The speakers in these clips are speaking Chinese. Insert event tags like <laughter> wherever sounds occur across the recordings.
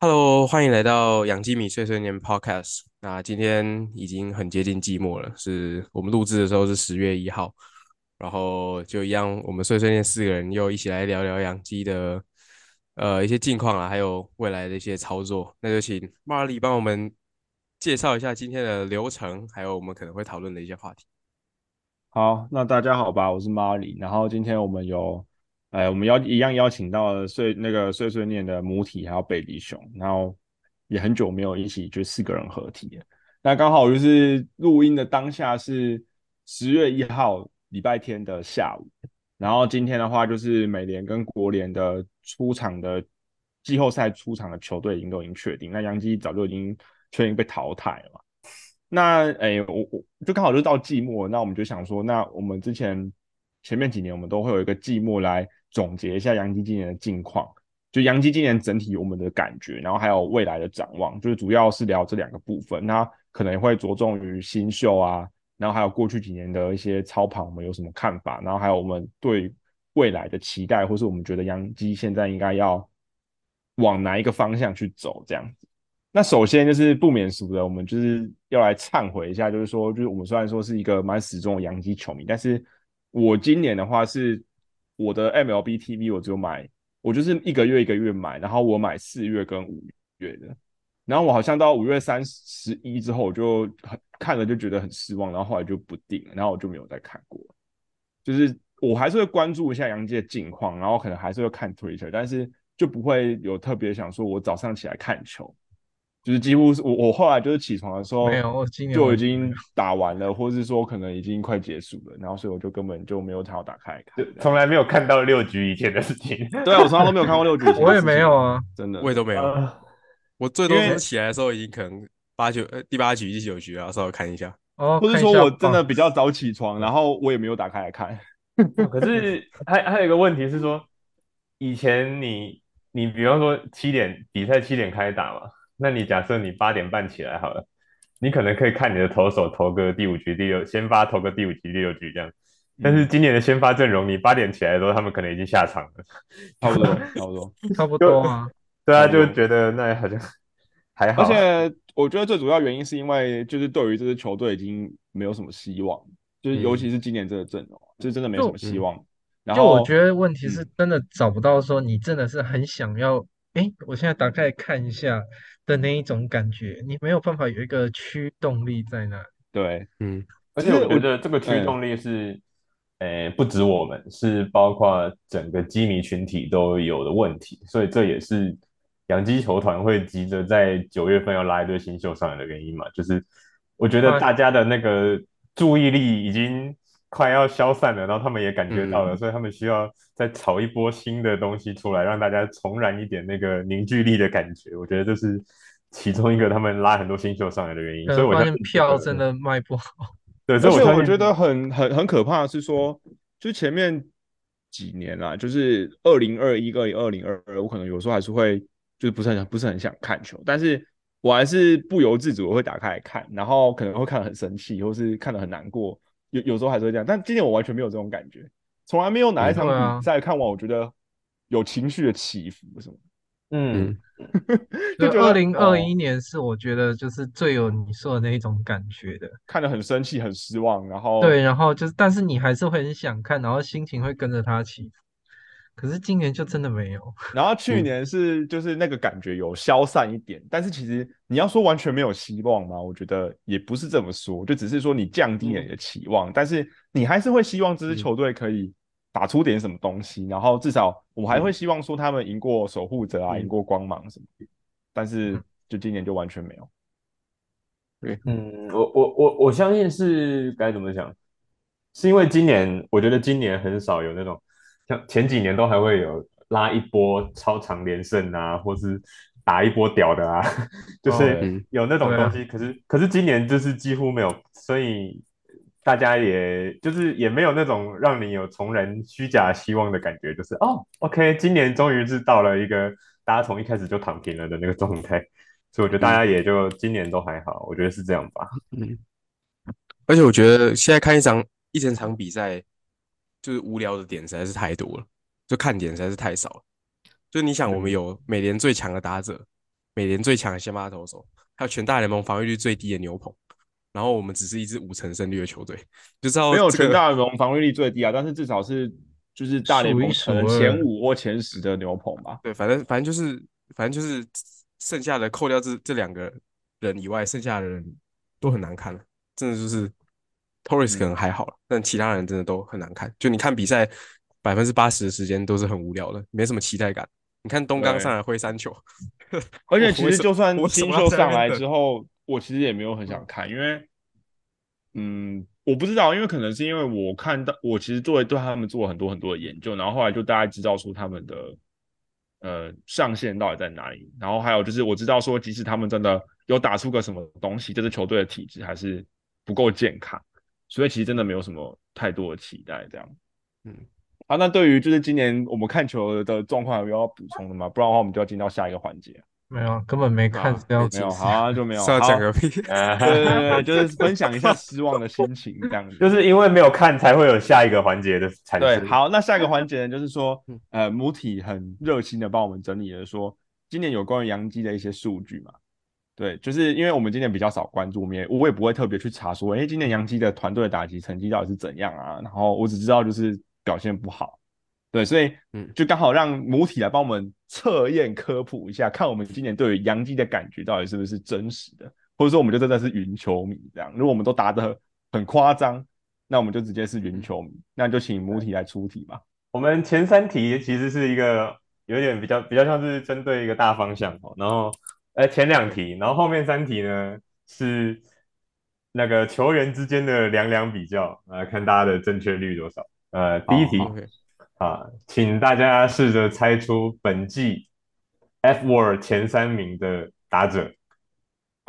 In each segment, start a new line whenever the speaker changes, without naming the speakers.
Hello，欢迎来到养鸡米碎碎念 Podcast。那今天已经很接近季末了，是我们录制的时候是十月一号，然后就一样，我们碎碎念四个人又一起来聊聊养鸡的呃一些近况啊，还有未来的一些操作。那就请 Marley 帮我们介绍一下今天的流程，还有我们可能会讨论的一些话题。
好，那大家好吧，我是 Marley。然后今天我们有，呃，我们邀一样邀请到了碎那个碎碎念的母体还有贝比熊，然后也很久没有一起就四个人合体了。那刚好就是录音的当下是十月一号礼拜天的下午，然后今天的话就是美联跟国联的出场的季后赛出场的球队已经都已经确定，那杨基早就已经确定被淘汰了嘛。那诶、我我就刚好就到季末，那我们就想说，那我们之前前面几年我们都会有一个季末来总结一下洋基今年的近况，就洋基今年整体我们的感觉，然后还有未来的展望，就是主要是聊这两个部分。那可能也会着重于新秀啊，然后还有过去几年的一些操盘，我们有什么看法，然后还有我们对未来的期待，或是我们觉得洋基现在应该要往哪一个方向去走，这样子。那首先就是不免俗的，我们就是要来忏悔一下，就是说，就是我们虽然说是一个蛮死忠的洋基球迷，但是我今年的话是我的 MLB TV 我只有买，我就是一个月一个月买，然后我买四月跟五月的，然后我好像到五月三十一之后，我就很看了就觉得很失望，然后后来就不定了，然后我就没有再看过了。就是我还是会关注一下杨基的近况，然后可能还是会看 Twitter，但是就不会有特别想说我早上起来看球，就是几乎是我我后来就是起床的时候
没有，我今年
就
我
已经打完了，或是说可能已经快结束了，然后所以我就根本就没有想要打开来看。
从来没有看到六局以前的事情。
对啊，我从来都没有看过六局以前的事情，
我也没有啊，
真的，
我也都没有，
呃
我最多
因为
是起来的时候已经可能八九呃第八局、第九局啊，稍微看一下。
哦，
或是
看一
说
下
我真
嗯
的
哦
比较早起床，然后我也没有打开来看。
哦可
<laughs>
是还还有一个问题是说，以前你你比方说七点比赛七点开打嘛，那你假设你八点半起来好了，你可能可以看你的投手投个第五局、第六先发投个第五局、第六局这样。
嗯
但是今年的先发阵容，你八点起来的时候，他们可能已经下场了。
差不多，差不多。
差不
<laughs>
多啊，
对啊，
差不多
就觉得那好像还好
而
啊。
且我觉得最主要原因是因为，就是对于这支球队已经没有什么希望，就是
嗯
尤其是今年这个阵容，就真的没什么希望。然
就
后
我觉得问题是
嗯
真的找不到说你真的是很想要，诶，我现在打开来看一下的那一种感觉，你没有办法有一个驱动力在那里。
对，
嗯，
而
其
且
实
我
我嗯
觉得这个驱动力是，诶、不止我们，是包括整个基迷群体都有的问题，所以这也是洋基球团会急着在九月份要拉一堆新秀上来的原因嘛。就是我觉得
对
大家的那个注意力已经快要消散了，然后他们也感觉到了，
嗯
所以他们需要再炒一波新的东西出来，让大家重燃一点那个凝聚力的感觉。我觉得这是其中一个他们拉很多新秀上来的原因，
可
所以
能
我
呃
嗯
发
相
现
信这
票
个
真的卖
<laughs>
不好，
对，所
而
以
且
相
我
信
觉得很很很可怕的是说，就前面几年啦，就是二零二一、二零二零二二，我可能有时候还是会就是不是很不是很想看球，但是我还是不由自主地会打开来看，然后可能会看得很生气，或是看得很难过，有有时候还是会这样。但今年我完全没有这种感觉，从来没有哪一
嗯
场
对啊
比赛看完，我觉得有情绪的起伏什么
嗯
嗯。
的，就觉
对，
得
二零二一
哦
年是我觉得就是最有你说的那一种感觉的，
看得很生气、很失望，然后
对，然后就是但是你还是会很想看，然后心情会跟着它起伏，可是今年就真的没有，
然后去
嗯
年是就是那个感觉有消散一点，但是其实你要说完全没有希望吗？我觉得也不是这么说，就只是说你降低了你的期望，但是你还是会希望这支
嗯
球队可以打出点什么东西，然后至少我还会希望说他们赢过守护者啊，
嗯
赢过光芒什么的。但是
嗯
就今年就完全没有，
嗯，我我我我相信是该怎么讲，是因为今年我觉得今年很少有那种像前几年都还会有拉一波超长连胜啊，或是打一波屌的啊， <laughs> 就是
嗯
有那种
对啊
东西。可是可是今年就是几乎没有，所以大家也就是也没有那种让你有重燃虚假希望的感觉，就是哦，OK，今年终于是到了一个大家从一开始就躺平了的那个状态。所以我觉得大家也就今年都还好，我觉得是这样吧。
嗯，而且我觉得现在看一场一整场比赛，就是无聊的点实在是太
嗯
多了，就看点实在是太少了。就你想，我们有美联最强的打者，美联最强的先发投手，还有全大联盟防御率最低的牛棚。然后我们只是一支五成胜率的球队，就知道
没有
哦这个
全大联盟防御力最低啊，但是至少是就是大联盟可
数一
能
数二
前五或前十的牛棚吧。
对，反正反正就是反正就是剩下的扣掉这这两个人以外，剩下的人都很难看了，真的就是
嗯
Torres 可能还好了，但其他人真的都很难看。就你看比赛，百分之八十的时间都是很无聊的，没什么期待感。你看东刚
对
上来挥三球，
而
我
且其
为
实
什
就算
我为什
新
么要
秀
在那
上
边
来
等
之后，我其实也没有很想看，因为，嗯，我不知道，因为可能是因为我看到我其实做对他们做了很多很多的研究，然后后来就大概知道说他们的呃上限到底在哪里，然后还有就是我知道说，即使他们真的有打出个什么东西，这支球队的体质还是不够健康，所以其实真的没有什么太多的期待这样。
嗯，
啊，那对于就是今年我们看球的状况有要补充的吗？不然的话，我们就要进到下一个环节。
没有，根本没看
啊
资料
没
没
解
有，
释
好、啊，就没有。
<laughs> 是要
好
讲个屁。
啊
对对对对，就是分享一下失望的心情这样子。
<laughs> 就是因为没有看，才会有下一个环节的产生。
对，，好，那下一个环节呢，就是说
嗯，
呃，母体很热心的帮我们整理了说今年有关于杨基的一些数据嘛。对，就是因为我们今年比较少关注，我们也我也不会特别去查说，哎，今年杨基的团队打击成绩到底是怎样啊？然后我只知道就是表现不好，对，所以
嗯
就刚好让母体来帮我们测验科普一下，看我们今年对于杨基的感觉到底是不是真实的，或者说我们就真的是云球迷这样。如果我们都答得很夸张，那我们就直接是云球迷，那就请母体来出题吧。
我们前三题其实是一个有点比较比较像是针对一个大方向哦，然后呃前两题，然后后面三题呢是那个球员之间的两两比较，呃，看大家的正确率多少。呃，第一题
好
OK，
啊，请大家试着猜出本季 F Word 前三名的打者，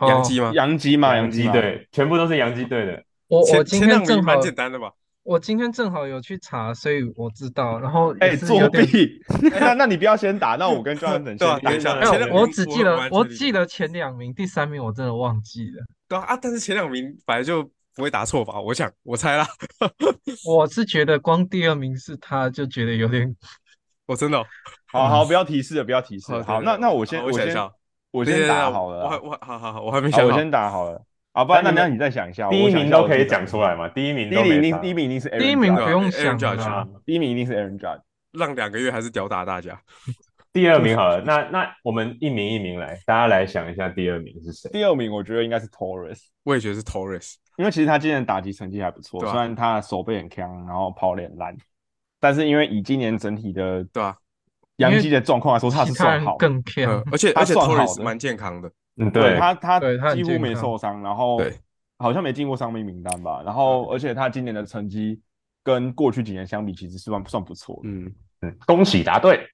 杨
哦
基吗？
杨基嘛，
洋
杨
基
嘛，
队，全部都是洋基队
<laughs>
的。
我我
前
今
前两
天
名
正
蛮
好
简单的吧？
我今天正好有去查，所以我知道。然后也
哎，
<laughs> 是
作
有点
弊！那那你不要先打，那我
<laughs>
跟 j o 等
对啊
先
等一下
打
没
前两
有，我
名
只
我
记得
完全
我
理解
记得前两名，第三名我真的忘记了。
对啊，啊但是前两名本来就不会答错吧？我想我猜啦， <laughs>
我是觉得光第二名是他，就觉得有点
我真的哦、
好好，不要提示了，不要提示
好
了。
对
好，
对
那
对
那
好
我先
我想一
先
下哦
我
等一
先
下等一
打
下
好了
我
啦。
还我好好好，我还没
好，
想
我
好。
先打好了。好，不然那
那你
那
们
你再想一下。
第
我
一
想
名
下
都
我
可
自
以
己
讲出来嘛？第一名
第
都
一
没
名一
差
定第一名一定是 Aaron
第一
Judge
名不
对啊
用
，Aaron
想
Judge
了
啊
啦。。
第一名一定是 Aaron Judge。
让两个月还是屌打大家。
第二名好了，那那我们一名一名来，大家来想一下第二名是谁？
第二名我觉得应该是 Torres，
我也觉得是 Torres，
因为其实他今年打击成绩还不错，
对啊
虽然他的手背很强，然后跑脸烂，但是因为以今年整体的
对啊，
杨基的状况来说，他
其
是
他
算
人
好的。
更
嗯
强，，
而且
啊他
而且
算好
Torres
的
蛮健康的，
嗯，
对
对，
他，他
对他很
几乎
健
没
康
受伤，然后
对
好像没进过伤病名单吧。然后，而且他今年的成绩跟过去几年相比，其实算算不错的。
嗯，
嗯恭喜答对。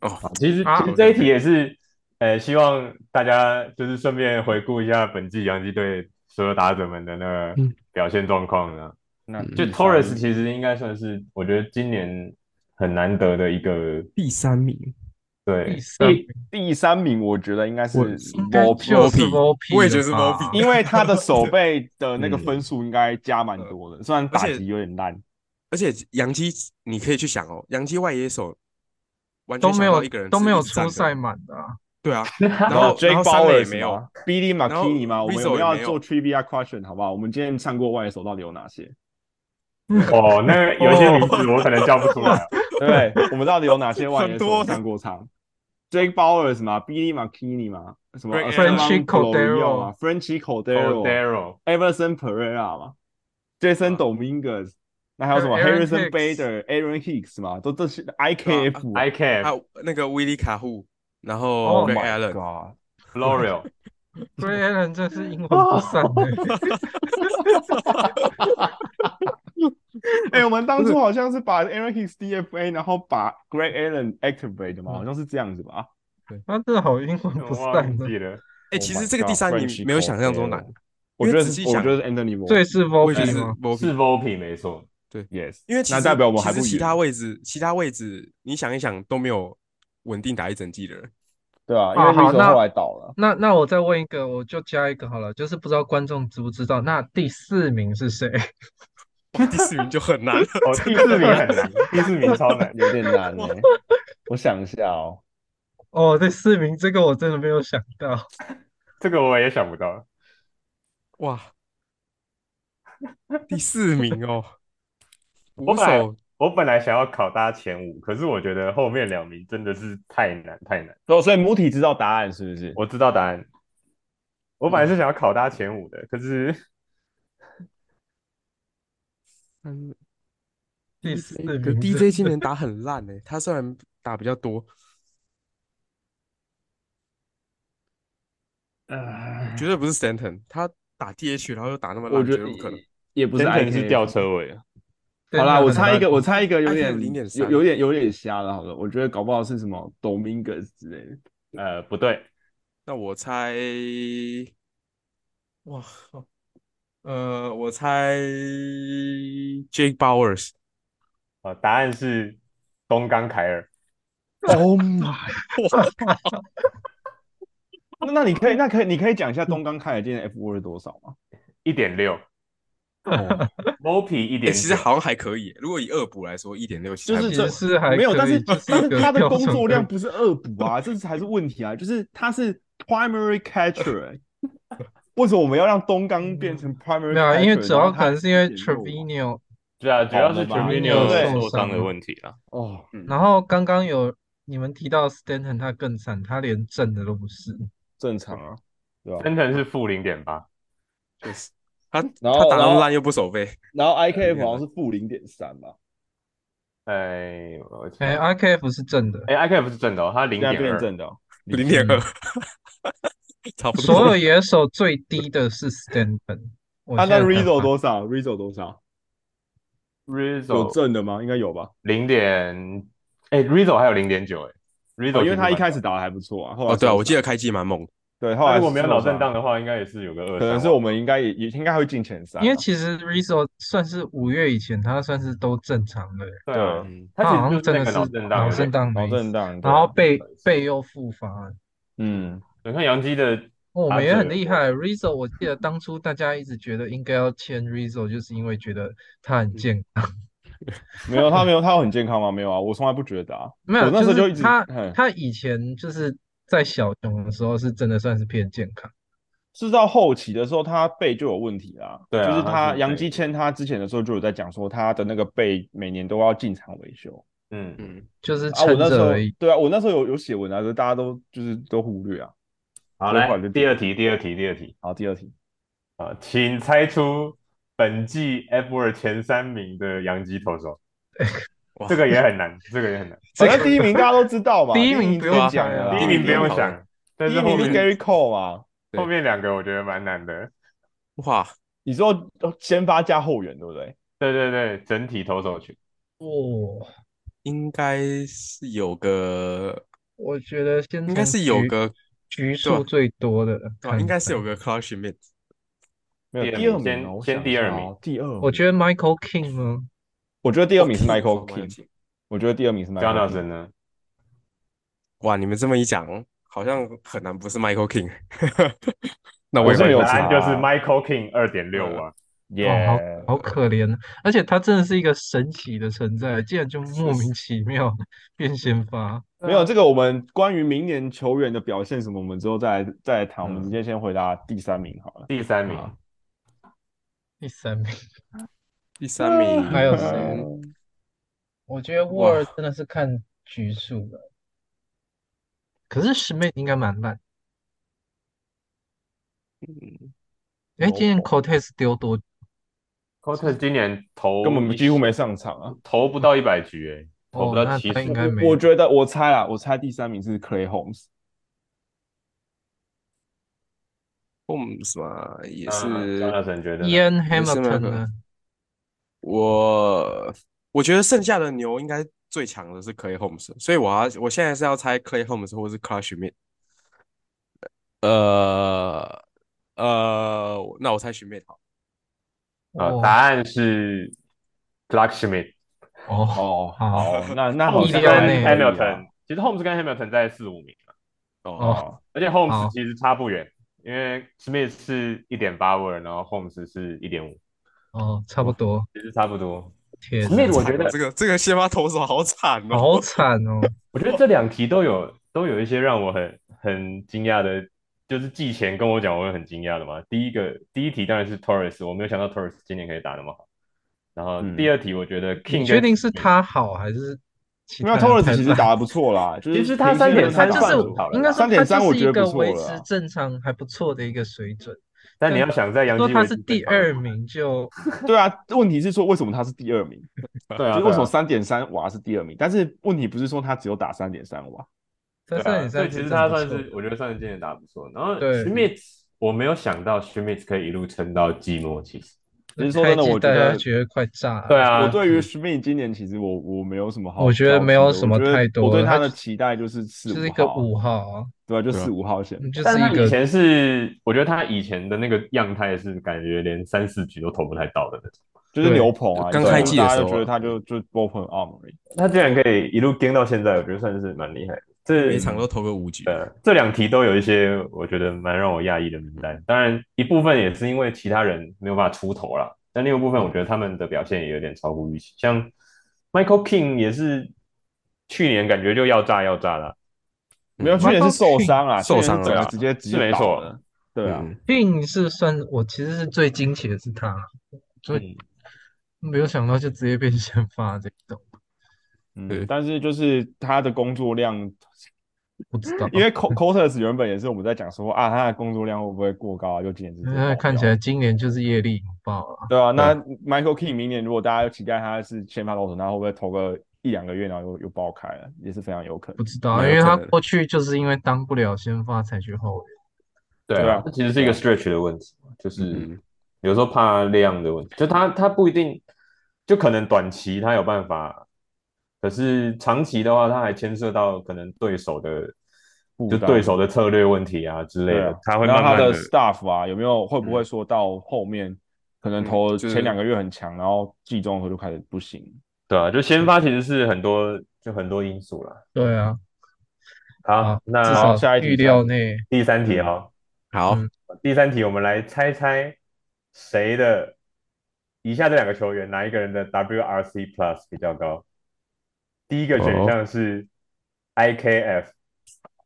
哦，
其实
啊
其实这一题也是，呃，希望大家就是顺便回顾一下本季洋基队所有打者们的那个
嗯
表现状况呢。
那
嗯
就
第三
Torres 其实应该算是，我觉得今年很难得的一个，
第三名，
<laughs>
对，
第三名
第三名，我觉得应该是
我
应该
Volpe
就是
Volpe，
Volpe
我也觉得是
了吧
Volpe
因为他的
<laughs>
手背的那个
嗯
分数应该加蛮多的，虽然打
而且
击有点烂，
而且杨基你可以去想哦，杨基外野手完全
都
想不
没有
到一个人
都
是
没
一
有
直站
出
的
赛，满的啊。
对
<laughs>
啊，
然
然后然
Jake
后三垒
Bauer
也没有
嘛，Billy
然后
McKinney 嘛，我们
Rizzo
我们
也
要
没有
做 trivia question 好不好？我们今天上过外野手到底有哪些？
哦，那个有一些名字我可能叫不出来啊。
对，我们到底有哪些外野
很
手
多
上过场？Jake Bowers 嘛，Billy McKinney 嘛，什么
Greg
Allen
Cordero 嘛，Frenchy Cordero、
Daryl，
Everson Pereira 嘛，Jason
啊
Dominguez，那还有什么
还有 Aaron
Harrison
Hicks
Bader、Aaron Hicks 嘛，都这些
对
IKF 嘛。
I K
还有那个 Willie 卡护，然后
Oh
Greg
my
Allen，
God
Florio，
Ray Allen 真是英文不善 <laughs> 欸
<laughs> 哎、我们当初好像是把 Aaron Hicks DFA，然后把 Greg Allen activate 的嘛，
嗯
好像是这样子吧？
他真的好英文不
我
善
忘
的。
记了。
哎，
Oh
其实
my
这个第
God，
三名
Frenchie
没有想象中难，
Cordero 我觉
因
得
为仔细
是，
想
我觉得是 Anthony Moore。
对，是
我也觉得
Volpe
是
吗？
是
Volpe。
Volpe 没错，。
，Yes，
因为其
那
实
代表我们
其
还
实
不
其
远
他位置，其他位置你想一想都没有稳定打一整季的人。
对啊，因
啊
为
好
Rizzo
那
后来倒了。
那那我再问一个，我就加一个好了，就是不知道观众知不知道，那第四名是谁？ <laughs>
哇第四名就很难了
哦，第四名很难，第四名超难。
欸有点难呢、我想一下哦，
哦，对，四名这个我真的没有想到，
这个我也想不到。
哇，第四名哦，
我
鼓
本来
手
我本来想要考大家前五，可是我觉得后面两名真的是太难太难。
哦，所以母体知道答案是不是？
我知道答案，我本来是想要考大家前五的，可是
嗯
第四名
可
真
DJ 今年打很烂呢、他虽然打比较多，
呃，
绝对不是 Stanton，他打 DH 然后又打那么烂，
我觉
绝
得
对不可能。
也不是
真
I
的
K
是吊。车尾啊。
真
好
的
啦，我
很
猜一个，
烂
我猜一个有
IQ
点
0.3
有有点有点瞎了。好了，我觉得搞不好是什么 Dominguez 之类的。
呃，不对，
那我猜，哇，靠呃，我猜 Jake Bowers。
呃，答案是东冈凯尔。
Oh my！那那你可以，那可以，你可以讲一下东刚开尔今天 F w 是多少吗？
一点六
哦，
<laughs> ，Mopi 一
欸
哎
点
其实好像还可以欸、如果以二补来说，一点六其实
就
还
是
不
其
这
实
错
是还
没有，
可
但
以
是
就
但
一
是
个
他的
标
工
准
作
的
量不是二补啊，这才是问题啊，就是他是 primary catcher，欸、为什么我们要让东刚变成 primary？
嗯没有啊，因为
catcher，
主
然
要
后
可
他
能是因为
一点六啊
Trevino，
对啊，主要是
好了吧
Trevino
对
受
受伤
伤
的
了
问题啦。
哦，
然后刚刚有你们提到 Stanton，他更惨，他连正的都不是。
正常啊，对吧？
真的是负零点八，
确实。他
然后
他打
然
到
后
烂又不守备，
然后 IKF 好像是负零点三吧，
哎，我
哎
哎
，RKF 是正的，
，IKF 是正的哦，他零
现在
点
变
二，
正的哦、
零点二，差不多。
所有野手最低的是 Stanton。我
他
现
那
在才
Rizzo
发
多少？Rizzo 多少？有
Rizzo
正的吗？应该有吧。
零点，哎，Rizzo 还有零点九，哎，Rizzo
哦，因为他一开
始，
始打的还不错啊，后
<laughs>
来
哦，对啊，
受
我记得
伤
开季蛮猛的。
对，后
他
来
如果没有脑
受伤
震荡，的话，应该也是有个二，
可能是我们应该也也应该会进前三啊、
因为其实 Rizzo 算是五月以前，他算是都正常的，
对啊，
嗯，
他
他
其
好
实就
像真
那
的
个
是
脑震
脑
荡，对不对
震荡没
脑震
事，
荡，对
然
啊
后背背
哦
又复发了。
嗯，
你看杨基的，
哦我
他
们也
整
很
个
厉
过
害，Rizzo，我记得当初大家一直觉得应该要签 Rizzo，就是因为觉得他
嗯
很健康。
没有他没有他有很健康吗？没有啊，我从来不觉得啊，
没有，
我那时候
是
一直
他
嗯，
他以前就是在小熊的时候是真的算是偏健康，
是到后期的时候他背就有问题啦，
对啊
就是
他
他
是
杨基签他之前的时候就有在讲说他的那个背每年都要进场维修
嗯嗯，
嗯，
就是
啊，我
撑
那时
着
候
而已。
对啊，我那时候有有写文啊，可是大家都就是都忽略啊。
好，
所以
来
后来就
第二题，第二题，第二题。
好，第二题，
啊，请猜出本季 F w 前三名的洋基投手。
哇
这个也很难，这个也很难。
反正第一名大家都知道嘛，
第一名
不
不
用
用
讲了
猜啊
啦，
第一名不用
好
想
了，
但
第
是
一
后
名是 Gary
面
Cole 嘛，
对
后面两个我觉得蛮难的。
哇，
你说先发加后援对不对？
对对对，整体投手群，
哦，
应该是有个，
我觉得先
应该
从
是有
局
个，
局
对吧
数最多的
对吧啊
看
应该是
看
有个 Clark Schmidt。
没有
第二
第二
名先
名啊，我
先
想
第
一下
二
啊
名，
第二名，
我觉得 Michael King 呢，
我觉得第二名是
King，
Michael
哦
King，我觉得第二名是
江
Michael
老
King
师呢？
哇，你们这么一讲，好像很难不是 Michael King。那
我
也
是没
会
有
答案
查啊嗯
就是 Michael King 二点六啊，
耶
哦，好好可怜，而且他真的是一个神奇的存在，竟然就莫名其妙变先发。
没有这个，我们关于明年球员的表现什么，我们之后再来再来谈。我们
嗯
直接先回答第三名好了。
第三名。
好
第三名，
第三名
啊
还有
嗯
谁？我觉得沃
哇
尔真的是看局数的，可是史妹应该蛮烂。
嗯
哎，今年 Cortez 丢多久
Cortez 今年投
根本
一
几乎没上场啊。
投不到一百局，哎，投不
哦
到
那
七
他
十呃
应。该没
我
有
觉得我猜啊，我猜第三名是 Clay Holmes。
，Holmes 嘛也
江老
是，
师觉得呢？
？Ian
也是蛮
Hamilton
可
呢？
我我觉得剩下的牛应该最强的是 Clay Holmes，所以我要我现在是要猜 Clay Holmes 或是 Clark Schmidt。呃呃，那我猜 Schmidt 好。
啊
呃，
哦
答案是 Clark Schmidt。
哦，
哦，
好
好，那那好
姆
意
斯
像
跟
料内
还可以啊
Hamilton，其实 Holmes 跟 Hamilton 在四五名，
哦，
啊
哦，
而且
好
Holmes 其实差不远，因为 Smith 是一点八位，然后 Holmes 是一点五，
哦，差不多。
其实差不多。
天
Smith
哪
我觉得
这个这个先发投手好惨哦。
好惨哦！
我觉得这两题都有都有一些让我很很惊讶的，就是季前跟我讲，我也很惊讶的嘛。第一个第一题当然是 Torres，我没有想到 Torres 今年可以打那么好。然后
嗯
第二题，我觉得 King
你确
跟
定是他好还是其
没有
他人
Torres
太
其实
烂
打的不错 <laughs> 啦，就是
其实他
平均
3.3
打
就
得
算
不
好
是
了啦
应该说
3.3
他就
我
是
觉得
一个
不错
维
了
持
啦
正常还不错的一个水准。
但你要想在洋
说
基
他
维
是
持
第
正常
二名就
对啊，问题是说为什么他是第二名？
对啊，
就是
对
为什么
啊
三点三瓦是第二名？但是问题不是说他只有打三点三瓦，
他
对
算
啊，
也
所以
算
其
是
实
真
他
不
算
错
是，我觉得算是今年打得不错。然后
对
Schmidt，我没有想到 Schmidt 可以一路撑到季末，其实
其实说
开
真的
季
我觉
大家
得
觉得快炸了。
对啊，
我对于 Schmidt 今年其实我我没有什么好挑剔的，
我觉得没有什么
我觉得
太多
我对他
他
的期待就是四
就是一
五
个
号啊，
五号啊，
对吧、就
对啊
四五号线。
就
但
是
是他
一
以
个
前是，我觉得他以前的那个样态是感觉连三四局都投不太到的那种。
就是
对
牛棚啊，
刚
就是
开
季的
大
时
家
候
就觉
啊
得他就就 open arm 而已。
他竟然可以一路跟到现在，我觉得算是蛮厉害的。这
每场都投个五局，嗯
呃，这两题都有一些我觉得蛮让我讶异的名单。当然，一部分也是因为其他人没有办法出头啦，但另一部分我觉得他们的表现也有点超乎预期。像 Michael King 也是去年感觉就要炸要炸了，
没有，去年是受伤啊，
嗯 <laughs> 受伤了
去年是整个
啦
直接直
是
接
没
倒
错
了。对啊，
嗯
并是算我其实是最惊奇的是他，所以没有想到就直接变先发这种，
对
嗯，但是就是他的工作量，
不知道。
因为 Co- Cotters 原本也是我们在讲说啊，他的工作量会不会过高啊？就今年直接
那
爆
<laughs> 看
掉
起来今年就是业力引爆了，
嗯
对啊，那 Michael King 明年如果大家期待他是先发投手，那会不会投个一两个月，然后又又爆开了，也是非常有可
不
能。
知道，啊
蛮
因
有
为
可
他
能的
过去就是因为当不了先发才去后援。
对
对啊
这其实是一个 stretch 的问题，就是
嗯
有时候怕量的问题，就他他不一定，就可能短期他有办法，可是长期的话，他还牵涉到可能对手的，
负
就
担
对手的策略问题啊之类
对
的，
啊，
他会
然后
慢慢
他
的
的 staff 啊，有没有会不会说到后面可能
嗯
投
就是
前两个月很强，然后季中的时候就开始不行？ <laughs>
对啊，就先发其实是很多就很多因素啦。
对啊，
好
啊，
那
至
好
少
下一题
预
下一
料
题
内
第三题哈、
好，
嗯
第三题我们来猜猜谁的以下这两个球员哪一个人的 WRC Plus 比较高？第一个选项是 IKF，、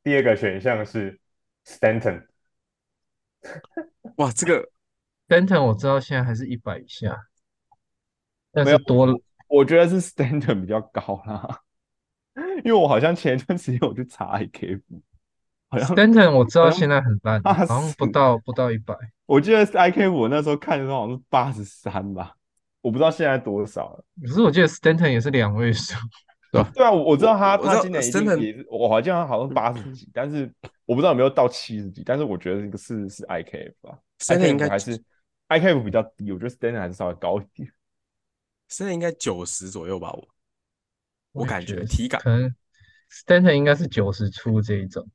第二个选项是 Stanton。
哇，这个
Stanton 我知道现在还是一百以下，但
没
是
有
多了
我觉得是 Stanton 比较高啦，因为我好像前一段时间我去查 IKF，好像
Stanton 我知道
好像
现在很烂，好
84
像不到不到一百，
我记得 IKF 我那时候看的时候好像是八十三吧，我不知道现在多少了。
可是我记得 Stanton 也是两位数，
对啊，我我知道他
我我知
他
道
今年一定
Stanton-
也是，我好像好像八十几，但是我不知道有没有到七十几，但是我觉得这个是是 IKF 吧
Stanton
IKF
应该
还是 IKF 比较低，我觉得 Stanton 还是稍微高一点。 <laughs>
现在应该九十左右吧，我我
也
感
觉
觉
得
体感
可，能 Stanton 应该是九十出这一种，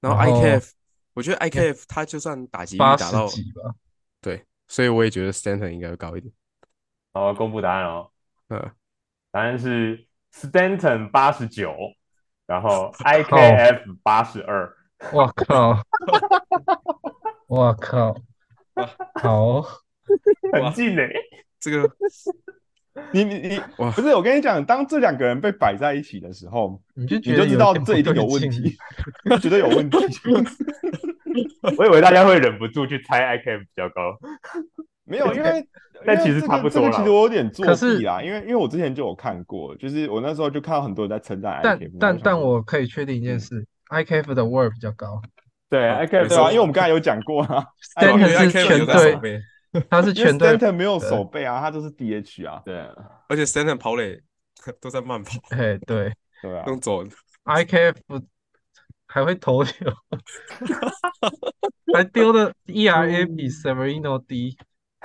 然后
然后
IKF，我觉得 IKF 他就算打击率
八
打
十
到
几吧。
对，所以我也觉得 Stanton 应该会高一点，
好，公布答案哦，
嗯，
答案是 Stanton 八十九，然后 <laughs> IKF 八十二。
我
<laughs>
靠，我靠，好，
很近嘞、
这个
你你
<laughs>
你
哇
不是我跟你讲，当这两个人被摆在一起的时候，
你就
你
觉
就
得
知
有
道
点
这
不
一定
对
有问
劲
题， <laughs> 绝对有问题。
<laughs>
我以为大家会忍不住去猜 IKF 比较高。
没有，因
<laughs>
为
但
因为
其实
这
差
个
不
这
多
个
啦
其实我有点作
可是
弊啦，因为因为我之前就有看过，就是我那时候就看到很多人在称赞 IKF，
但
然后我
但
想
但
说
我可以确定一件事，IKF 的 WAR 比较高
对
哦
，IKF
对啊，因为我们刚才有讲过啊，
因为
，Stanton 是
IKF
全
有在
队
守，备，
他是
因为
全队
Stanton 没有手背啊，他就是 DH 啊，
对啊
而且 Stanton 跑垒 <laughs> 都在慢跑，
哎，对
对啊，
用走的，
，IKF 还会投球， <laughs> 还丢的 ERA
嗯
比 Severino 低，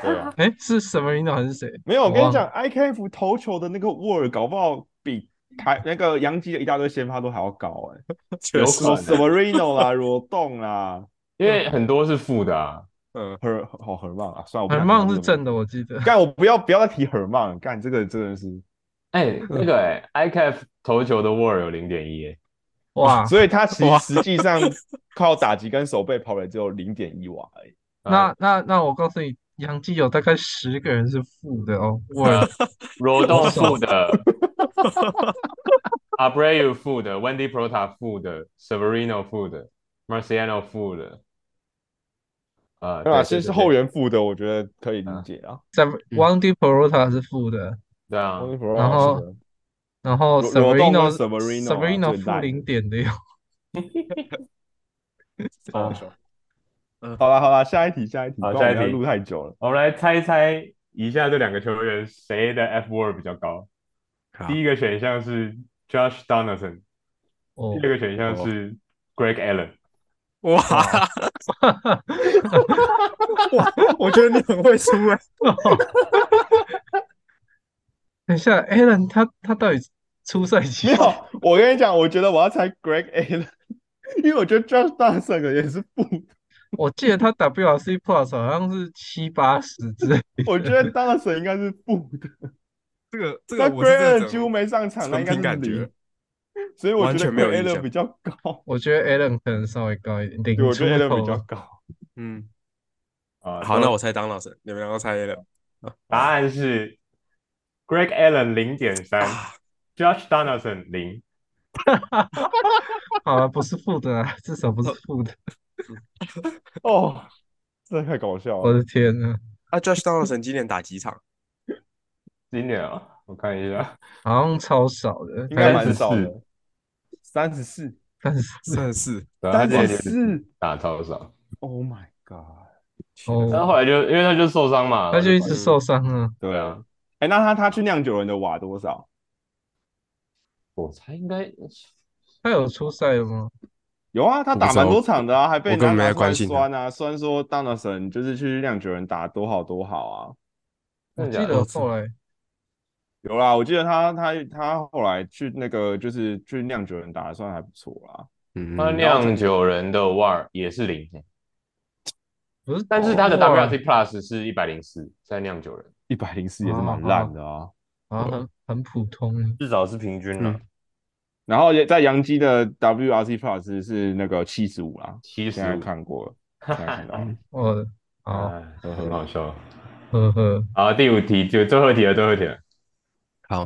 对啊，
哎，是 Severino 还是谁？
没有，我
我
跟
忘
你讲，IKF 投球的那个沃尔，搞不好比台那个洋基的一大堆先发都还要高哎、
确实
什，么 Severino 啦、 <laughs> 罗栋啦、
因为很多是负的啊。
嗯，
her 好 her 曼啊，算了，我不
很
想
棒
讲
是
这个
正的，我记得。
干我不要不要再提 her 曼，干这个真的是，
哎、那个哎、i k f 投球的 WAR 有零点一，哎
<laughs>
啊哇，
所以他其
哇
实实际上靠打击跟手背跑垒只有零点一瓦而已。
啊
那那那我告诉你，杨基有大概十个人是负
<laughs>
的哦，
哇，罗
我
栋
爽
负
<laughs>
的，Abreu 负的，Wendy Prota 负的，Severino 负的，Marciano 负的，啊，
对吧？
对
先
对
是
对
后援负的，我觉得可以理解啊。
在 Wandy Perota 是负的，
对啊，
Tony Ferrara
然后
是的
然后
罗罗栋跟
Severino
Severino 啊
Severino
最
负
烂的
零点
<laughs>
六，
啊
哦
好啦好啦，下一题下一题，
好
不然我们
下一
要
题
录太久了。
我们来猜猜以下这两个球员谁的 F word 比较高。
好
第一个选项是 Josh Donaldson，
哦 <laughs>
第，二个选项
哦
是 Greg Allen。
啊
哇哇，我觉得你很会输哎、
等一下，Alan 他他到底出赛几
没有，我跟你讲，我觉得我要猜 Greg Allen，因为我觉得 Josh Dawson 也是负的，
我记得他 WRC Plus 好像是七八十之类的，
我觉得 Dawson 应该是
<laughs>
负的。
这个这
那
个
Greg
我是
Allen
这
几乎
种
没上场，那
纯
应该
凭
是
感觉
零。，所以我
完
觉得
全没有
Greg
印
Allen
象
比较
<laughs>
高，
<laughs> 我觉得 Alan 可能稍微高一点，
对，
领
我觉得
出
Allen 比
头
较
啊
高。
嗯，
啊，
好，
都
那我猜当老师，你们两个猜 A 了，
答案是 Greg Allen 零点三
啊
，Josh Donaldson 零。
<laughs> 好了，不是负的啊，至少不是负的。
哦，这太搞笑
我
了。
的天呐，
啊，Josh Donaldson 今年打几场？
嗯
今年啊，我看一下，
好像超少的，
应该
大概
蛮
是
少的，三十四，
三十四。
三十四，
对啊他
三
今年
十四
打超少，
，Oh my god！
但
哦
后来就因为他就受伤嘛，
他就一直
反
受伤啊，
对啊，
哎，那他他去酿酒人的瓦多少？
我猜应该
嗯
他有出赛了吗？
有啊，他
我不
打
知道
蛮多场的啊，还被
我根本
拿
没
拿
在
出来
关心他
酸啊，酸说 Donaldson 就是去酿酒人打多好多好啊。
我
真
记
的假的
得后来
有啦，我记得他他他后来去那个就是去酿酒人打的算还不错啦。
嗯，
他酿酒人的 WAR 也是零，
不是，
但是
哦
他的
哇
WRC Plus 是一百零四，在酿酒人
一百零四也是蛮烂的啊。
好像很很普通，
至少是平均了
嗯
然后也在杨基的 WRC Plus 是那个七十五啦，
七十
现在
五，
看
<laughs>
过了，现在看
<laughs>
到了。哦
我的哦
啊
好
哎，都很好笑。
呵呵，
好，第五题就最后一题了，最后一题了。
好，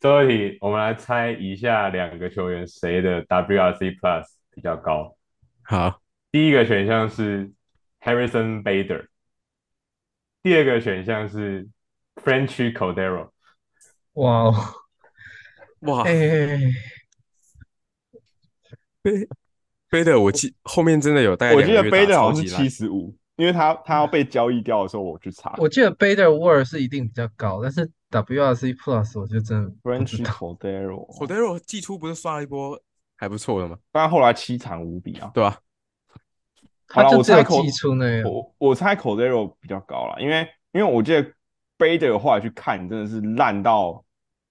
最后一题，我们来猜以下两个球员谁的 WRC Plus 比较高。
好，
第一个选项是 Harrison Bader，第二个选项是 Frenchy Cordero。
哇哦，
啊
哇，
<laughs> 哎，
贝贝的，我记后面真的有大概
我
两
记
个
得
月打
b a d e
超
好像
级
是
烂
七，十五，因为他他要被交易掉的时候，我去查。
我记得 Bader War 是一定比较高，但是 WRC Plus 我就真的不知
French
道，
c o
Cordero，
d e r o 季初不是刷了一波还不错的吗？
但后来七场无比啊。
对吧、
他
好啦
就
我
只有
猜口
寄出那样，
我我猜 Cordero 比较高啦，因为因为我记得 Bader 后来去看，真的是烂到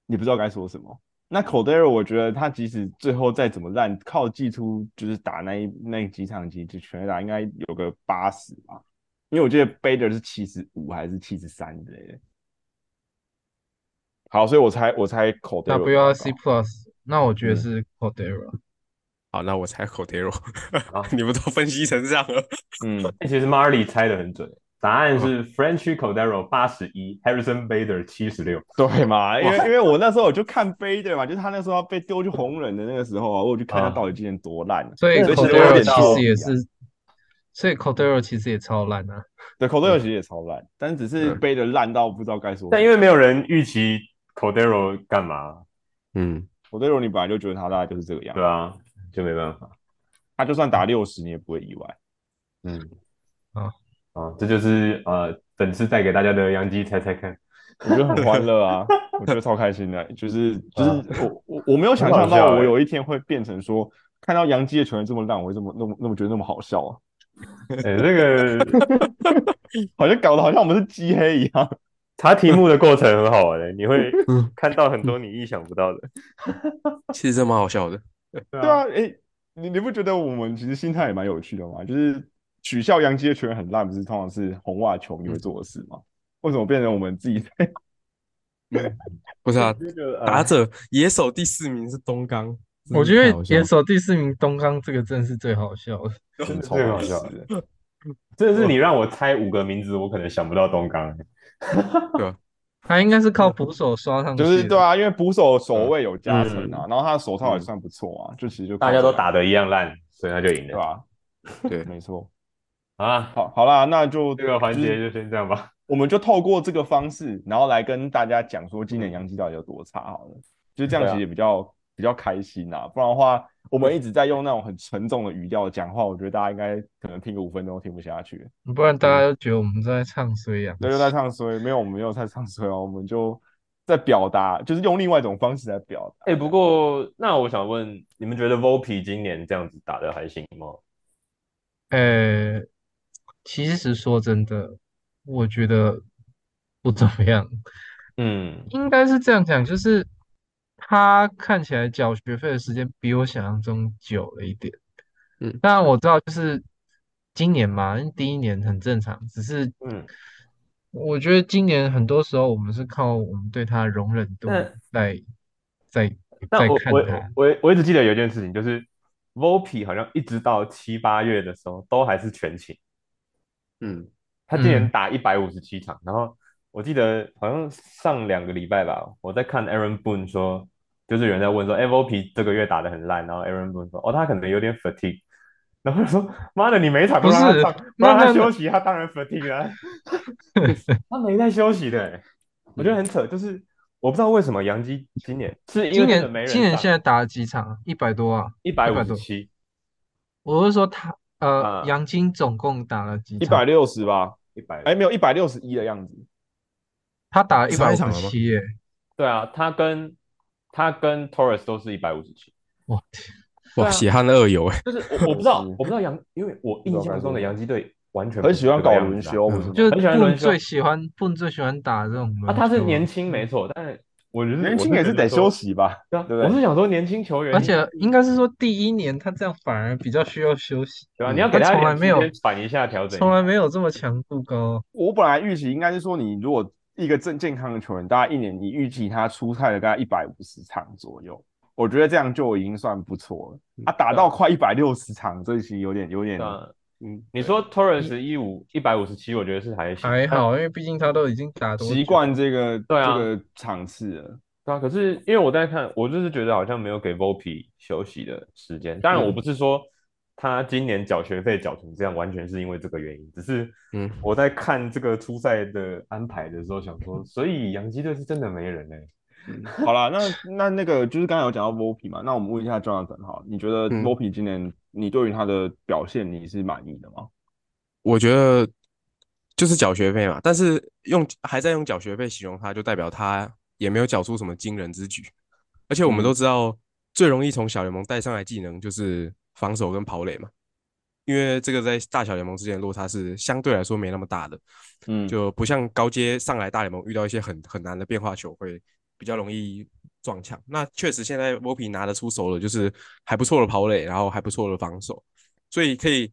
你不知道该说什么。那 Cordero 我觉得他即使最后再怎么烂，靠技出就是打那一那几场集就全垒打应该有个八十吧，因为我记得 Bader 是七十五还是七十三之类的。好，所以我猜我猜 Cordero 比较高
WRC Plus，那我觉得
嗯
是 Cordero，
好，那我猜 c o d e r o
好
啊
你们都分析成这样了，
嗯，
欸其实 Marley 猜的很准，答案是 Frenchy Cordero 八十一，Harrison Bader 七十六。
对嘛？因为因为我那时候我就看 Bader 嘛，就是他那时候要被丢去红人的那个时候啊，我有去看他
啊
到底今年多烂啊、
所以
所以其实
Cordero
我有点
其
好
实
奇
也
啊
是，所以 Cordero 其实也超烂啊，
对，口袋游其实也超烂，但只是
嗯
背的烂到不知道该说什么。
但因为没有人预期 Cordero 干嘛，
嗯，
口袋罗你本来就觉得他大概就是这个样
对
子，
啊，就没办法。
他就算打
嗯
六十你也不会意外。
嗯，
好
啊，这就是呃本次带给大家的杨基猜猜看。
我觉得很欢乐
<laughs>
啊，我觉得超开心的，就是
嗯
就是我我我没有想象
很好笑
到
欸
我有一天会变成说看到杨基的球员这么烂，我会这么那么那么觉得那么好笑啊，
哎，这个
好像搞得好像我们是鸡黑一样。
查题目的过程很好玩的，你会
嗯
看到很多你意想不到的。
其实真蛮好笑的。
嗯
对
对啊，，哎，你你不觉得我们其实心态也蛮有趣的吗？就是取笑杨基的球员很烂，不是通常是红袜球迷会做的事
嗯
吗？为什么变成我们自己在？
不是啊，
这个呃
打者野手第四名是东刚，
我觉
嗯真的太
得
好笑
野手第四名东刚这个真的是最好笑的，
真的
超
最
有
好
意
笑
思的
真的是你让我猜五个名字，我可能想不到东刚。
他应该是
嗯
靠捕手刷上去
就
的，
是对啊，因为捕手
嗯
守卫有加成啊，然后他的手套也算不错啊，就其实就
大家都打
的
得一样烂，所以他就赢
对
了。
吧？
<laughs>
对
没错。
好啦，
好，好啦，那就
这个环
就
节
是
就先这样吧。
我们就透过这个方式，然后来跟大家讲说今年洋基到底有多差好了，就这样
对啊
其实也比较、比较开心啊，不然的话，我们一直在用那种很沉重的语调讲话，我觉得大家应该可能听个五分钟都听不下去，
不然大家都觉得我们在唱衰啊呀。
那就在唱衰，没有我们没有在唱衰哦，我们就在表达，就是用另外一种方式来表达。
哎、不过那我想问，你们觉得 Volpe 今年这样子打的还行吗？
呃，其实说真的，我觉得不怎么样。
嗯，
应该是这样讲，就是他看起来缴学费的时间比我想象中久了一点。
嗯，
当然我知道就是今年嘛，因为第一年很正常，只是
嗯，
我觉得今年很多时候我们是靠我们对他的容忍度
但
在在
但
在
嗯我
看
我
他。
我我一直记得有一件事情，就是 Volpe 好像一直到七八月的时候都还是全勤。
嗯，
他今年
嗯
打一百五十七场，然后我记得好像上两个礼拜吧，我在看 Aaron Boone 说，就是有人在问说，哎，Volpe 这个月打得很烂，然后 Aaron Boone 说，哦，他可能有点 fatigue，然后我说，妈的，你每一场都
不
让他
是
上，不
那
让他
那
休息，他当然
<laughs>
fatigue 啊，他没在休息的欸，我觉得很扯，就是我不知道为什么杨基今年是因
今
为真的
年
没人
今年现在打了几场啊？一百多啊！
一百五
100
十
多
七，
我是说他呃
啊，
杨金总共打了几
一
场？
百六十吧，
一百，
哎，没有一百六十一的样子，
他打了一
杀
百
一
五
场
十
了吗
七耶！
对啊，他跟他跟 Torres 都是一百五十七。
我
对啊
哇，血汗二友哎，
就是我我不知
<laughs>
道
是，
我不知道杨，因为我印象中的洋基队完全不
很
是
喜欢
这个
搞
样
轮
子啊
休，不
嗯
是吗？
就是
很喜欢轮
Boone
休
最喜欢 Boone 最喜欢打这种
啊，
轮
他是
休啊
年轻没错，但是我觉得
年轻也是得休，息吧，
我是觉得说对啊，
对不对
我是想说年轻球员，
而且应该是说第一年他这样反而比较需要休息，
对吧？
嗯
你要给
他
一
从
点
来没有
时间反一下调整一下，
从来没有这么强度高。
我本来预期应该是说，你如果一个正健康的球员，大概一年你预期他出赛的大概一百五十场左右，我觉得这样就已经算不错了。他、打到快一百六十场，这其实有点有点
嗯啊对，啊。
嗯，
你说 Torres 一五一百五十七，我觉得是还行，
还好，因为毕竟他都已经打多久
习，惯这个
对啊
这个场次了。
对啊。可是因为我在看，我就是觉得好像没有给 Volpe 休息的时间。当然，
嗯
我不是说他今年缴学费缴成这样，完全是因为这个原因，只是
嗯
我在看这个初赛的安排的时候，想说，所以洋基队是真的没人呢、欸
好啦，那那那个就是刚才有讲到 Volpe 嘛，那我们问一下 Jonathan 哈，你觉得
嗯
Volpe 今年你对于他的表现你是满意的吗？
我觉得就是缴学费嘛，但是用还在用缴学费形容他，就代表他也没有缴出什么惊人之举。而且我们都知道，最容易从小联盟带上来技能就是防守跟跑垒嘛，因为这个在大小联盟之间的落差是相对来说没那么大的。
嗯，
就不像高阶上来大联盟遇到一些很很难的变化球会比较容易撞墙。那确实现在 v o p 拿得出手了，就是还不错的跑垒，然后还不错的防守，所以可以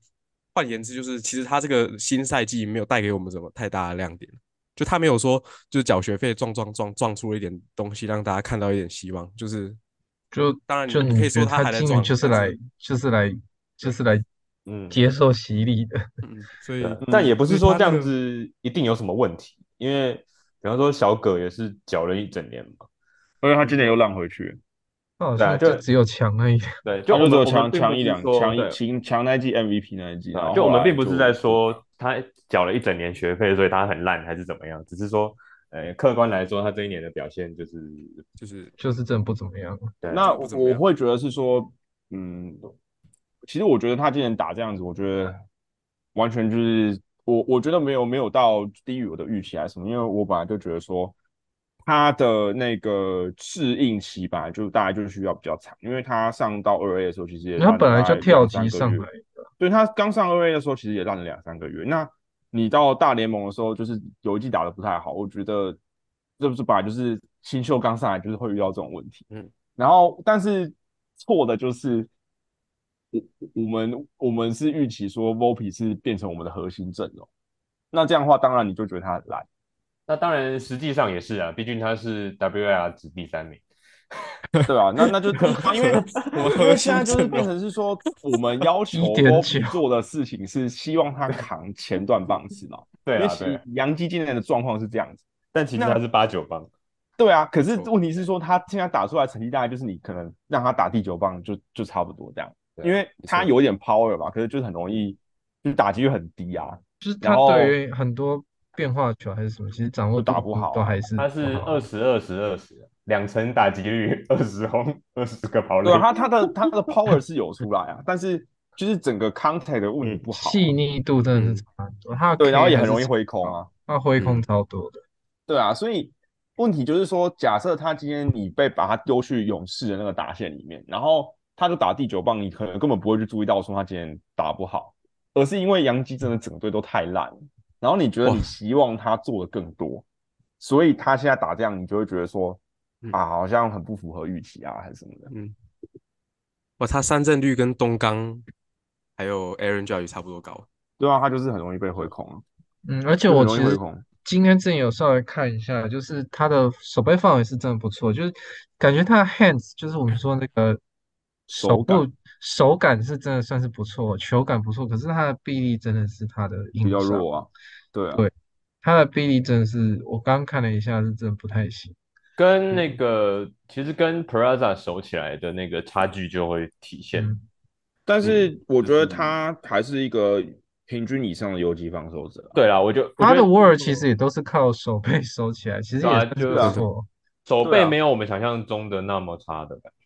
换言之，就是其实他这个新赛季没有带给我们什么太大的亮点，就他没有说就是缴学费撞撞撞撞出了一点东西，让大家看到一点希望，就是。
就
当然，
就
你可以
觉
说
得
他还在
今
撞，
年就是
但
来就是来就是来
嗯，
接受洗礼的。
嗯所以
对啊，但也不是
就是
说
他
这样
那个
子一定有什么问题，因为比方说小葛也是缴了一整年嘛，
而且他今年又浪回去了。
他好
对
像
啊
哦就
就
只有强而已。
对，就
就
我
就
们
只有
我
强
们并
强
不
一
是
两
说
强
对
一强强那一季 MVP 那一季，
对
然
啊
后
就我
后
们
来
并不是
就
在说他缴了一整年学费，所以他很烂还是怎么样，只是说，呃，客观来说，他这一年的表现就是，
就是
就是真的不怎么样。
对啊
那
不
我
怎么样
我会觉得是说，嗯，其实我觉得他今年打这样子，我觉得完全就是我我觉得没有没有到低于我的预期还是什么，因为我本来就觉得说他的那个适应期吧，就大概就需要比较长，因为他上到二 A 的时候，其实也
他
烂
本来
大概
就跳
啊两三个
级上
月
来
对他刚上二 A 的时候，其实也烂了两三个月。那你到大联盟的时候，就是有一季打得不太好，我觉得这不是本来就是新秀刚上来就是会遇到这种问题。
嗯，
然后但是错的就是我我们我们是预期说 Volpe 是变成我们的核心阵容，那这样的话，当然你就觉得他很烂。
那当然实际上也是啊，毕竟他是 WAR 值第三名，
对吧？那
<laughs>
那就因为
我
因为
核
现
心
在就是
阵
变
容
成是说，我
<laughs>
们要求
1.9
Roby 做的事情是希望他扛前段棒次嘛，
对
因为
啊，
其
对啊
实，杨基今年的状况是这样子。
但其实
那
他是八九棒，
对啊，可是
错
问题是说，他现在打出来的成绩大概就是你可能让他打第九棒就就差不多这样，
对啊
因为他
没错
有一点 power 嘛，可是就是很容易，就是打击率很低啊。
就是他
然后
对于很多变化球还是什么，其实掌握
都打
度
不好啊
都还是
他是
不好
二十二十二十，两成打击率，二十轰，二十个跑垒
对，啊，他他的他的 power 是有出来啊，但是就是整个 contact 的问题不好啊，
嗯细腻度真的是差很多，他的
嗯对，然后
K
也
还
很
是
容易
差
挥空啊。
他挥
嗯
空超多的，
对啊，所以问题就是说，假设他今天你被把他丢去勇士的那个打线里面，然后他就打第九棒，你可能根本不会去注意到说他今天打不好，而是因为杨基真的整队都太烂了，然后你觉得
哇
你希望他做的更多，所以他现在打这样，你就会觉得说
嗯
啊，好像很不符合预期啊，还是什么的。
哇，他三振率跟东刚还有 Aaron Judge 差不多高。
对啊，他就是很容易被回空啊，
嗯，而且
就很
我
容易
其
回
实
空。
今天之前有稍微看一下，就是他的手背范围是真的不错，就是感觉他的 hands 就是我们说那个
手
手
感
部手感是真的算是不错，球感不错，可是他的臂力真的是他的
比
硬
较
伤，
弱啊，对啊，
他的臂力真的是我刚看了一下是真的不太行。
跟那个其实跟 Peraza 熟起来的那个差距就会体现。
嗯，
但是
是
我觉得
就是
他还是一个平均以上的游击防守者啊。
对啦，我就我
他
觉
的
得嗯
沃尔其实也都是靠手背收起来，其实
对
也
啊
算是
就是
不
啊
错。
手
对
背
啊
没有我们想象中的那么差的感觉。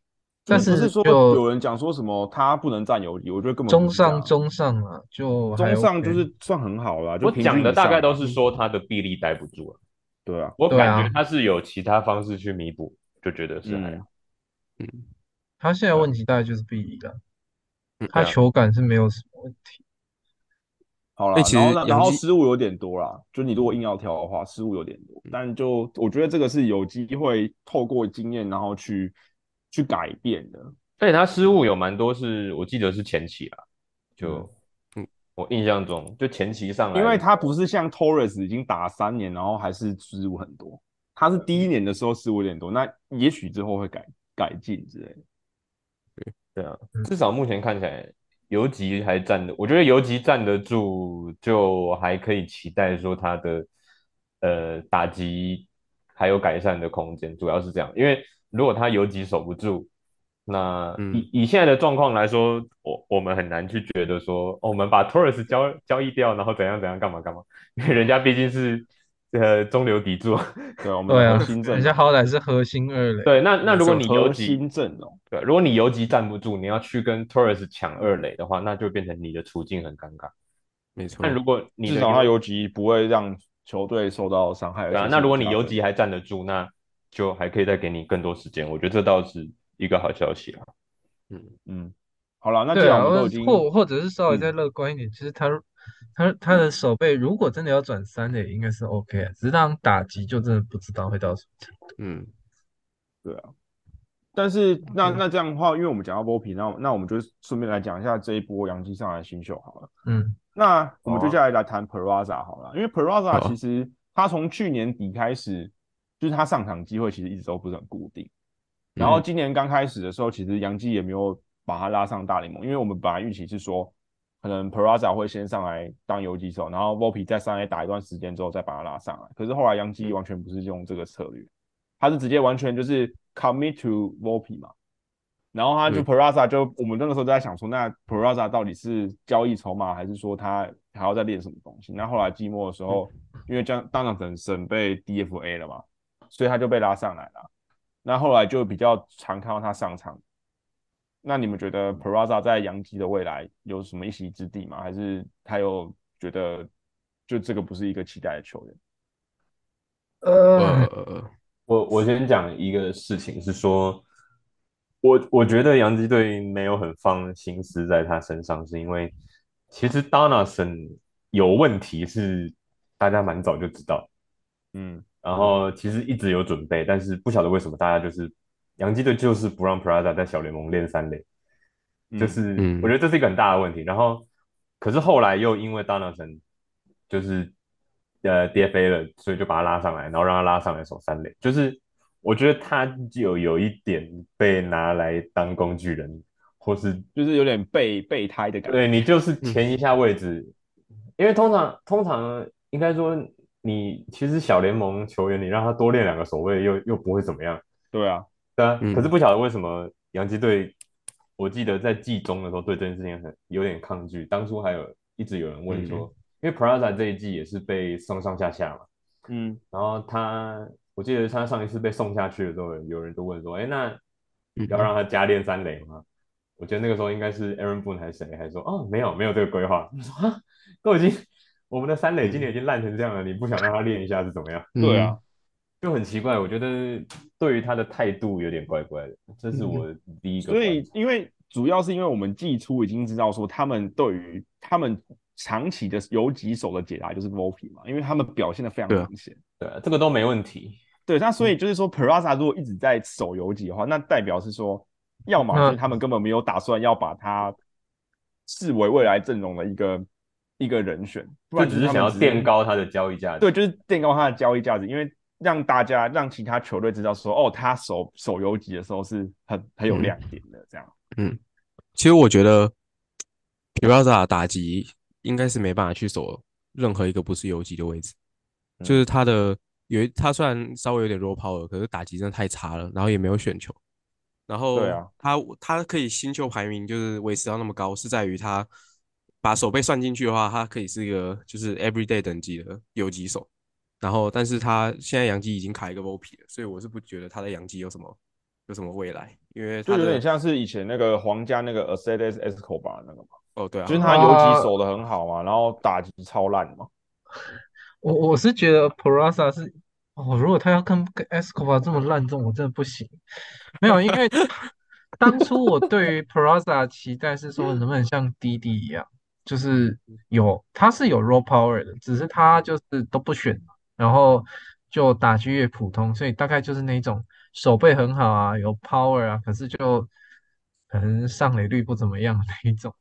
嗯
但
就是不
是
是说
就
有人讲说什么他不能占游击，我觉得根本
中
不是这
上
样
中上啊，就还
中上
OK
就是算很好啦，就
我
平均
讲的
以
大
上
概都
嘛
是说他的臂力待不住了，
对啊，
我
对啊
感觉他是有其他方式去弥补，就觉得是还
嗯
好。
嗯，
他
啊
现在问题大概就是臂力了，
嗯
他
对啊
球感是没有什么问题。
好啦，
那其实
然后呢
杨
然后
基
失误有点多啦，就你如果硬要挑的话，失误有点多，
嗯
但就我觉得这个是有机会透过经验然后去去改变的，
而且他失误有蛮多是，我记得是前期啊，就
嗯
我印象中就前期上来，
因为他不是像 Torres 已经打三年，然后还是失误很多，他是第一年的时候失误有点多，那也许之后会改改进之类的。
对啊
嗯，
至少目前看起来游击还站得，我觉得游击站得住，就还可以期待说他的呃打击还有改善的空间，主要是这样。因为如果他游击守不住，那
嗯
以以现在的状况来说，我我们很难去觉得说，哦，我们把 Torres 交交易掉，然后怎样怎样干嘛干嘛，因为人家毕竟是呃中流砥柱。
对，我们
对
的
啊
核心，阵
人家好歹是核心二垒，
对，那那如果你游
核
击
心阵哦容。
对，如果你游击站不住，你要去跟 Torres 抢二垒的话，那就变成你的处境很尴尬。
没错
但。如果你的
至少他游击不会让球队受到伤害。
对啊，那如果你游击还站得住，那就还可以再给你更多时间。我觉得这倒是一个好消息啊。
嗯，好了，那既
对
然
啊，
我们都
或
已经，
或或者是稍微
嗯
再乐观一点，就是他他他的手背如果真的要转三垒，应该是 OK，的只啊是当打击就真的不知道会到什么程度。
嗯，
但是那
嗯
那这样的话，因为我们讲到波皮，那那我们就顺便来讲一下这一波洋基上来的新秀好了。
嗯，
那我们
好啊
接下来来谈 Peraza 好了，因为
好
Peraza
啊
其实他从去年底开始，就是他上场机会其实一直都不是很固定。然
嗯
后今年刚开始的时候，其实杨基也没有把他拉上大联盟，因为我们本来预期是说，可能 Peraza 会先上来当游击手，然后 Volpe 在上来打一段时间之后再把他拉上来。可是后来杨基完全不是用这个策略，他是直接完全就是 commit to Volpe 嘛。然后他就
嗯
Peraza 就、我们那个时候在想说，那 Peraza 到底是交易筹码，还是说他还要再练什么东西？那后来季末的时候，因为将当场整审被 DFA 了嘛，所以他就被拉上来了。啊那后来就比较常看到他上场。那你们觉得 Peraza 在洋基的未来有什么一席之地吗？还是他有觉得就这个不是一个期待的球员？啊
呃，
呃，
我我先讲一个事情是说，我我觉得洋基队没有很放心思在他身上，是因为其实 Donaldson 有问题是大家蛮早就知道，
嗯，
然后其实一直有准备，但是不晓得为什么大家就是洋基队就是不让 Prada 在小联盟练三垒，
嗯
就是
嗯
我觉得这是一个很大的问题。然后可是后来又因为 Donaldson 就是呃 DFA 了，所以就把他拉上来，然后让他拉上来守三垒，就是我觉得他有有一点被拿来当工具人，或是
就是有点备备胎的感觉。
对你就是前一下位置，因为通常通常应该说你其实小联盟球员，你让他多练两个守卫又又不会怎么样，
对啊，
对啊。
嗯
可是不晓得为什么洋基队，我记得在季中的时候对这件事情很有点抗拒，当初还有一直有人问说，因为 Prada 这一季也是被送上下下嘛，
嗯，
然后他，我记得他上一次被送下去的时候，有人就问说：“哎，那
嗯
要让他加练三垒吗？”我觉得那个时候应该是 Aaron Boone 还是谁，还说：“哦，没有，没有这个规划。” <laughs> 我说：“啊，都已经我们的三垒今年已经烂成这样了，你不想让他练一下是怎么样？
嗯
对啊，
就很奇怪。我觉得对于他的态度有点怪怪的，这是我第一个
嗯所
观
以
察。
因为主要是因为我们季初已经知道说他们对于他们长期的游击手的解答就是 Volpe 嘛，因为他们表现的非常
对啊
明显。
对啊，这个都没问题。
对，那所以就是说，Peraza 如果一直在守游击的话，那代表是说，要么
那
是他们根本没有打算要把他视为未来阵容的一个一个人选，不
这
然
只
就是他
想要
们
垫高他的交易价值。
对，就是垫高他的交易价值，因为让大家让其他球队知道说，哦，他守守游击的时候是很很有
嗯
亮点的，这样。
其实我觉得 p i r a z a 打击应该是没办法去守任何一个不是游击的位置，
嗯
就是他的有一他虽然稍微有点 raw power，可是打击真的太差了，然后也没有选球，然后
对啊
他他可以新秀排名就是维持到那么高，是在于他把手背算进去的话，他可以是一个就是 everyday 等级的游击手，然后但是他现在洋基已经卡一个 VOP 了，所以我是不觉得他在洋基有什么有什么未来，因为
就
他
有
的
点像是以前那个皇家那个 Acedes Escobar 那个嘛，
哦对啊，
就是他游击守的很好啊嘛，然后打击超烂嘛。
我我是觉得 Peraza 是哦，如果他要跟跟 Escobar 这么烂，这种我真的不行。没有，因为当初我对于 Peraza 期待是说，能不能像滴滴一样，就是有他是有 raw power 的，只是他就是都不选，然后就打击越普通，所以大概就是那种手背很好啊，有 power 啊，可是就可能上垒率不怎么样的那一种。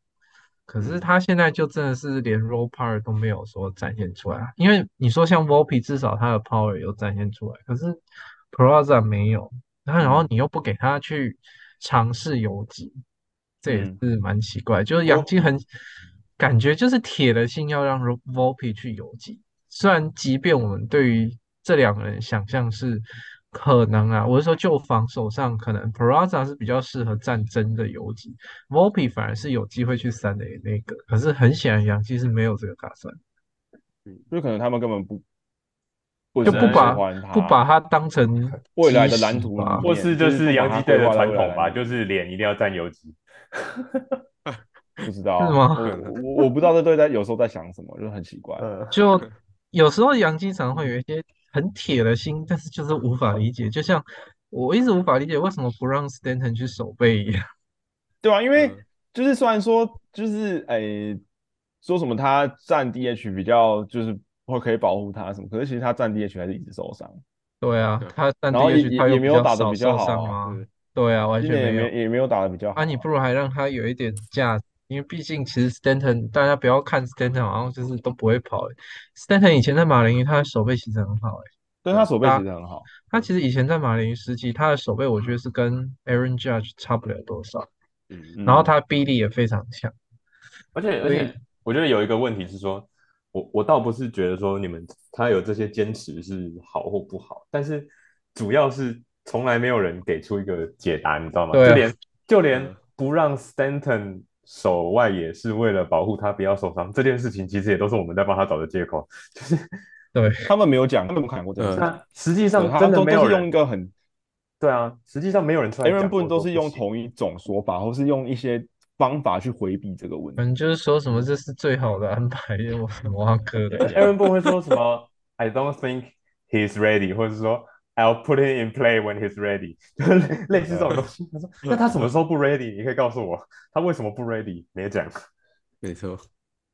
可是他现在就真的是连 raw power 都没有说展现出来啊，因为你说像 Volpe 至少他的 power 有展现出来，可是 Peraza 没有，然后然后你又不给他去尝试游击，这也
嗯
是蛮奇怪。就是杨基很感觉就是铁了心要让 Ro- Volpe 去游击，虽然即便我们对于这两个人想象是可能啊，我是说就防守上可能 Peraza 是比较适合战争的游击，Volpe 反而是有机会去三垒那个，可是很显然杨基是没有这个打算，
就可能他们根本不不
就
嗯不
不
喜
把
欢他，
不把它当成
啊未来的
基
蓝
石
图
吧
里面
或是这
就是
是洋基队的传统
把它规划
吧，
到未来
就是脸一定要占游击。
不知道
是吗
我我我不知道这队在有时候在想什么，就是很奇怪。
嗯，
就有时候杨基常会有一些很铁的心，但是就是无法理
嗯
解，就像我一直无法理解为什么不让 Stanton 去守备一样。
对啊，因为
嗯
就是虽然说就是诶、说什么他站 DH 比较就是会可以保护他什么，可是其实他站 DH 还是一直受伤，
对啊
对，
他但
然后
DH
也也
他又
也没有
较
打得
少
比较
受
好啊
伤
对
对啊，完
今
全
年也
没有。
没也没有打的比较好
啊，你不如还让他有一点价值，因为毕竟其实 Stanton 大家不要看 Stanton 好像就是都不会跑欸，Stanton 以前在马林鱼他的手背其实很好欸
对他手背其实很好，
他其实以前在马林鱼时期他的手背我觉得是跟 Aaron Judge 差不了多少，
嗯
嗯
然后他臂力也非常强。
而且而
所以
且，我觉得有一个问题是说，我我倒不是觉得说你们他有这些坚持是好或不好，但是主要是从来没有人给出一个解答，你知道吗？
对啊
就连就连
嗯
不让 Stanton 守外野是为了保护他不要受伤这件事情，其实也都是我们在帮他找的借口。就是
对，
他们没有讲，他们没有看过这个事
嗯
情，
那实际
对
上
他
真
们
的
都
没
都
有
是用
人
一个很
对啊，实际上没有人出来
Aaron
讲过
Boone 都是
说不
用
行
同一种说法，或是用一些方法去回避这个问
可
题。
能就是说什么这是最好的安排，我什么啊哥的
而且
<laughs>
Aaron Boone 会说什么 "I don't think he's ready"，或者是说 "I'll put him in play when he's ready"，就是类似这种东西。
嗯
他说：“那他什么时候不 ready？你可以告诉我，他为什么不 ready？别讲。
没错，”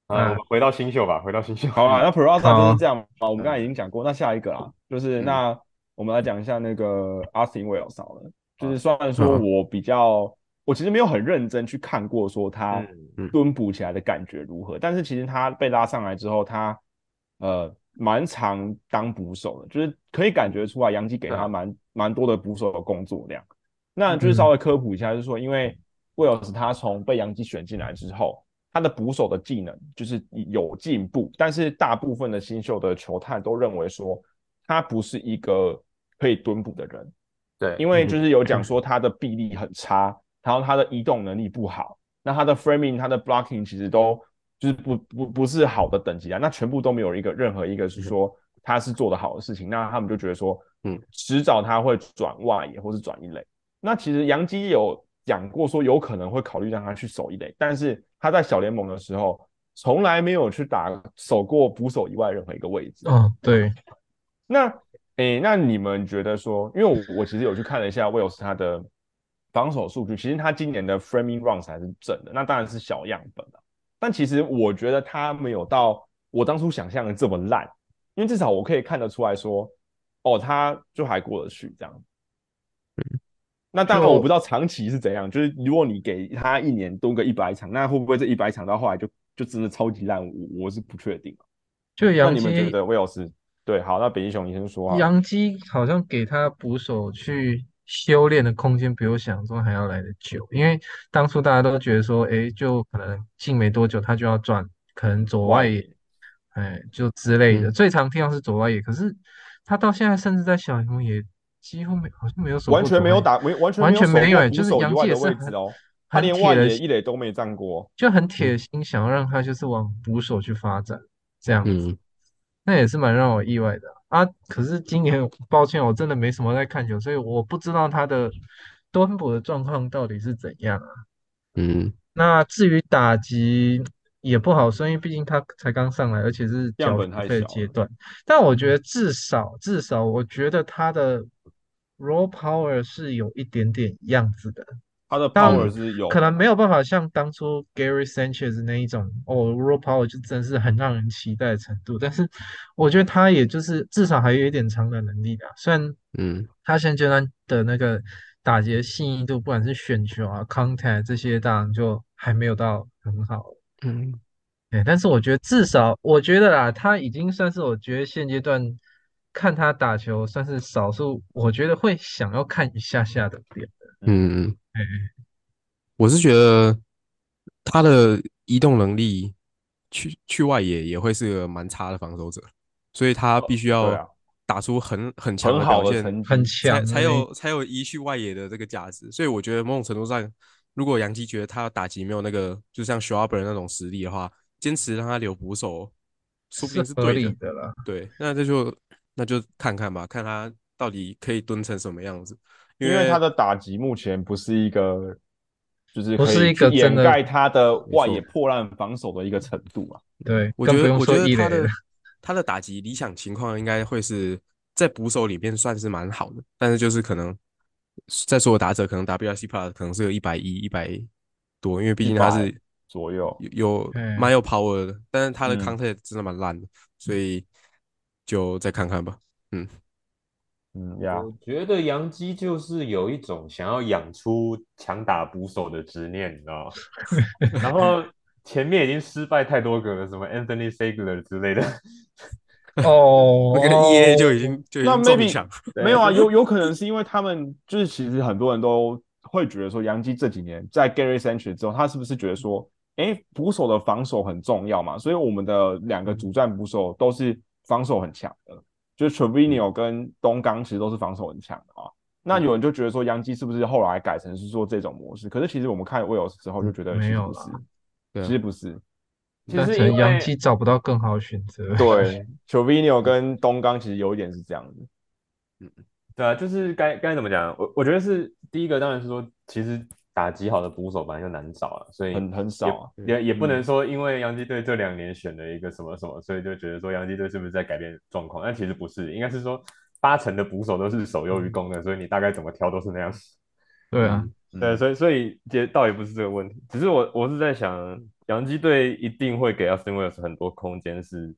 啊，
嗯
我们回到新秀吧，回到新秀。嗯
好啊
啊
啦，那 Peraza
好
就是这样嘛，我们刚才已经讲过。那下一个啦，就是那我们来讲一下那个 Austin Wells 好了。就是虽然说我比较，我其实没有很认真去看过说他
嗯
嗯
蹲补起来的感觉如何，但是其实他被拉上来之后，他呃蛮常当捕手的，就是可以感觉出来杨基给他蛮蛮多的捕手的工作量。那就是稍微科普一下，就是说，因为威尔斯他从被杨基选进来之后，他的捕手的技能就是有进步，但是大部分的新秀的球探都认为说他不是一个可以蹲捕的人，
对，
因
嗯
为就是有讲说他的臂力很差，然后他的移动能力不好，那他的 framing、他的 blocking 其实都就是不不不是好的等级啊，那全部都没有一个任何一个是说他是做的好的事情，那他们就觉得说，
嗯
嗯，迟早他会转外野或是转一垒。那其实杨基有讲过说有可能会考虑让他去守一垒，但是他在小联盟的时候从来没有去打守过捕手以外任何一个位置。
嗯，对，
那诶，那你们觉得说，因为我我其实有去看了一下威尔斯他的防守数据，其实他今年的 framing runs 还是正的，那当然是小样本了。但其实我觉得他没有到我当初想象的这么烂，因为至少我可以看得出来说，哦，他就还过得去这样。那当然
就
我不知道长期是怎样，就是如果你给他一年多个一百场，那会不会这一百场到后来就就真的超级烂？我我是不确定。
就
那
杨
你们觉
基
得威尔斯？对，好，那北极熊医生说好了啊
杨基好像给他捕手去修炼的空间比我想象中还要来得久，因为当初大家都觉得说，诶，就可能进没多久他就要转，可能左
外
外野，哎，就之类的，
嗯
最常听到是左外野，可是他到现在甚至在小联盟也几乎没好像没有守
完
过
全
左
没有
外野，
打，没完全
完
有
全
守
没有
过
欸
捕
就是
手以
杨基
外
也
的
是
位
很
置哦，他
很
连
铁
外
的
野
心
一垒都没站过。
就很铁心想要让他就是往捕手去发展这样子。
嗯，
那也是蛮让我意外的啊！可是今年，抱歉，我真的没什么在看球，所以我不知道他的蹲捕的状况到底是怎样啊。
嗯，
那至于打击也不好说，因为毕竟他才刚上来，而且是
样
缴
本
学
太
费的
小
阶
了
段。但我觉得至少至少，我觉得他的 raw power 是有一点点样子的，
他的
当
power 是有
可能没有办法像当初 Gary Sanchez 那一种哦，raw power 就真是很让人期待的程度。但是我觉得他也就是至少还有一点长打能力的啊、虽然
嗯，
他现阶段的那个打击的细腻度，不管是选球啊、contact 这些，当然就还没有到很好。
嗯，
对，但是我觉得至少，我觉得啦，他已经算是我觉得现阶段看他打球，算是少数我觉得会想要看一下下的点。
嗯，嗯
哎，
我是觉得他的移动能力去去外野也会是个蛮差的防守者，所以他必须
对啊
要打出很很强
很
的
好
表
的
现，
成绩，
很
才
强
才
的那
有才有移去外野的这个价值。所以我觉得某种程度上，如果杨基觉得他打击没有那个，就像 s c h w a b e r 那种实力的话，坚持让他留捕手，说不定
是合
对
理
的。
的啦。
对，那这就那就看看吧，看他到底可以蹲成什么样子。
因为他的打击目前不是一个，就是
不
可以
是一
去
个
掩
真的
盖他的
没
外
错
野破烂防守的一个程度啊。
对，
我
更
觉
不
得
用
我
说
觉得
一
他
垒
<laughs>
了
的。他的打击理想情况应该会是在捕手里面算是蛮好的，但是就是可能在所有打者可能 WRC plus 可能是有一百一、一百多，因为毕竟他是
100左右
有有
嗯
蛮有 power 的，但是他的
嗯
contact 真的蛮烂的，所以就再看看吧。
嗯
啊
呀，
我觉得杨基就是有一种想要养出强打捕手的执念，你知道吗？ <laughs> 然后前面已经失败太多个了，什么 Anthony Segler 之类的，
<laughs> 哦，
那个 EA 就已经就已
那
经中
maybe-
奖，
没
<laughs>
有啊，有有可能是因为他们就是其实很多人都会觉得说，杨基这几年在 Gary Sanchez 之后，他是不是觉得说，哎，捕手的防守很重要嘛？所以我们的两个主战捕手都是防守很强的，就是 Trevino 跟东刚其实都是防守很强的啊。那有人就觉得说，杨基是不是后来改成是做这种模式？可是其实我们看威尔斯之后就觉得其
没
实
有
不
啦
是，
对啊
其实不是，其
<laughs> 但
实
是
因
杨
为
基找不到更好的选择。
对 <laughs> Trevino 跟东刚其实有一点是这样子，
对啊，就是该该怎么讲？我我觉得是第一个，当然是说，其实打击好的捕手本来就难找啊，所以
很很少啊。
也也不能
嗯
说因为洋基队这两年选了一个什么什么，所以就觉得说洋基队是不是在改变状况？但其实不是，应该是说八成的捕手都是守
嗯
优于攻的，所以你大概怎么挑都是那样。
对啊，
嗯
对，所以所以也倒也不是这个问题，只是我我是在想，洋基队一定会给 Austin Wells 很多空间是，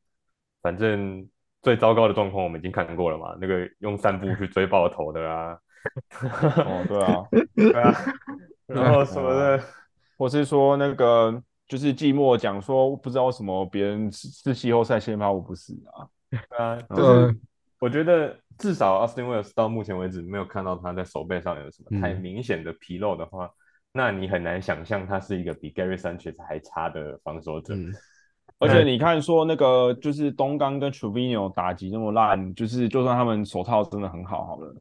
反正最糟糕的状况我们已经看过了嘛，那个用散步去追爆头的啊，
哦，对啊。
对啊，然后什么
哦
的，
或是说那个就是季末讲说不知道为什么别人是是季后赛先发，我不是啊，
对啊，
嗯
就是
呃，
我觉得至少 Austin Wells 到目前为止没有看到他在手背上有什么太
嗯
明显的纰漏的话，那你很难想象他是一个比 Gary Sanchez 还差的防守者。
嗯
而且你看，说那个就是东刚跟 Trevino 打击那么烂，就是就算他们手套真的很好好了，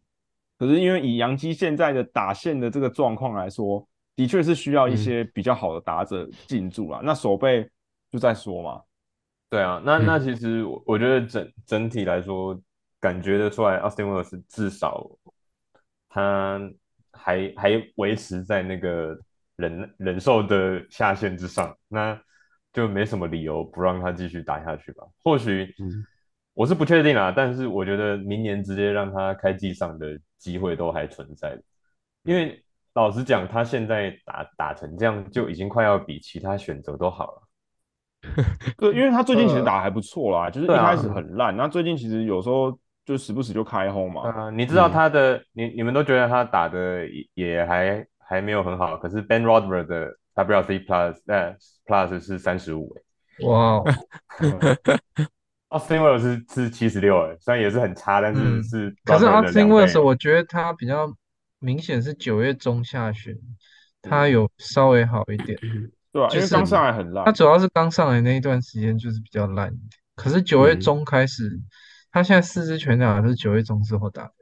可是因为以杨基现在的打线的这个状况来说，的确是需要
嗯
一些比较好的打者进驻啦。那手背就再说嘛，
对啊，那
嗯
那其实我我觉得整整体来说，感觉得出来，Austin Wells 至少他还还维持在那个忍忍受的下限之上，那就没什么理由不让他继续打下去吧。或许
嗯
我是不确定啊，但是我觉得明年直接让他开季上的机会都还存在的，因为老实讲，他现在打打成这样，就已经快要比其他选择都好了。
对，因为他最近其实
呃
打得还不错啦，就是一
嗯对啊
开始很烂，那最近其实有时候就时不时就开轰嘛。
啊，你知道
嗯
他的，你你们都觉得他打的也也还还没有很好，可是 Ben Rodber 的 WRC Plus 呃 Plus 是三十五欸
哇
<laughs>
哦，
，Austin Wells 是是七十六哎，虽然也是很差，但
嗯
是是
可是
Rodber 的
Austin
两
Wells
倍
我觉得他比较明显是九月中下旬，
嗯
他有稍微好一点。
对啊，因为
就是
刚上来很烂
他，主要是刚上来那一段时间就是比较烂一点，可是九月
嗯
中开始，他现在四支全打都是九月中之后打的，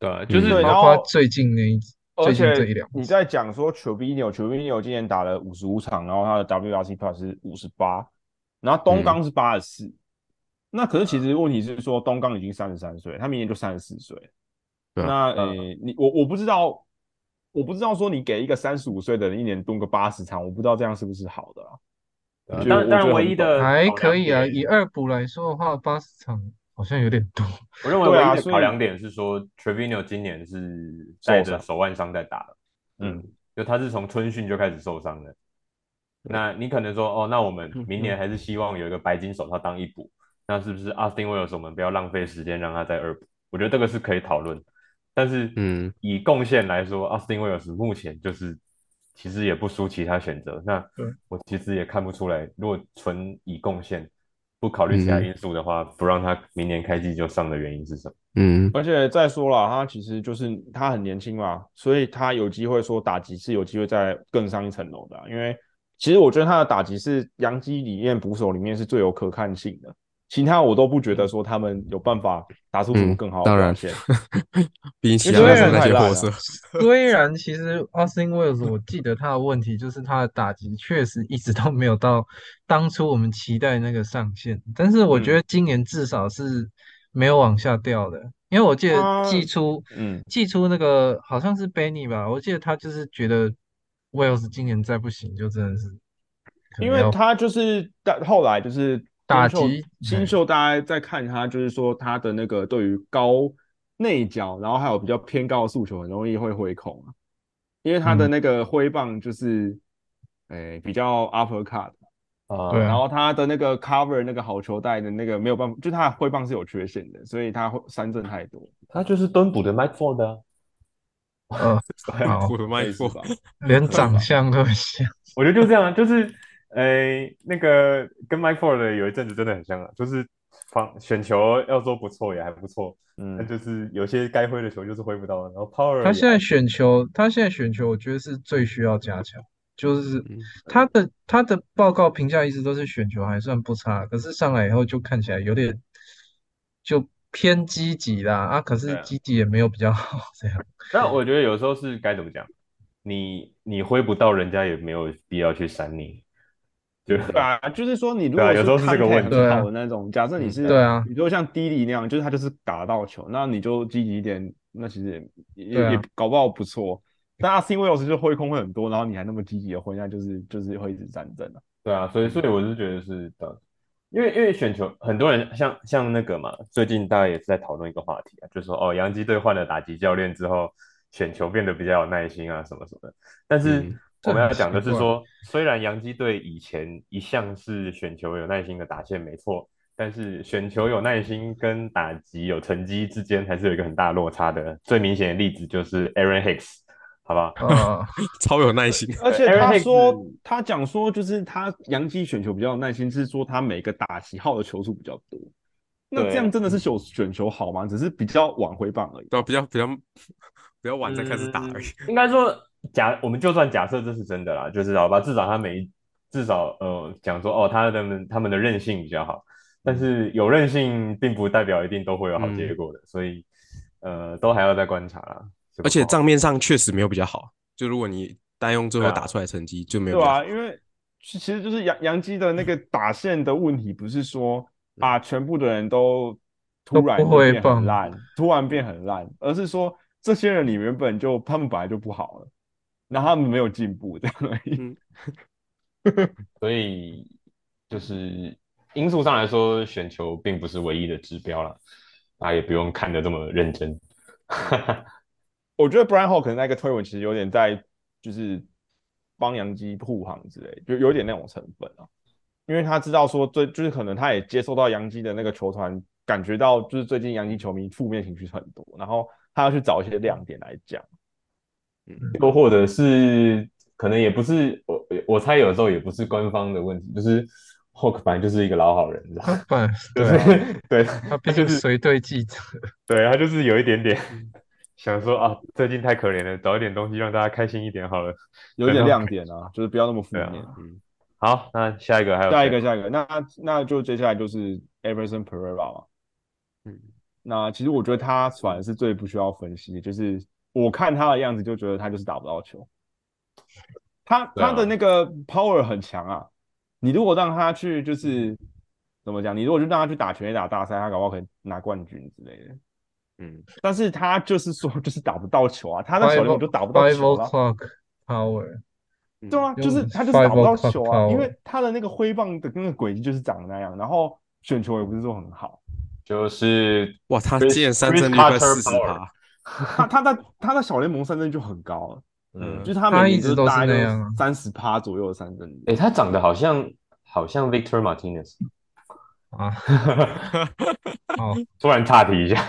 对啊，就
嗯
是
对，然
包括
后
最近那一
而
最近这
且嗯
一两
你
次
在讲说 Trevino，Trevino 今年打了五十五场，然后他的 WRC plus 是五十八，然后
嗯
东刚是八十四。那可是其实问题是说，东刚已经三十三岁，他明年就三十四岁。
对啊
那
嗯
呃，你我我不知道，我不知道说你给一个三十五岁的人一年蹲个八十场，我不知道这样是不是好的啦。
对啊
就
当
我
当然
觉得
唯
很
一的
还
考
可
量
以啊。
点
以二补来说的话，八十场好像有点多。
我认为
对
唯
啊
一的
所
考
以
量点是说，Trevino 今年是带
受
着
伤
手腕伤在打的，嗯，就他是从春训就开始受伤的。那你可能说，哦，那我们
嗯
明年还是希望有一个白金手套当一补，那是不是 Austin Wells 我们不要浪费时间让他在二补？我觉得这个是可以讨论，但是
嗯
以贡献来说，Austin Wells 目前就是其实也不输其他选择。那
对
我其实也看不出来，如果纯以贡献不考虑其他
嗯
因素的话，不让他明年开季就上的原因是什么？
嗯
而且再说了，他其实就是他很年轻嘛，所以他有机会说打击是有机会再更上一层楼的啊、因为其实我觉得他的打击是洋基里面捕手里面是最有可看性的，其他我都不觉得说他们有办法打出什么
嗯
更好，的
当
表
然
现。，
<laughs> 毕竟其
因
他
为
的
虽
是
然
那
太
些
烂啊
货
了
色，
<laughs>
虽然其实 Austin Wells 啊我记得他的问题就是他的打击确实一直都没有到当初我们期待那个上限，但是我觉
嗯
得今年至少是没有往下掉的，因为我记得
他
季初，
啊嗯，
季初那个好像是 Benny 吧，我记得他就是觉得 Wells 今年再不行就真的是可能
因为
要
他就是大后来就是
打
新秀
击哎
新秀，大家在看他就是说他的那个对于高内角，然后还有比较偏高的诉求，很容易会挥空啊，因为他的
嗯
那个挥棒就是，诶、比较 upper cut，
啊
对啊
然后他的那个 cover 那个好球带的那个没有办法，就他的挥棒是有缺陷的，所以他会三振太多，
他就是蹲捕的 Mike Ford 啊。
<laughs>
呃，好
我的
可
麦
以是
克 <laughs>
吧？
连长相都很像，
我觉得就这样啊，就是，呃，那个跟 Mike Ford 的有一阵子真的很像啊，就是防选球要说不错也还不错，但
嗯，
就是有些该挥的球就是挥不到，然后 Power
他
也
现在选球，他现在选球，我觉得是最需要加强。就是
嗯
他的他的报告评价一直都是选球还算不差，可是上来以后就看起来有点就偏积极啦啊，可
对
是
啊
积极也没有比较好这样。
那我觉得有时候是该怎么讲，你你挥不到，人家也没有必要去闪你，就
对啊，就是说你如
对啊
果
有时候是这个
contact
问题
很
嗯
好的那种，假设你是
啊对啊
你说像迪里那样，就是他就是打得到球，那你就积极一点，那其实也也
对啊
也搞不好不错。但阿 C 威尔斯就挥空会很多，然后你还那么积极的挥，那就是就是会一直战争啊。
对啊，所以所以我是觉得是的，因为因为选球很多人像像那个嘛，最近大家也是在讨论一个话题啊，就是说哦，洋基队换了打击教练之后，选球变得比较有耐心啊，什么什么的。但是
嗯
我们要讲的
这
是
很奇怪
说，虽然洋基队以前一向是选球有耐心的打线没错，但是选球有耐心跟打击有成绩之间还是有一个很大落差的。最明显的例子就是 Aaron Hicks，好不
<laughs>
好？
啊，
超有耐心。
而且
Aaron
他
Hicks-
说，他讲说，就是他杨基选球比较有耐心，是说他每个打击号的球数比较多。那这样真的
嗯
是选选球好吗？只是比较晚回棒而已。
对啊，比较比较比较晚才开始打而已。
嗯
应该说假，我们就算假设这是真的啦，就是好吧，至少他每一至少呃讲说哦，他的他们的韧性比较好，
嗯
但是有韧性并不代表一定都会有好结果的，所以呃都还要再观察啦。
而且账面上确实没有比较好，就如果你单用最后
对啊
打出来的成绩就没有
对
比较好。
啊，因为其其实就是杨杨基的那个打线的问题，不是说啊全部的人都突然
嗯都
就
不会
变
棒
很烂，突然变很烂，而是说这些人你原本就他们本来就不好了，然后他们没有进步这样而已。
所以就是因素上来说，选球并不是唯一的指标啦，啊，也不用看得这么认真。
我觉得 Brian h o 可能那个推文其实有点在就是帮杨基护航之类，就有点那种成分啊。因为他知道说最就是可能他也接受到杨基的那个球团，感觉到就是最近杨基球迷负面情绪很多，然后他要去找一些亮点来讲。
又或者是可能也不是我我猜有时候也不是官方的问题，就是 Hawk 本来就是一个老好人，你知道
他
吗？
本来
就
对
<laughs>
是
啊，
<laughs> 对
他毕
他就
竟
是
随队记者，
对，他就是有一点点 <laughs> 想说啊，最近太可怜了，找一点东西让大家开心一点好了。
有一
对
点
啊
亮点啊，就是不要那么负
对啊
面。
好，那下一个还有
下一
谁啊
个，下一个，那那就接下来就是 Everson Pereira 嘛。
嗯，
那其实我觉得他反而是最不需要分析的，就是我看他的样子就觉得他就是打不到球。他
对啊
他的那个 power 很强啊，你如果让他去
嗯
就是怎么讲，你如果就让他去打拳击打大赛，他搞不好可以拿冠军之类的。
嗯，
但是他就是说 <laughs> 就是打不到球啊，他那
Five
手球就打不到
five
球啊了。
o'clock power，
嗯
对啊，
嗯
就是
用
他就是打不
five
到
o'clock
球啊，因
power
为他的那个挥棒的那个轨迹就是长那样，然后选球也不是说很好。
就是
哇，他
Chris-
竟然三
Chris
振率快
Carter
四十
Power
趴，
他他在他在小联盟三振就很高了，
嗯
嗯，
就是他
他
每
一
年就
直
是
都是
大
那
概
样啊
三十趴左右的三振率。
诶，他长得好像好像 Victor Martinez，
啊，好，
哦突然岔题一下，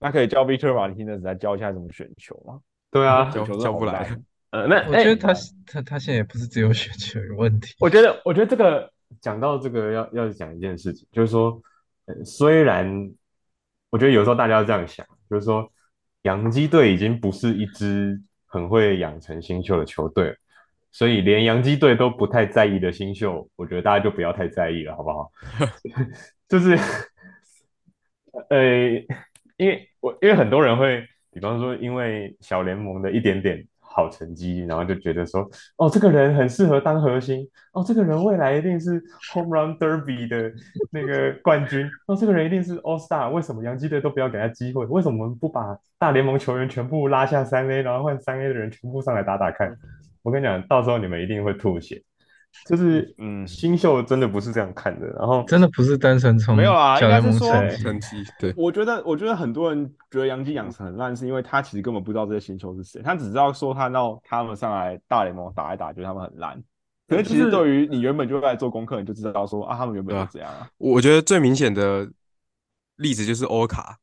那可以叫 Victor Martinez 来教一下怎么选球吗？
对啊，
教
选球真的
教
好
不来
烂。
呃，那
哎
我觉
诶
得他是他他现在也不是只有选球有问题，
我觉得，我觉得这个讲到这个要要讲一件事情，就是说，呃，虽然我觉得有时候大家要这样想，就是说，洋基队已经不是一支很会养成新秀的球队了，所以连洋基队都不太在意的新秀，我觉得大家就不要太在意了，好不好？ <laughs> 就是，呃，因为我因为很多人会，比方说，因为小联盟的一点点好成绩，然后就觉得说，哦，这个人很适合当核心，哦，这个人未来一定是 Home Run Derby 的那个冠军，哦，这个人一定是 All Star，为什么洋基队都不要给他机会？为什么我们不把大联盟球员全部拉下三 A，然后换三 A 的人全部上来打打看？我跟你讲，到时候你们一定会吐血。就是，嗯，
嗯
新秀真的不是这样看的，然后
真的不是单纯从
没有啊
小联盟
应该是说
成绩，
<laughs>
成绩对，
我觉得，我觉得很多人觉得杨基养成很烂，是因为他其实根本不知道这些新秀是谁，他只知道说看到他们上来大联盟打一打，觉得他们很烂。可是其
就是
实对于你原本就在做功课，你就知道说啊，他们原本
对啊
就这样啊。
我觉得最明显的例子就是欧卡。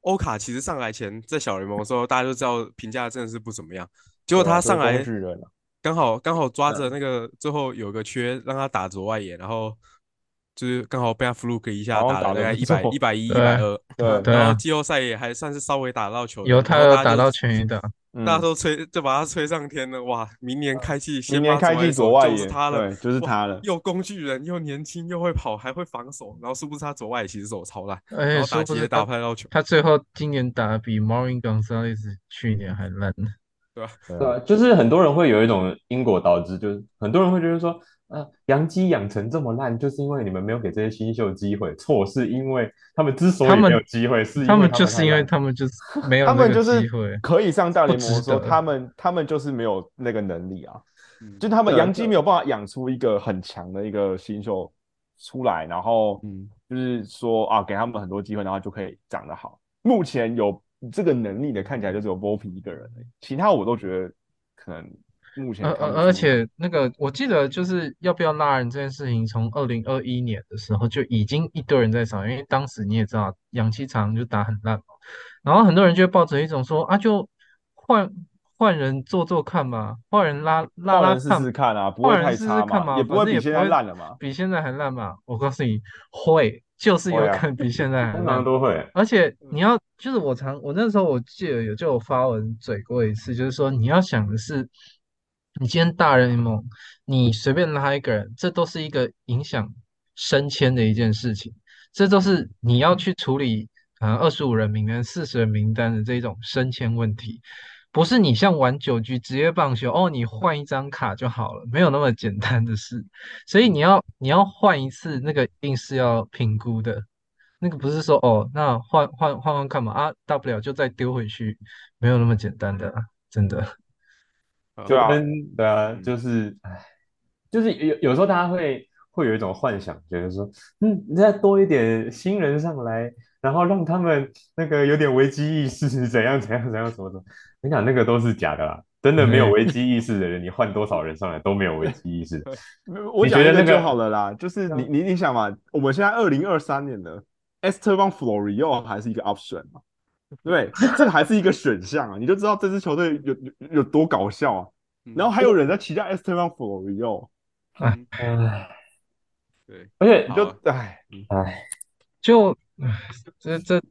欧卡其实上来前在小联盟的时候，大家就知道评价真的是不怎么样。结果
对啊
他
就是
上来
工具人啊
刚好刚好
嗯
抓着那个最后有个缺，让他打左外野，然后就是刚好被他 fluke 一下
好像
打
打
了大概
得不
一百
错
一
<laughs>
百一一
对
百二，
对
对
然后
啊，
季后赛也还算是稍微打到球的，
有他
然后
有
大家
打
就
到全垒打，
嗯
大家都吹就把他吹上天了，哇！明年开季先
明年开季左外
就是
野
他了，
对就是
哇
他了
又工具人，又年轻，又会跑，还会防守，然后是不是他左外野其实手超烂，
而
然
且
后打
哎说不
击
定
也打不到球，
他最后今年打得比 Marin Gonzalez 去年还烂呢。
对啊，就是很多人会有一种因果导致，就是很多人会觉得说，啊，洋基养成这么烂，就是因为你们没有给这些新秀机会。错，是因为他们之所
他
以没
们
有机会，是因
他
为
们就是
太
因为
烂
他们就是没有
他
那
们
个
就是
机
<laughs>
会，
可以上大
不
联盟的
值
时候，
得
他们他们就是没有那个能力啊，
嗯
就他们
对啊
杨基没有办法养出一个很强的一个新秀出来，然后
嗯
就是说啊，给他们很多机会，然后就可以长得好。目前有这个能力的，看起来就只有 Volpe 一个人而已，其他我都觉得可能目前
而
看不
呃而而
出
且那个我记得就是要不要拉人这件事情，从二零二一年的时候就已经一堆人在吵，因为当时你也知道氧气场就打很烂嘛，然后很多人就会抱着一种说啊就换换人做做看嘛，换人拉拉
换
拉
人试
看
试看啊，不
换
会
人
太
试试
差
看
嘛，
嘛
也
反
不会
正也
比现
不
在
会
烂了嘛。
比现在还烂嘛。我告诉你会，就是有
会啊
可能比现在还
通
烂
常。都会，
而且你要，就是我常我那时候我记得有就有发文嘴过一次，就是说你要想的是，你今天大联盟，你随便拉一个人，这都是一个影响升迁的一件事情，这都是你要去处理，呃，二十五人名单、四十人名单的这种升迁问题，不是你像玩九局职业棒球哦，你换一张卡就好了，没有那么简单的事，所以你要你要换一次，那个一定是要评估的。那个不是说哦，那换换换换看嘛啊，大不了就再丢回去，没有那么简单的啊，真的。
就
嗯
对啊
跟对啊，就是唉，就是有有时候大家会会有一种幻想，觉得说，嗯，你再多一点新人上来，然后让他们那个有点危机意识，怎样怎样怎样什么的。你讲那个都是假的啦，真的没有
嗯
危机意识的人，你换多少人上来都没有危机意识。
我
你
讲
觉得
一个
那个
就好了啦，就是你你你想嘛，我们现在二零二三年了，Esteban Florio 还是一个 option 嘛，对，这个还是一个选项啊，你就知道这支球队有有有多搞笑啊。
嗯
然后还有人在期待 Esteban Florio，
唉，
嗯对，
而且
你就
好啊
哎，
唉，
就唉这这，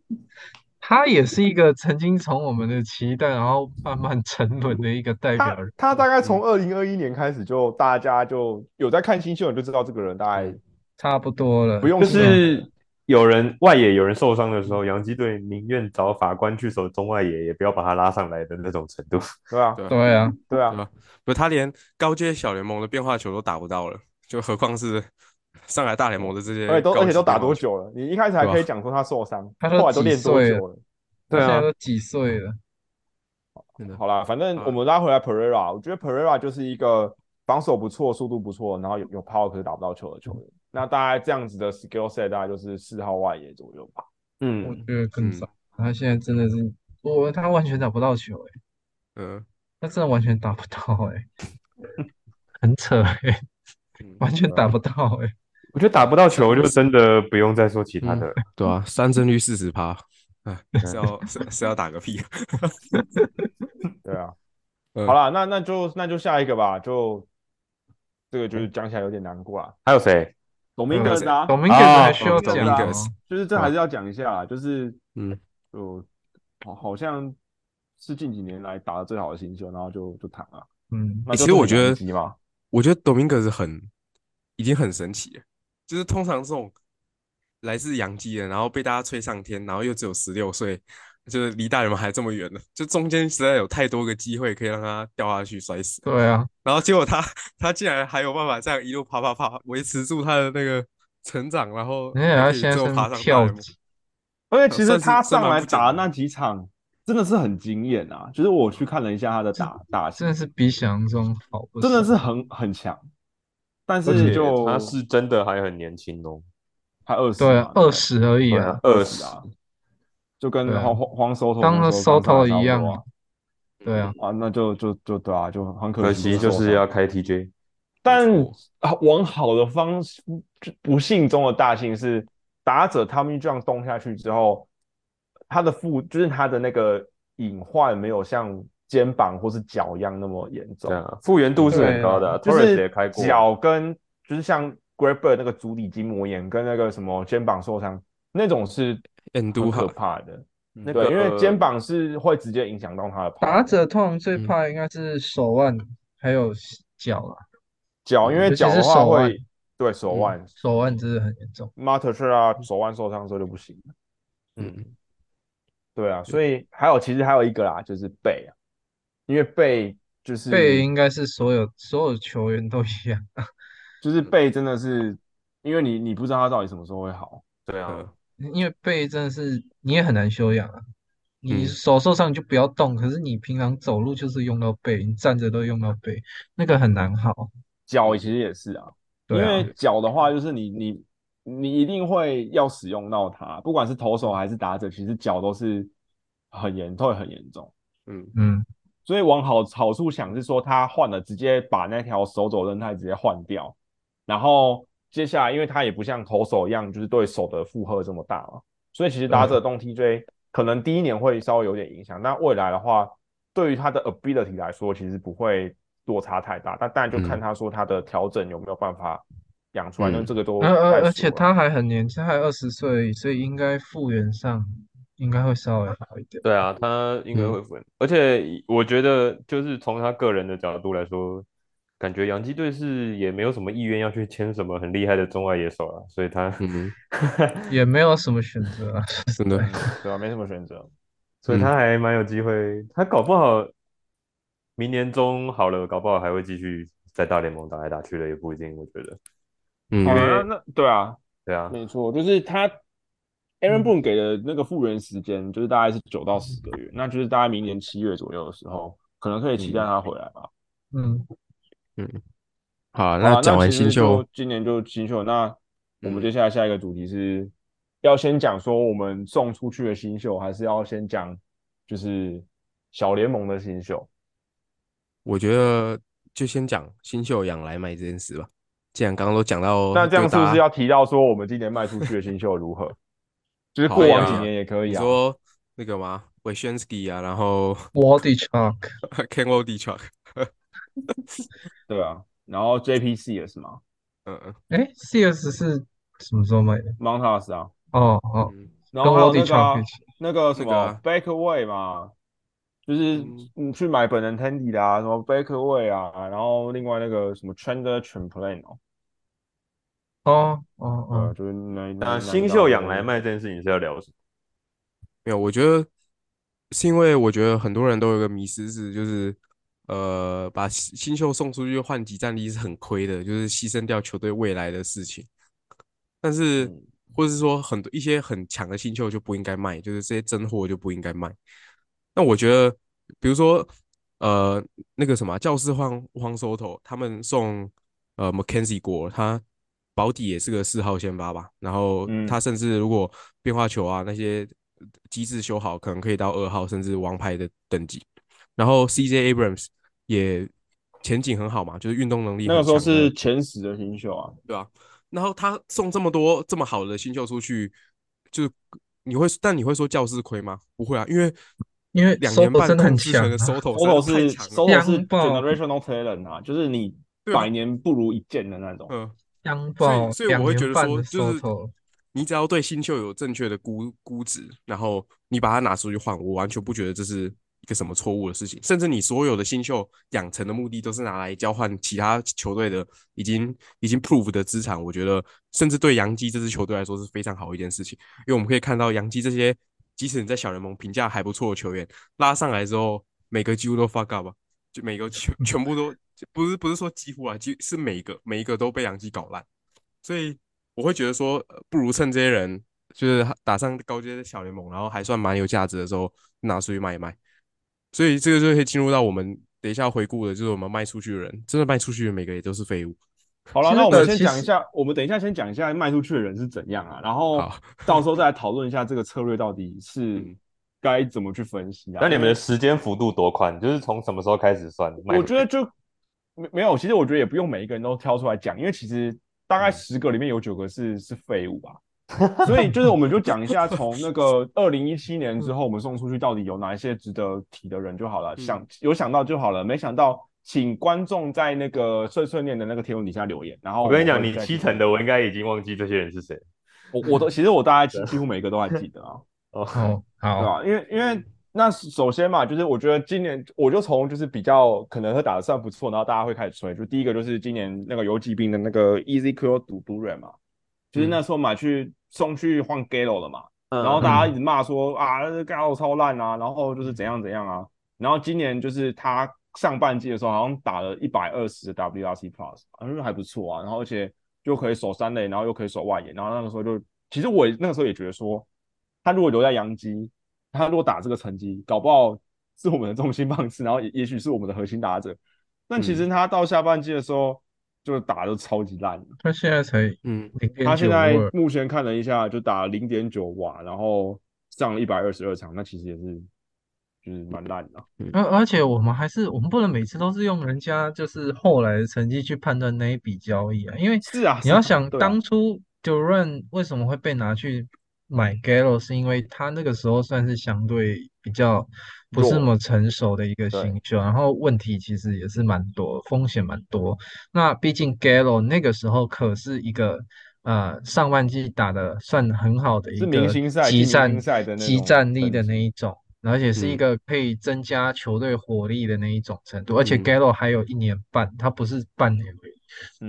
他也是一个曾经从我们的期待，然后慢慢沉沦的一个嗯代表
他
人
他大概从二零二一年开始就大家就有在看新秀，你就知道这个人大概
嗯差不多了。
不用
就
期待
是有人外野有人受伤的时候，洋基队宁愿找法官去守中外野，也不要把他拉上来的那种程度。
对啊
对啊
对啊，
对啊
对，吧？不，他连高阶小联盟的变化球都打不到了，就何况是上海大联盟的这些
而且都
高
而且
级
都打
变化
多
球？
久了？你一开始还
啊
可以讲说他受伤，
他都
后来都
几
练多
岁了
久了？
他
对啊
现在都几岁了？
真的
好啦，反正
啊
嗯
我们拉回来 Pereira，我觉得 Pereira 就是一个防守不错、速度不错，然后有有 power 可是打不到球的球员。那大概这样子的 skill set 大概就是四号外野左右吧。
我
嗯，
觉得更
嗯
早。他现在真的是，我他完全打不到球欸
嗯
他真的完全打不到哎、 <laughs> 很扯哎、
嗯，
完全打不到哎、
我觉得打不到球就真的不用再说其
嗯
他的了。
对啊，三振率四十趴，哎，是要是是要打个屁啊！
对啊，
嗯
好啦，那那就那就下一个吧，就这个就是讲起来有点难过啦。
嗯还有谁？
董明德啊，
嗯董明德还
哦
需要
董
讲
明德
吗？
就是
啊
这还是要讲一下啦，就是
嗯，
就好好像是近几年来打的最好的新秀，然后就就躺了。
嗯，
那
啊欸其实
就这么
我觉
两
得
集嘛，
我觉得 Dominguez 很已经很神奇了，就是通常这种来自洋基的，然后被大家吹上天，然后又只有十六岁，就是离大人们还这么远了，就中间实在有太多个机会可以让他掉下去摔死。
对啊，
然后结果他他竟然还有办法这样一路爬爬爬维持住他的那个成长，然后
而且他
还可以
现在
最后
是
爬上大
跳
联盟
级
而且其实
算是
他
算
上
蛮
来
不简
打
单
那几场真的是很惊艳啊！就是我去看了一下他的打打戏
真，的是比想象中好不少，
真的是很很强，但
而且
是就
他是真的还很年轻哦，
才二十，
对啊，二十而已
对
啊，
二
20啊，就跟
对啊
黄黄黄收头
当了
收
Soto 一样啊
啊，
对啊，
啊，那就就就对啊，就很可
可
惜
惜就
受
是
伤
要开 TJ。
但
没错
啊往好的方式，就不幸中的大幸是，打者 Tommy John 动下去之后，他的负就是他的那个隐患没有像肩膀或是脚一样那么严重
对，啊，复原度是很高的啊
就
，Torres 也
是
开过。
脚跟就是像 Grabber 那个足底筋膜炎跟那个什么肩膀受伤那种是
嗯
很
都
可
好
怕的，
那
对，呃
个呃
因为肩膀是会直接影响到他的跑
打者通常最
嗯
怕应该是手腕还有脚啊，
脚，因为
尤其
脚的
是
话
手腕嗯
会对手腕。
手腕真的很严重，
Marter 是啊，手腕受伤之后就不行了。
嗯
对啊，所以还有其实还有一个啦，就是背啊，因为背就是
嗯
背应该是所有所有球员都一样，啊
就是背真的是，因为你你不知道他到底什么时候会好。
对啊
嗯，
<laughs> 因为背真的是你也很难休养啊。你
嗯
手受伤你就不要动，可是你平常走路就是用到背，你站着都用到背，那个很难好。
脚其实也是啊，因
对啊，
为脚的话就是你你你一定会要使用到它，不管是投手还是打者，其实脚都是很严，都会很严重。
嗯
嗯，
所以往好好处想是说，他换了，直接把那条手肘韧带直接换掉，然后接下来，因为他也不像投手一样，就是对手的负荷这么大嘛，所以其实打者动 TJ 可能第一年会稍微有点影响，但未来的话，对于他的 ability
嗯
来说，其实不会落差太大，但当然就看他说他的调整有没有办法养出来，那
嗯
这个都
而而
太
而且
熟了
他还很年轻，他还二十岁，所以应该复原上应该会稍微好一点。
对啊，他应该
嗯
会分，而且我觉得就是从他个人的角度来说，感觉洋基队是也没有什么意愿要去签什么很厉害的中外野手了，所以他，
嗯，
也没有什么选择啊。
<laughs> 真的，
对啊，没什么选择。
所以
嗯
他还蛮有机会，他搞不好明年中好了，搞不好还会继续在大联盟打来打去的，也不一定，我觉得，
嗯
好
因为
了，那那对啊，
对啊，
没错，就是他 Aaron
嗯
Boone 给的那个复原时间，就是大概是九到十个月，那就是大概明年七月左右的时候，可能可以期待他回来吧。
嗯，
好，
好啦啊
那讲完
其实
新秀
就，今年就新秀，那我
嗯
们接下来下一个主题是要先讲说我们送出去的新秀，还是要先讲就是小联盟的新秀？
我觉得就先讲新秀养来买这件事吧。既然刚刚都讲到，
那这样是不
大
是
家
要提到说我们今年卖出去的新秀
<laughs>
如何？就是
好
过往
呀
几年也可以
你
啊。
说那个吗 w e s h e n s k y 啊，然后 <laughs>
w a d y Chalk，
Ken w o d i c h u c k
对啊，然后 JPC 也是吗
嗯
哎，CS 是什么时候买的？
？Montas 啊，
哦哦，
嗯，
然
跟
后还
w a
有那
d y
个啊
Chalk 一起。
那个什
那个
么
啊
Bakerway 嘛，就是
嗯
嗯去买本人 Tandy 的啊，什么 Bakerway 啊，然后另外那个什么 Chandler Champlain 哦，
哦哦哦
呃，，就是
啊
那
那
那
新秀养
嗯
来，卖这件事情是要聊什么？
没有，我觉得是因为我觉得很多人都有一个迷失是，就是呃，把新新秀送出去换集战力是很亏的，就是牺牲掉球队未来的事情。但是，
嗯
或是说很多一些很强的新秀就不应该卖，就是这些真货就不应该卖。那我觉得，比如说呃，那个什么教室荒荒收头，他们送呃 McKenzie 国，他保底也是个四号先发吧，然后
嗯
他甚至如果变化球啊那些呃机制修好，可能可以到二号甚至王牌的等级。然后 CJ Abrams 也前景很好嘛，就是运动能力
那个
很
时候
强的
是前十的新秀啊，
对啊，然后他送这么多这么好的新秀出去，就是你会，但你会说教室亏吗？不会啊，因为
因为
两
Soto
年半
真的很
控制成哦的
强啊
Soto
收头
实在太
是
强了
收头是
强爆
generational talent 啊，就是你
对啊
百年不如一见的那种。
嗯，
央
所
报
以所以
两
我会
年
觉得
半
说，
的哦
就是
Soto
你只要对新秀有正确的估估值，然后你把它拿出去换，我完全不觉得这是一个什么错误的事情。甚至你所有的新秀养成的目的都是拿来交换其他球队的已经已经 prove 的资产，我觉得甚至对洋基这支球队来说是非常好一件事情，因为我们可以看到洋基这些即使你在小联盟评价还不错的球员拉上来之后，每个几乎都 fuck up 吧。就每个全全部都不是不是说几乎啊，几是每一个每一个都被杨基搞烂，所以我会觉得说，呃不如趁这些人就是打上高阶的小联盟，然后还算蛮有价值的时候拿出去卖一卖。所以这个就可以进入到我们等一下回顾的，就是我们卖出去的人，真的卖出去的每个也都是废物。
好了，
其实
那我们
呃
先
其
讲一
实
下，我们等一下先讲一下卖出去的人是怎样啊，然后
好
<laughs> 到时候再来讨论一下这个策略到底是
嗯
该怎么去分析啊。
那你
因
们
为
的时间幅度多宽？就是从什么时候开始算？
我觉得就没没有，其实我觉得也不用每一个人都挑出来讲，因为其实大
嗯
概十个里面有九个是是废物
<laughs>
吧。所以就是我们就讲一下，从那个二零一七年
嗯
之后，我们送出去到底有哪一些值得提的人就好了，
嗯
想有想到就好了，没想到请观众在那个碎碎念的那个贴文底下留言，然后
我跟你讲，
们会
你
再
七
提
成的我应该已经忘记这些人是谁。
我我都其实我大概几几乎每一个都还记得啊， <laughs>
哦，
哦
对
啊
好，
吧？因为因为那首先嘛，就是我觉得今年我就从就是比较可能会打得算不错，然后大家会开始吹，就第一个就是今年那个游击兵的那个 EZQ 赌赌人嘛，就是那时候买去送去换 Gallo 了嘛，然后大家一直骂说啊这 Gallo 超烂啊，然后就是怎样怎样啊，然后今年就是他上半季的时候好像打了一百二十的 WRC Plus，好像还不错啊。然后而且又可以守三垒，然后又可以守外野，然后那个时候就其实我也那个时候也觉得说，他如果留在洋基，他如果打这个成绩，搞不好是我们的中心棒次，然后也也许是我们的核心打者。但
嗯
其实他到下半季的时候，就打的超级烂的。
他现在才
嗯，
零点
他
九
现在
二，
目前看了一下，就打零点九瓦，然后上了一百二十二场，那其实也是就是蛮烂的啊。
而而且我们还是我们不能每次都是用人家就是后来的成绩去判断那一笔交易啊，因为
是啊，
你要
是啊
想
对啊
当初 Duran 为什么会被拿去买 Gallo 是因为他那个时候算是相对比较不是那么成熟的一个新秀，然后问题其实也是蛮多，风险蛮多。那毕竟 Gallo 那个时候可是一个呃上半季打的算很好的一
是明
个
星赛进
集
明
战
星赛的那
集
种
战力
等
的
级
那一种，而且是一
嗯
个可以增加球队火力的那一种程度。而且
嗯
Gallo 还有一年半，他不是半年而已。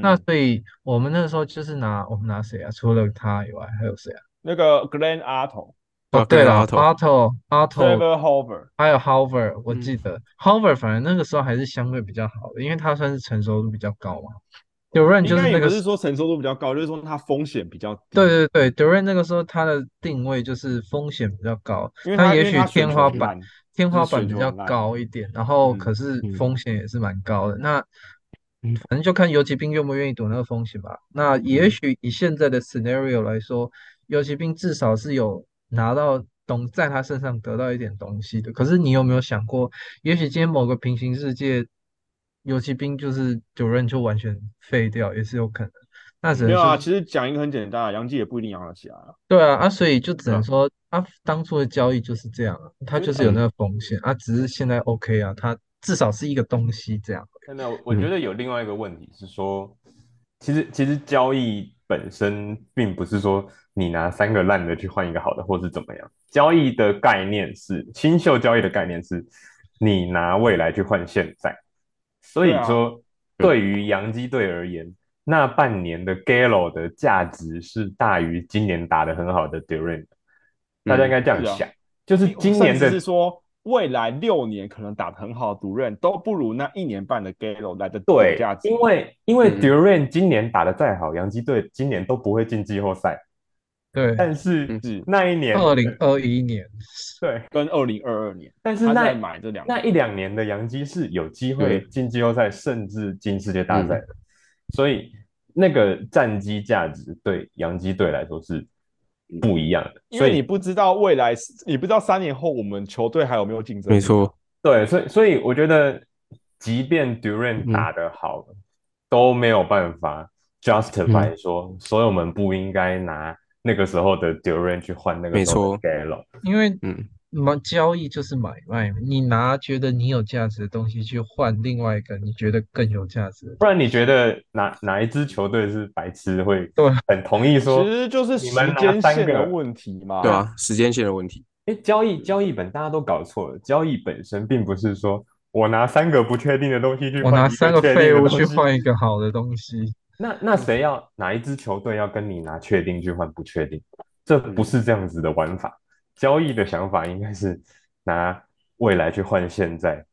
那
嗯
所以我们那时候就是拿我们拿谁啊？除了他以外还有谁啊？
那个 Glenn Otto、
啊
哦，对了
Glenn Otto
，Otto、Otto
Trevor Hover，
还有 Hover，我
嗯
记得 Hover 反正那个时候还是相对比较好的，因为他算是成熟度比较高嘛。有人
应
就是
该
那
也
个
不
时
是说承受度比较高，就是说他风险比较低。
对对对 d u r a n 那个时候他的定位就是风险比较高，
因为他
也
因为
许
他选
天
球
花
很
板
烂
天
就是
花板
选
比
球
较
很烂
高一点，然后
嗯
可是
嗯
风险也是蛮高的。那
嗯
反正就看游骑兵愿不愿意赌那个风险吧。那
嗯
也许以现在的 scenario 来说，游骑兵至少是有拿到东在他身上得到一点东西的。可是你有没有想过，也许今天某个平行世界，游骑兵就是 d u r a n 就完全废掉，也是有可能。那只能
没有
说
啊，其实讲一个很简单啊，杨基也不一定养得起来啊。
对啊，啊，所以就只
对啊
能说，啊，当初的交易就是这样啊，
所
它
以
就是有那个风险啊，只是现在 OK 啊，它至少是一个东西这样。
真的，
嗯
我觉得有另外一个问题是说，其实其实交易本身并不是说你拿三个烂的去换一个好的，或是怎么样。交易的概念是新秀交易的概念是，你拿未来去换现在。所以
对啊
说，对于洋基队而言，那半年的 Gallo 的价值是大于今年打得很好的 Duran。大家应该这样
是啊
想，就是今年
甚
的
至是说未来六年可能打得很好，独任都不如那一年半的 Gallo 来的有
对
价，值。
因为因为
嗯
Duran 今年打得再好，洋基队今年都不会进季后赛。
对，
但是
是
那一年，
二零二一年，
对，
跟二零二二年，
但是
他在
那
买这两
那一两年的洋基是有机会
对
进季后赛，甚至进世界大赛的，所以那个战绩价值对洋基队来说是不一样的。
因
所
为你
以
不知道未来，你不知道三年后我们球队还有没有竞争。
没，错，
对，所以所以我觉得，即便 Duran
嗯
打得好，都没有办法
嗯
justify 说，所以我们不应该拿那个时候的 Duran 去换那个
没
时候
错
的 Gallo。
因为
嗯，
买交易就是买卖嘛，你拿觉得你有价值的东西去换另外一个你觉得更有价值的
不
东
然你觉得哪哪一支球队是白痴会
对
很同意说
其，实就是时
你们拿
间
三
线的
个
问题嘛。
对啊，时间线的问题，
哎，交易交易本大家都搞错了，交易本身并不是说我拿三个不确定的东西去
西，
换
我拿
一个
三个
确定
废
的
物
东
去
西，
换一个好的东西，
那那谁要哪一支球队要跟你拿确定去换不确定？这不是这样子的玩法。交易的想法应该是拿未来去换现在。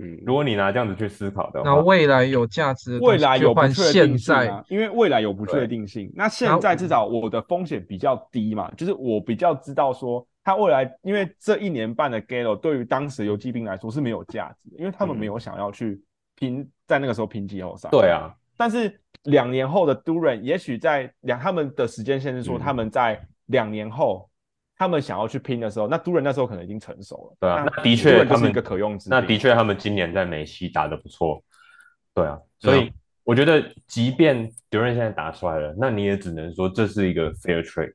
嗯，
如果你拿这样子去思考的
然后
话，
未来有价值的东
未
西
来
去
有不
换
确
现
定性
在，
啊，因为未来有不确定性。那现在至少我的风险比较低嘛，就是我比较知道说他未来，因为这一年半的 Gallo 对于当时游击兵来说是没有价值的，因为他们
嗯
没有想要去拼，在那个时候拼季后赛。
对啊，
但是两年后的 Duran，也许在两他们的时间线是说
嗯
他们在两年后。他们想要去拼的时候，那 Duran 那时候可能已经成熟了。
对
那
啊那的确
Duran 就
他
是
们
一个可用之
那
兵
的确他们今年在美西打得不错，对啊，所
对啊
以我觉得即便 Duran 现在打出来了，那你也只能说这是一个 fair trade，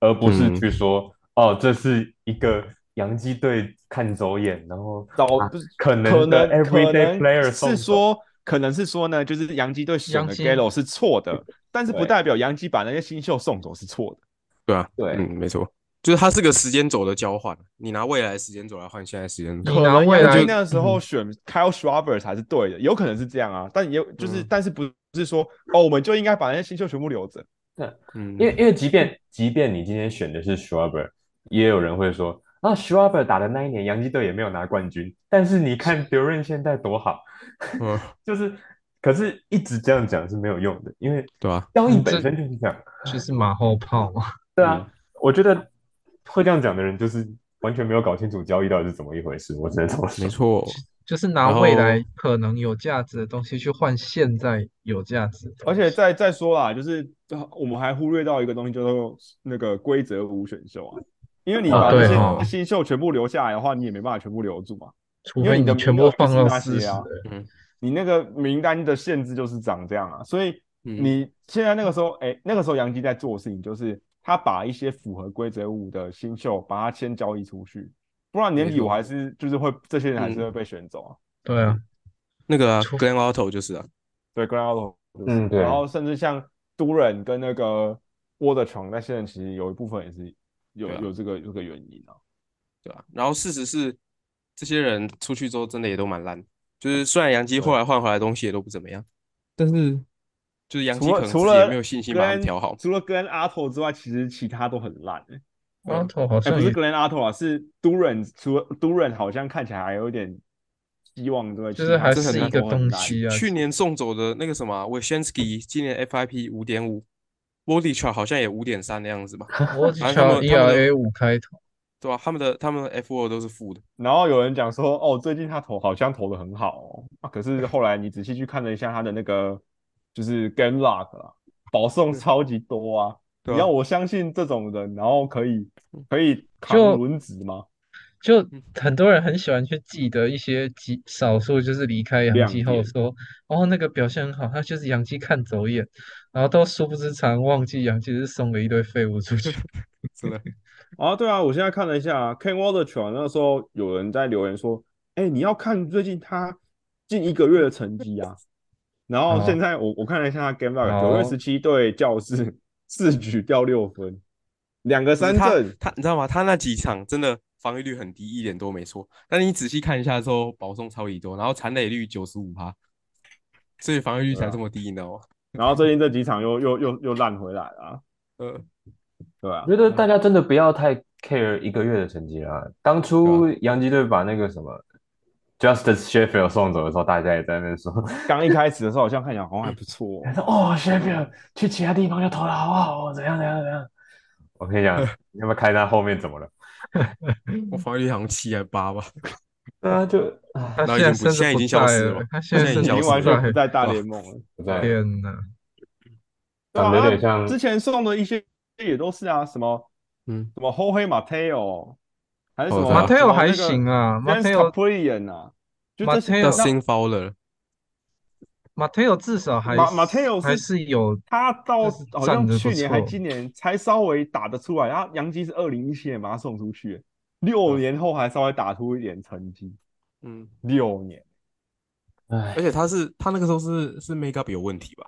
而不是
嗯
去说、哦这是一个洋基队看走眼，然后
早
啊
不是
可能
可
的
能
everyday
可
player
能
送
是
走
说，可能是说呢，就是洋基队选
洋
的
基
Gallo 是错的， <laughs> 但是不
对
代表洋基把那些新秀送走是错的。
对啊，
对
嗯，没错，就是它是个时间轴的交换，你拿未来的时间轴来换现在时间轴，
你
可
拿
能
未
洋基
来
那个时候
嗯
选 Kyle Schwarber 才是对的，有可能是这样啊，但也有就是，
嗯
但是不是说哦，我们就应该把那些新秀全部留着？
嗯，
因为因为即便即便你今天选的是 Schwarber，也有人会说啊 Schwarber 打的那一年洋基队也没有拿冠军，但是
<laughs>
你看 Duran 现在多好，
嗯，
就是可是一直这样讲是没有用的，因为
对啊，
交易
嗯
本
这
身就是这样。
就是马后炮嘛。
对啊，我觉得会这样讲的人就是完全没有搞清楚交易到底是怎么一回事，我只能这么说
没。错，
就是拿
然
未
后
来可能有价值的东西去换现在有价值的东
而
西，
且再再说啦，就是呃我们还忽略到一个东西，叫做那个规则五选秀啊，因为你
啊
把这
对
哦
些新秀全部留下来的话，你也没办法全部留住嘛。
除
因为
非
你的
全
名
部
额就
放
是
到
那
四
些
十
啊
人，
你那个名单的限制就是长这样啊，所以
嗯
你现在那个时候，哎、那个时候杨基在做的事情就是他把一些符合规则五的新秀，把他先交易出去，不然年底我还是就是会这些人还
嗯
是会被选走啊。
对啊，
那个啊
错
，Glen Otto 就是啊，
对 g r a n d
嗯对
然后甚至像都人跟那个沃德琼，那些人其实有一部分也是有
对啊
有这个有这个原因啊。
对吧、然后事实是，这些人出去之后真的也都蛮烂，就是虽然杨基后来换回来的东西也都不怎么样，但是就是杨基
除
可
了
能自
除
己
了
也没有信心把他们
Glenn-
调好。
除了 Glen Otto 之外，其实其他都很烂、欸。
光头好
哎、
像
不是
也
Glen Otto 啊，是 Duran，除了 Duran 好像看起来还有点希望对，
就是还
是一个
东西啊
去年送走的那个什么 w e s h e n s k y 今年 FIP 五点五 w o d i c h 好像也五点三的样子吧，
哎
我
<laughs>
只
反正他
瞧
们他们的
ERA 五开头，
对吧、他们的他们的 F O 都是负的，
然后有人讲说，哦，最近他投好像投的很好哦，啊，可是后来你仔细去看了一下他的那个，就是 Game Lock 啊，保送超级多啊。
对
你
吧、
要我相信这种人，然后可以可以扛
就
轮值吗？
就
嗯
很多人很喜欢去记得一些极少数，就是离开洋基后
亮点
说，哦，那个表现很好，他就是洋基看走眼，然后都殊不知常忘记洋基是送了一堆废物出
<laughs>
去。
真的。
啊，对啊，我现在看了一下 Ken w a l d e r 那时候有人在留言说，哎，你要看最近他近一个月的成绩啊。然后
哦
现在我我看了一下他 Game Log，九
哦
月十七对教室四局掉六分，两个三
他
振，
他你知道吗？他那几场真的防御率很低，一点都没错。但你仔细看一下之后，保送超级多，然后残垒率九十五趴，所以防御率
啊
才这么低，你知道吗？
然后最近这几场又又又又烂回来了啊，
呃，
对啊
我，觉得大家真的不要太 care 一个月的成绩啦。当初
啊
洋基队把那个什么 Justice Sheffield 送走的时候，大家也在那边说，
刚一开始的时候好像看起来好像还不
<laughs>
错哦，
说哦 Sheffield 去其他地方就投的好好哦，怎样怎样怎样。我跟你 <laughs> 讲，你要不要看他后面怎么了？
我防御率好像七还八吧。
对啊，就啊，
他
然后已
现
经
在
不
甚至
现在已
不
经消
在
失
了
了
他现在
现在已
已
甚至
经
经
消
完
失
全
了
不在大
对啊
联盟了。
不在，
天哪，
对啊
长得有点像
之前送的一些也都是啊，什么
嗯，
什么 Jorge Mateo，还是什
哦
么
对啊
Mateo 还行啊
，Mateo
Mateo-
p r i a n 啊，就这些
Mateo-
到
那
Sin Fowler，
马泰尔至少还
马
是
马泰尔
还
是
是有
他到
就是
好
站
像
得不
去年还
错
今年才稍微打得出来，然后杨基是二零一七年把他送出去，六年后还稍微打出一点成绩，
嗯，
六年。
哎
而，且他是他那个时候是是 make up 有问题吧？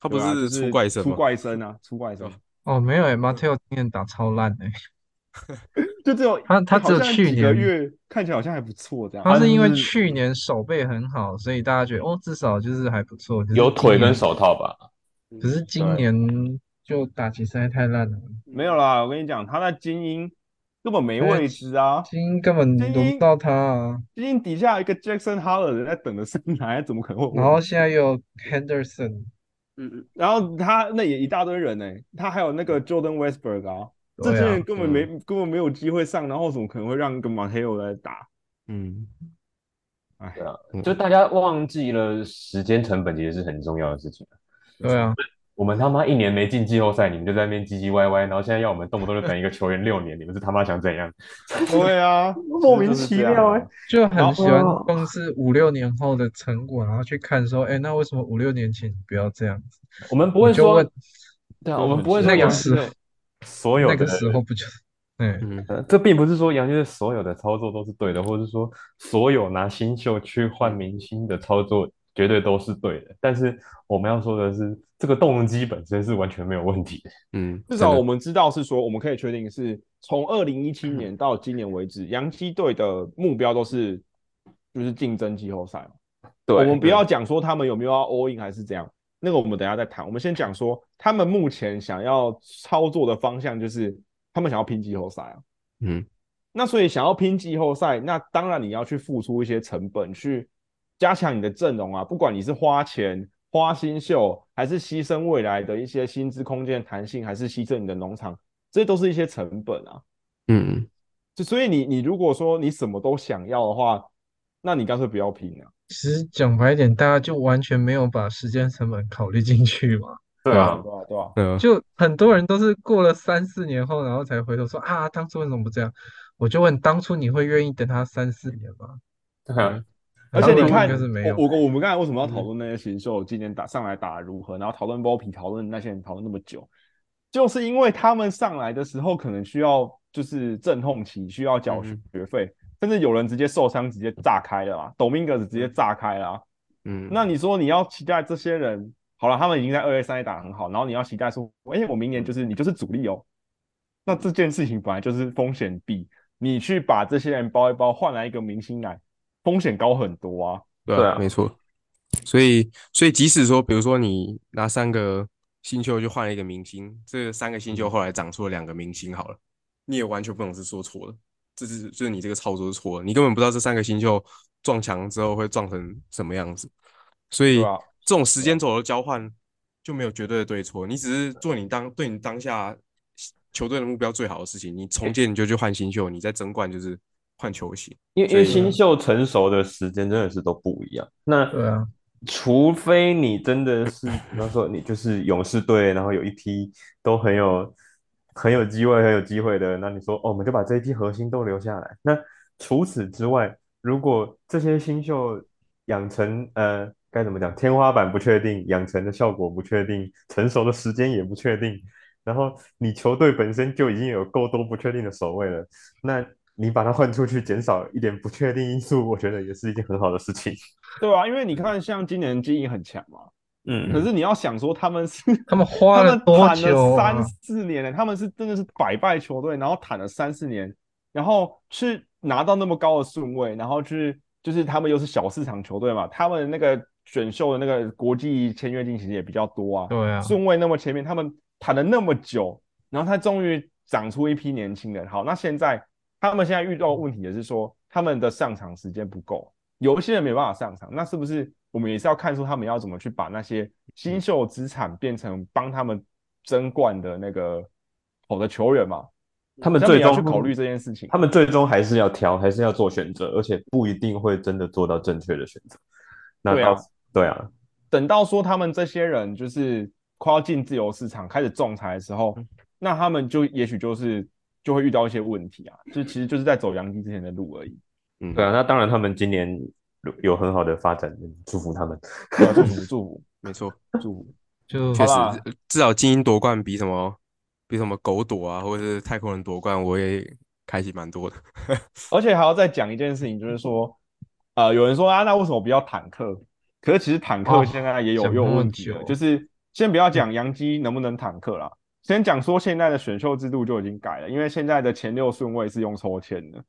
他不
对啊就是
出怪声
出
吗？
怪声啊，出怪声，
哦，没有诶，马泰尔今年打超烂欸
<laughs>
诶，
就只有
他他
好
只有
像
去
几个
年
月看起来好像还不错这样。
他是因为
就是
去年手背很好，所以大家觉得哦，至少就是还不错。可是
有
今
腿跟
年，
手套吧？
可是今
对
年就打击实在太烂了，
没有啦，我跟你讲，他在精英根本没位置啊，
精英根本
精
轮
英
不到他啊。
精英底下有一个 Jackson h o l l a r 在等着上来，怎么可能会有位置？
然后现在又有 Henderson，
嗯嗯，
然后他那也一大堆人呢、他还有那个 Jordan Westberg 啊，这
对
些
啊
人根本没、根本没有机会上，然后怎么可能会让跟 Mateo 来打？
嗯，
哎，
就大家忘记了时间成本其实是很重要的事情。
对啊，
我们他妈一年没进季后赛，你们就在那边唧唧歪歪，然后现在要我们动不动就等一个球员六年，你们是他妈想怎样？
对啊，
莫名其妙
哎、
欸
就很喜欢
后
光是五六年后的成果，然后去看说，哎，那为什么五六年前你不要这样子？
我们不会
你就
说
问，
对啊，
就
我们
很
不会说
那个
杨
时
基队
候
所有
那个
的
时候不就是，对，
嗯
呃这并不是说杨基队所有的操作都是对的，或者是说所有拿新秀去换明星的操作绝对都是对的。但是我们要说的是，这个动机本身是完全没有问题的。
嗯，
至少
真的
我们知道是说，我们可以确定是从二零一七年到今年为止，洋基队的目标都是就是竞争季后赛嘛。
对嗯
我们不要讲说他们有没有要 all in 还是怎样，那个我们等一下再谈。我们先讲说他们目前想要操作的方向就是他们想要拼季后赛啊。
嗯
那所以想要拼季后赛，那当然你要去付出一些成本，去加强你的阵容啊。不管你是花钱、花新秀，还是牺牲未来的一些薪资空间的弹性，还是牺牲你的农场，这都是一些成本啊。
嗯，
就所以你你如果说你什么都想要的话，那你干脆不要拼啊。
其实讲白一点，大家就完全没有把时间成本考虑进去嘛。
对啊，
对啊，对啊。
呃，
就很多人都是过了三四年后，然后才回头说啊，当初为什么不这样？我就问，当初你会愿意等他三四年吗？
对啊，
而且你
当初
看
应该是没，有。嗯
我我我们刚才为什么要讨论那些新秀今年打上来打得如何，然后讨论包皮，讨论那些人讨论那么久，就是因为他们上来的时候可能需要就是阵痛期，需要缴
嗯
学费，甚至有人直接受伤，直接炸开了嘛，Dominguez 直接炸开了啊、
嗯，
那你说你要期待这些人，好了，他们已经在二 A 三 A 打得很好，然后你要期待说，哎、我明年就是你就是主力哦。那这件事情本来就是风险 B，你去把这些人包一包，换来一个明星来，风险高很多啊。
对
对
啊，
啊
没错。所以，所以即使说，比如说你拿三个新秀去换了一个明星，这三个新秀后来长出了两个明星，好了，你也完全不懂是说错了，这是就是你这个操作是错的，你根本不知道这三个新秀撞墙之后会撞成什么样子。所以
对啊
这种时间轴的交换就没有绝对的对错，你只是做你当对你当下球队的目标最好的事情，你重建你就去换新秀，你在争冠就是换球星。
因为因为
所以
新秀成熟的时间真的是都不一样。那
对啊，
除非你真的是，比方说你就是勇士队，然后有一批都很有呃很有机会、很有机会的，那你说哦，我们就把这一批核心都留下来。那除此之外，如果这些新秀养成呃该怎么讲，天花板不确定，养成的效果不确定，成呃熟的时间也不确定，然后你球队本身就已经有够多不确定的守卫了，那你把它换出去，减少一点不确定因素，我觉得也是一件很好的事情。
对啊，因为你看，像今年基因很强嘛，
嗯
可是你要想说他们是
<laughs> 他们花
<laughs>
了
他
多
们谈
久
了
啊
三四年呢、欸他们是真的是百败球队，然后谈了三四年，然后去拿到那么高的顺位，然后去就是他们又是小市场球队嘛，他们那个选秀的那个国际签约金其实也比较多啊，
对啊，
顺位那么前面，他们谈了那么久，然后他终于长出一批年轻人。好，那现在他们现在遇到的问题也是说，他们的上场时间不够，有一些人没办法上场，那是不是我们也是要看出他们要怎么去把那些新秀资产变成帮他们争冠的那个好的球员嘛？
他们
他们
最
也要
终
去考虑这件事情
他。们最终还是要挑，还是要做选择，而且不一定会真的做到正确的选择。那
对啊
到对啊，
等到说他们这些人就是快要进自由市场开始仲裁的时候，那他们就也许就是就会遇到一些问题啊，就其实就是在走洋基之前的路而已。
嗯，
对啊，那当然他们今年有有很好的发展，祝福他们。
对啊祝福祝福
没错。
祝福，
就
确实
好啦，
至少精英夺冠比什么比什么狗夺啊，或者是太空人夺冠，我也开心蛮多的。
而且还要再讲一件事情，就是说，呃，有人说啊，那为什么不要坦克？可是其实坦克
哦
现在也有、
想
也有
那么
问题哦嗯了，
久
就是先不要讲杨基能不能坦克啦，先讲说现在的选秀制度就已经改了，因为现在的前六顺位是用抽签的，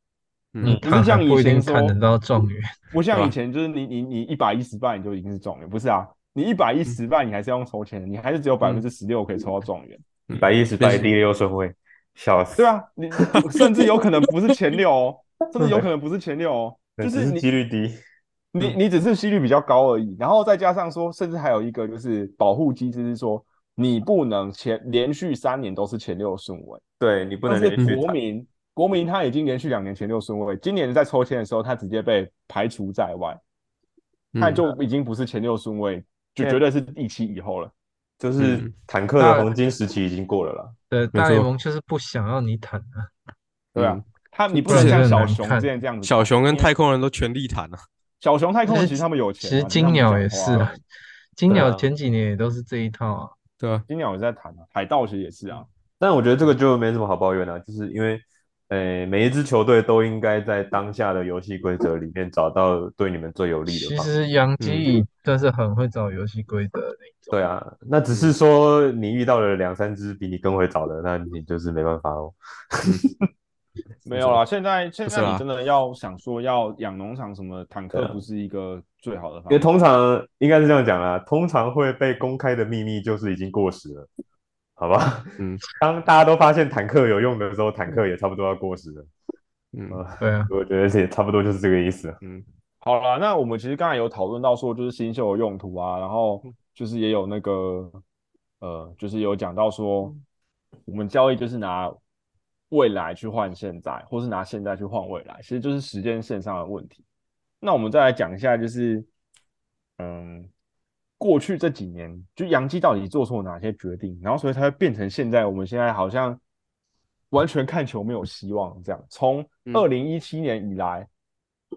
你
嗯，
不是
看
像
还
以
不一
前
定
说嗯
看得到状元，
不
对
像
啊
以前，就是你你你一百一十败你就已经是状元，不是啊？你一百一
嗯
十败你还是要用抽签的，你还是只有百分之十六可以抽到状元，
百一十百第六顺位，笑死。
对啊，你
<laughs>
甚至有可能不是前六哦，甚至有可能不是前六哦，
那
就
只
是
是
你
几嗯率低。
你你只是几率比较高而已，然后再加上说，甚至还有一个就是保护机制是说，你不能前连续三年都是前六顺位，
对你不能
但
连
是
续
国
打
民国民他已经连续两年前六顺位，今年在抽签的时候他直接被排除在外，他
嗯
就已经不是前六顺位，就绝对是一期以后了。
就是
嗯
坦克
那
的黄金时期已经过了啦。
对，
没
大联
错
盟就是不想要你谈啊，
对啊，嗯
嗯
他你不
不
能
然就
像小
很难
熊
看
之前这样子打，
嗯小熊跟
因为
太空人都全力谈啊，
小熊太空人
其
其
实
实他们有钱
其
啊，只
实
是他
金
们
鸟
讲
也
话
是
而
啊
已，
金
对
鸟
啊
前几年也都是这一套啊，
对啊，
金鸟也在谈啊，海盗其实也是啊，
但我觉得这个就没什么好抱怨的、就是因为，呃，每一支球队都应该在当下的游戏规则里面找到对你们最有利的
其
方法。
实杨
嗯
基但是很会找游戏规则的那种，
对啊，那只是说你遇到了两三只比你更会找的，那你就是没办法哦。
没有啦，现在现
不是啊
在
啦
你真的要想说要养农场什么，坦
对
克
啊
不是一个最好的
因
方
为
法。
通常应该是这样讲啦，通常会被公开的秘密就是已经过时了，好吧？
嗯，
<laughs> 当大家都发现坦克有用的时候，坦克也差不多要过时了。
嗯
呃
啊，
对啊，
我觉得也差不多就是这个意思。
嗯，
好啦，那我们其实刚才有讨论到说，就是新秀的用途啊，然后就是也有那个呃，就是有讲到说，我们交易就是拿未来去换现在，或是拿现在去换未来，其实就是时间线上的问题。那我们再来讲一下，就是嗯，过去这几年，就杨基到底做错哪些决定，然后所以才会变成现在我们现在好像完全看球没有希望这样。从
嗯
二零一七年以来，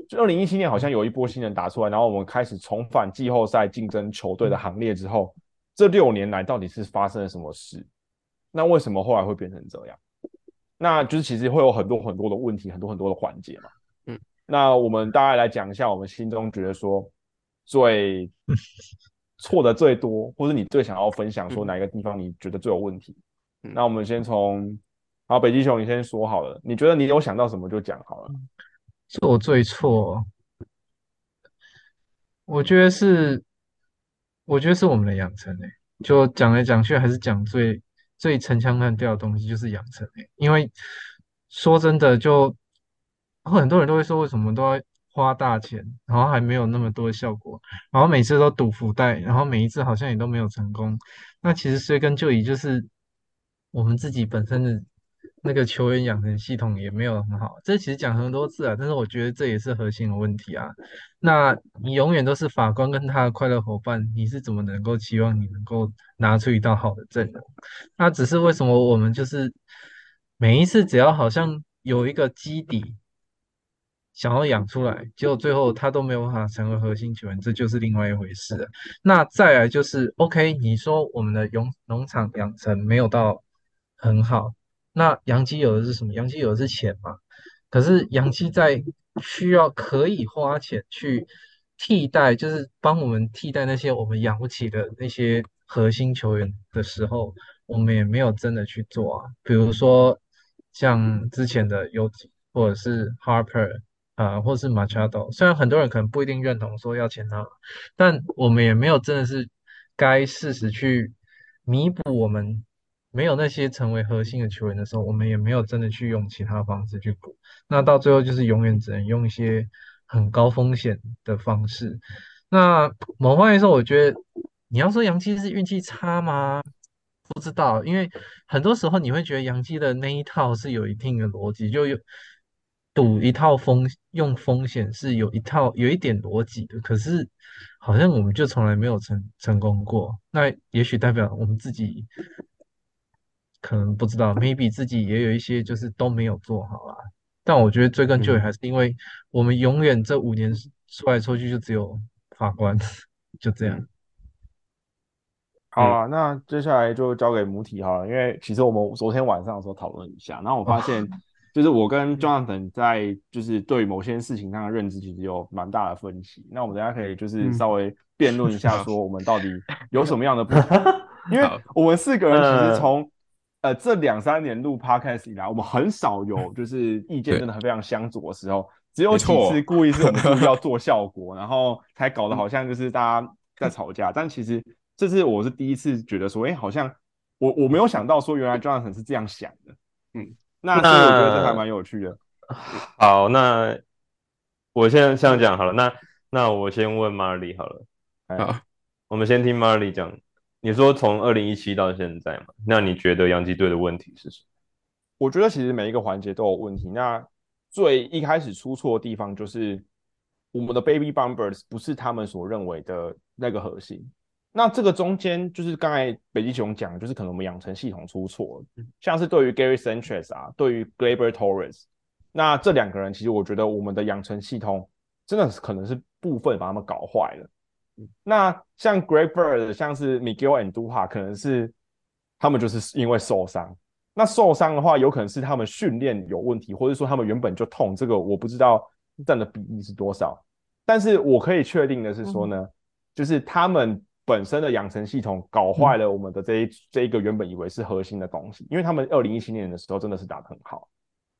就二零一七年好像有一波新人打出来，然后我们开始重返季
嗯
后赛竞争球队的行列之后，这六年来到底是发生了什么事？那为什么后来会变成这样？那就是其实会有很多很多的问题，很多很多的环节嘛。
嗯，
那我们大概来讲一下，我们心中觉得说最错的最多，或者你最想要分享说
嗯
哪一个地方你觉得最有问题？
嗯
那我们先从，好，北极熊，你先说好了，你觉得你有想到什么就讲好了。
做最错，哦我觉得是，我觉得是我们的养成诶，就讲来讲去还是讲最最陈腔滥调的东西，就是养成诶。因为说真的就，很多人都会说为什么都要花大钱，然后还没有那么多效果，然后每次都赌福袋，然后每一次好像也都没有成功。那其实追根究底，就是我们自己本身的那个球员养成系统也没有很好。这其实讲很多次啊，但是我觉得这也是核心的问题啊。那你永远都是法官跟他的快乐伙伴，你是怎么能够期望你能够拿出一道好的阵容？那只是为什么我们就是每一次只要好像有一个基底。想要养出来，结果最后他都没有办法成为核心球员，这就是另外一回事了。啊那再来就是，OK，你说我们的农农场养成没有到很好，那杨基有的是什么？杨基有的是钱嘛。可是杨基在需要可以花钱去替代，就是帮我们替代那些我们养不起的那些核心球员的时候，我们也没有真的去做啊。比如说像之前的游击，或者是 Harper 啊、或是 Machado，虽然很多人可能不一定认同说要签他，但我们也没有真的是该适时去弥补我们没有那些成为核心的球员的时候，我们也没有真的去用其他方式去补。那到最后就是永远只能用一些很高风险的方式。那某方面说，我觉得你要说杨基是运气差吗？不知道，因为很多时候你会觉得杨基的那一套是有一定的逻辑，就有赌一套风用风险是有一套有一点逻辑的，可是好像我们就从来没有成成功过。那也许代表我们自己可能不知道，maybe 自己也有一些就是都没有做好啦。但我觉得追根究底
嗯
还是因为我们永远这五年说来说去就只有法官，就这样。
嗯
好啊，那接下来就交给母体好了，因为其实我们昨天晚上的时候讨论一下，然后我发现
哦 <laughs>
就是我跟
嗯
Jonathan 在就是对某些事情上的认知其实有蛮大的分歧。那我们等一下可以就是
嗯
稍微辩论一下，说我们到底有什么样的不同，
<laughs>
因为
好
我们四个人其实
嗯
从呃这两三年录 Podcast 以来，我们很少有就是意见
对
真的非常相左的时候，只有
没
几
错
次故意是我们故意要做效果， <laughs> 然后才搞得好像就是大家在
<laughs>
吵架。但其实这次我是第一次觉得说，哎、好像我我没有想到说原来 Jonathan 是这样想的。
嗯，
那所以我觉得
那
这还蛮有趣的。
好，那我现在这样讲好了，那那我先问 Marley 好了，
哎，
好，
我们先听 Marley 讲，你说从二零一七到现在嘛，那你觉得洋基队的问题是什么？
我觉得其实每一个环节都有问题。那最一开始出错的地方就是我们的 Baby Bombers 不是他们所认为的那个核心。那这个中间就是刚才北极熊讲的，就是可能我们养成系统出错了，像是对于 Gary Sanchez 啊，对于 Glaber Torres，那这两个人其实我觉得我们的养成系统真的是可能是部分把他们搞坏了。那像 Greg Bird，像是 Miguel and Duha，可能是他们就是因为受伤。那受伤的话，有可能是他们训练有问题，或者说他们原本就痛，这个我不知道占的比例是多少。但是我可以确定的是说呢，就是他们本身的养成系统搞坏了我们的这一、这一个原本以为是核心的东西，因为他们二零一七年的时候真的是打得很好。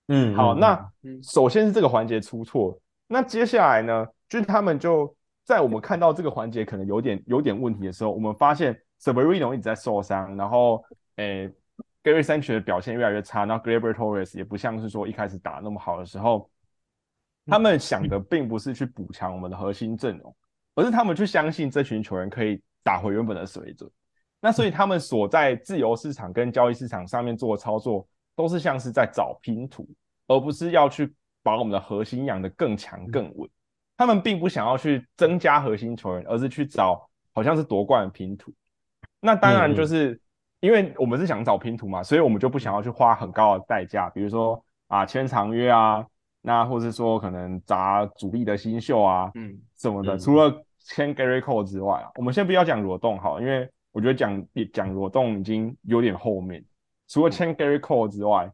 嗯
好，
嗯
那
嗯
首先是这个环节出错，那接下来呢，就是他们就在我们看到这个环节可能有点有点问题的时候，我们发现 Severino 一直在受伤，然后诶 Gary Sanchez 的表现越来越差，然后 Glaber Torres 也不像是说一开始打那么好的时候，他们想的并不是去补强我们的核心阵容，而是他们去相信这群球员可以打回原本的水准。那所以他们所在自由市场跟交易市场上面做的操作，都是像是在找拼图，而不是要去把我们的核心养得更强更稳。他们并不想要去增加核心球员，而是去找好像是夺冠的拼图。那当然就是因为我们是想找拼图嘛，所以我们就不想要去花很高的代价，比如说啊签长约啊，那或是说可能砸主力的新秀啊，
嗯
什么的，
嗯
除了签 Gary Cole 之外啊，我们先不要讲罗栋好了，因为我觉得讲讲罗栋已经有点后面。除
嗯
了签 Gary Cole 之外，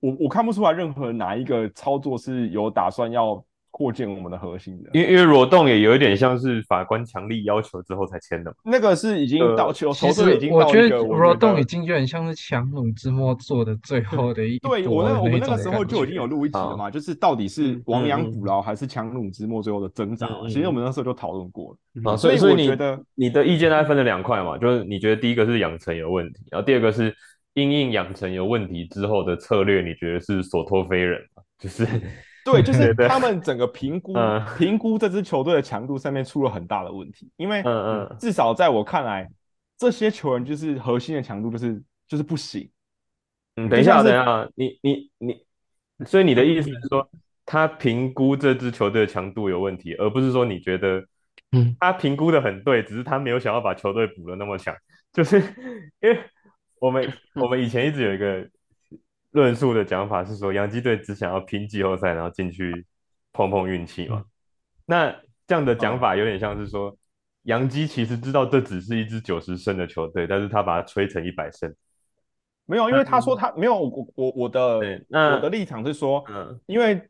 我我看不出来任何哪一个操作是有打算要扩建我们的核心的。
因为因为罗栋也有一点像是法官强力要求之后才签的嘛。
那个是已经到球，
呃其
球队已
实
经
我
到
觉
一
得
个我
罗栋已
得
经有点像是强弩之末做的最后的一
对
波
我那
的
我们
一
那
种
个时候
感
就已经
觉嗯
有录一集了嘛，就是到底是亡羊补牢还是强弩之末最后的挣扎
嗯嗯嗯。
其实我们那时候就讨论过了。
啊，
嗯所
所
以
以所以
我
你
觉得
你的意见大概分了两块嘛，就是你觉得第一个是养成有问题，然后第二个是因应养成有问题之后的策略，你觉得是所托非人嘛？就是 <laughs>
对，就
对
是
对
他们整个评估
嗯
评估这支球队的强度上面出了很大的问题，因为
嗯嗯
至少在我看来，这些球员就是核心的强度就是就是不行。
嗯，等一下
就像是
等一下，你你你，所以你的意思是说，他评估这支球队的强度有问题，而不是说你觉得
嗯，
他评估的很对，只是他没有想要把球队补的那么强，就是 <laughs> 因为我们我们以前一直有一个论述的讲法是说，洋基队只想要拼季后赛，然后进去碰碰运气嘛。那这样的讲法有点像是说，洋基其实知道这只是一支九十胜的球队，但是他把它吹成一百胜。
没有，因为他说他没有我我我的
嗯对那
我的立场是说，
嗯，
因为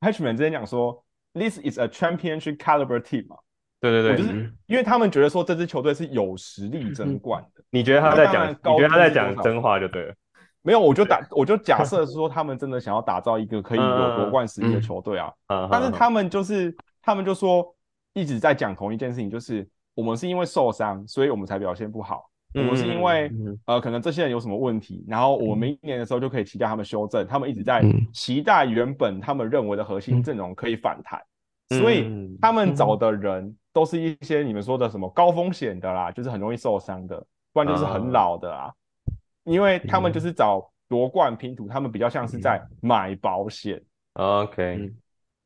Hatchman 之前讲说，this is a championship caliber team 嘛，
对对对，
我就是
嗯
因为他们觉得说这支球队是有实
嗯
力争冠的。
你觉得他在讲，
那
你
当然
觉得他
高度
在
是
讲
多少
真话就对了。
没有，我就打，我就假设说他们真的想要打造一个可以有夺冠实力的球队啊，
嗯，
但是
嗯
他们就是他们就说一直在讲同一件事情，就是我们是因为受伤，所以我们才表现不好。我们是因为、
嗯嗯
呃，可能这些人有什么问题，然后我们明年的时候就可以期待他们修正。他们一直在
嗯
期待原本他们认为的核心阵容可以反弹，
嗯
所以他们找的人都是一些你们说的什么高风险的啦，就是很容易受伤的，不然就是很老的啦，
嗯
因为他们就是找夺冠拼图，他们比较像是在买保险。
嗯哦 OK，
嗯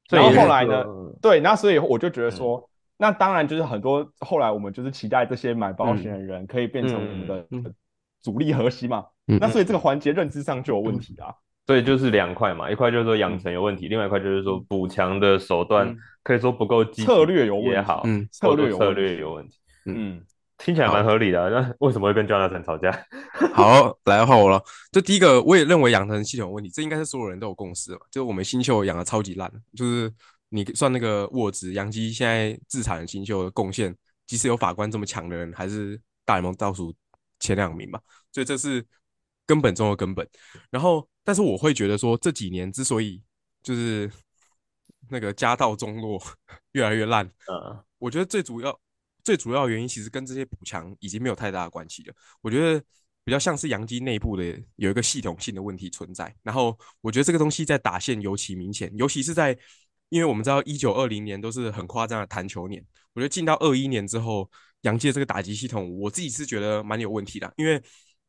所以
然后
你是
后来呢
说
对，那所以我就觉
嗯
得说，那当然就是很多后来我们就是期待这些买保险的
嗯
人可以变成我们的
嗯嗯
主力核心嘛。
嗯
那所以这个环节认知上就有问题啊。
所以就是两块嘛，一块就是说养成有问题，另外一块就是说补强的手段
嗯
可以说不够积极
策略有问题
嗯也好，
嗯
或
策
者
略有
策
问题
略有问题，
嗯，
听起来蛮合理的啊。那为什么会跟 Jonathan 吵架？
<laughs> 好，来换我了。就第一个，我也认为养成系统有问题，这应该是所有人都有共识嘛。就是我们新秀养的超级烂，就是你算那个沃兹、杨基现在自产新秀的贡献，即使有法官这么强的人，还是大联盟倒数前两名嘛。所以这是根本中的根本。然后，但是我会觉得说，这几年之所以就是那个家道中落， <laughs> 越来越烂，
嗯
我觉得最主要最主要原因其实跟这些补强已经没有太大的关系了。我觉得比较像是洋基内部的有一个系统性的问题存在，然后我觉得这个东西在打线尤其明显，尤其是在因为我们知道一九二零年都是很夸张的弹球年，我觉得进到二一年之后，洋基的这个打击系统，我自己是觉得蛮有问题的，因为。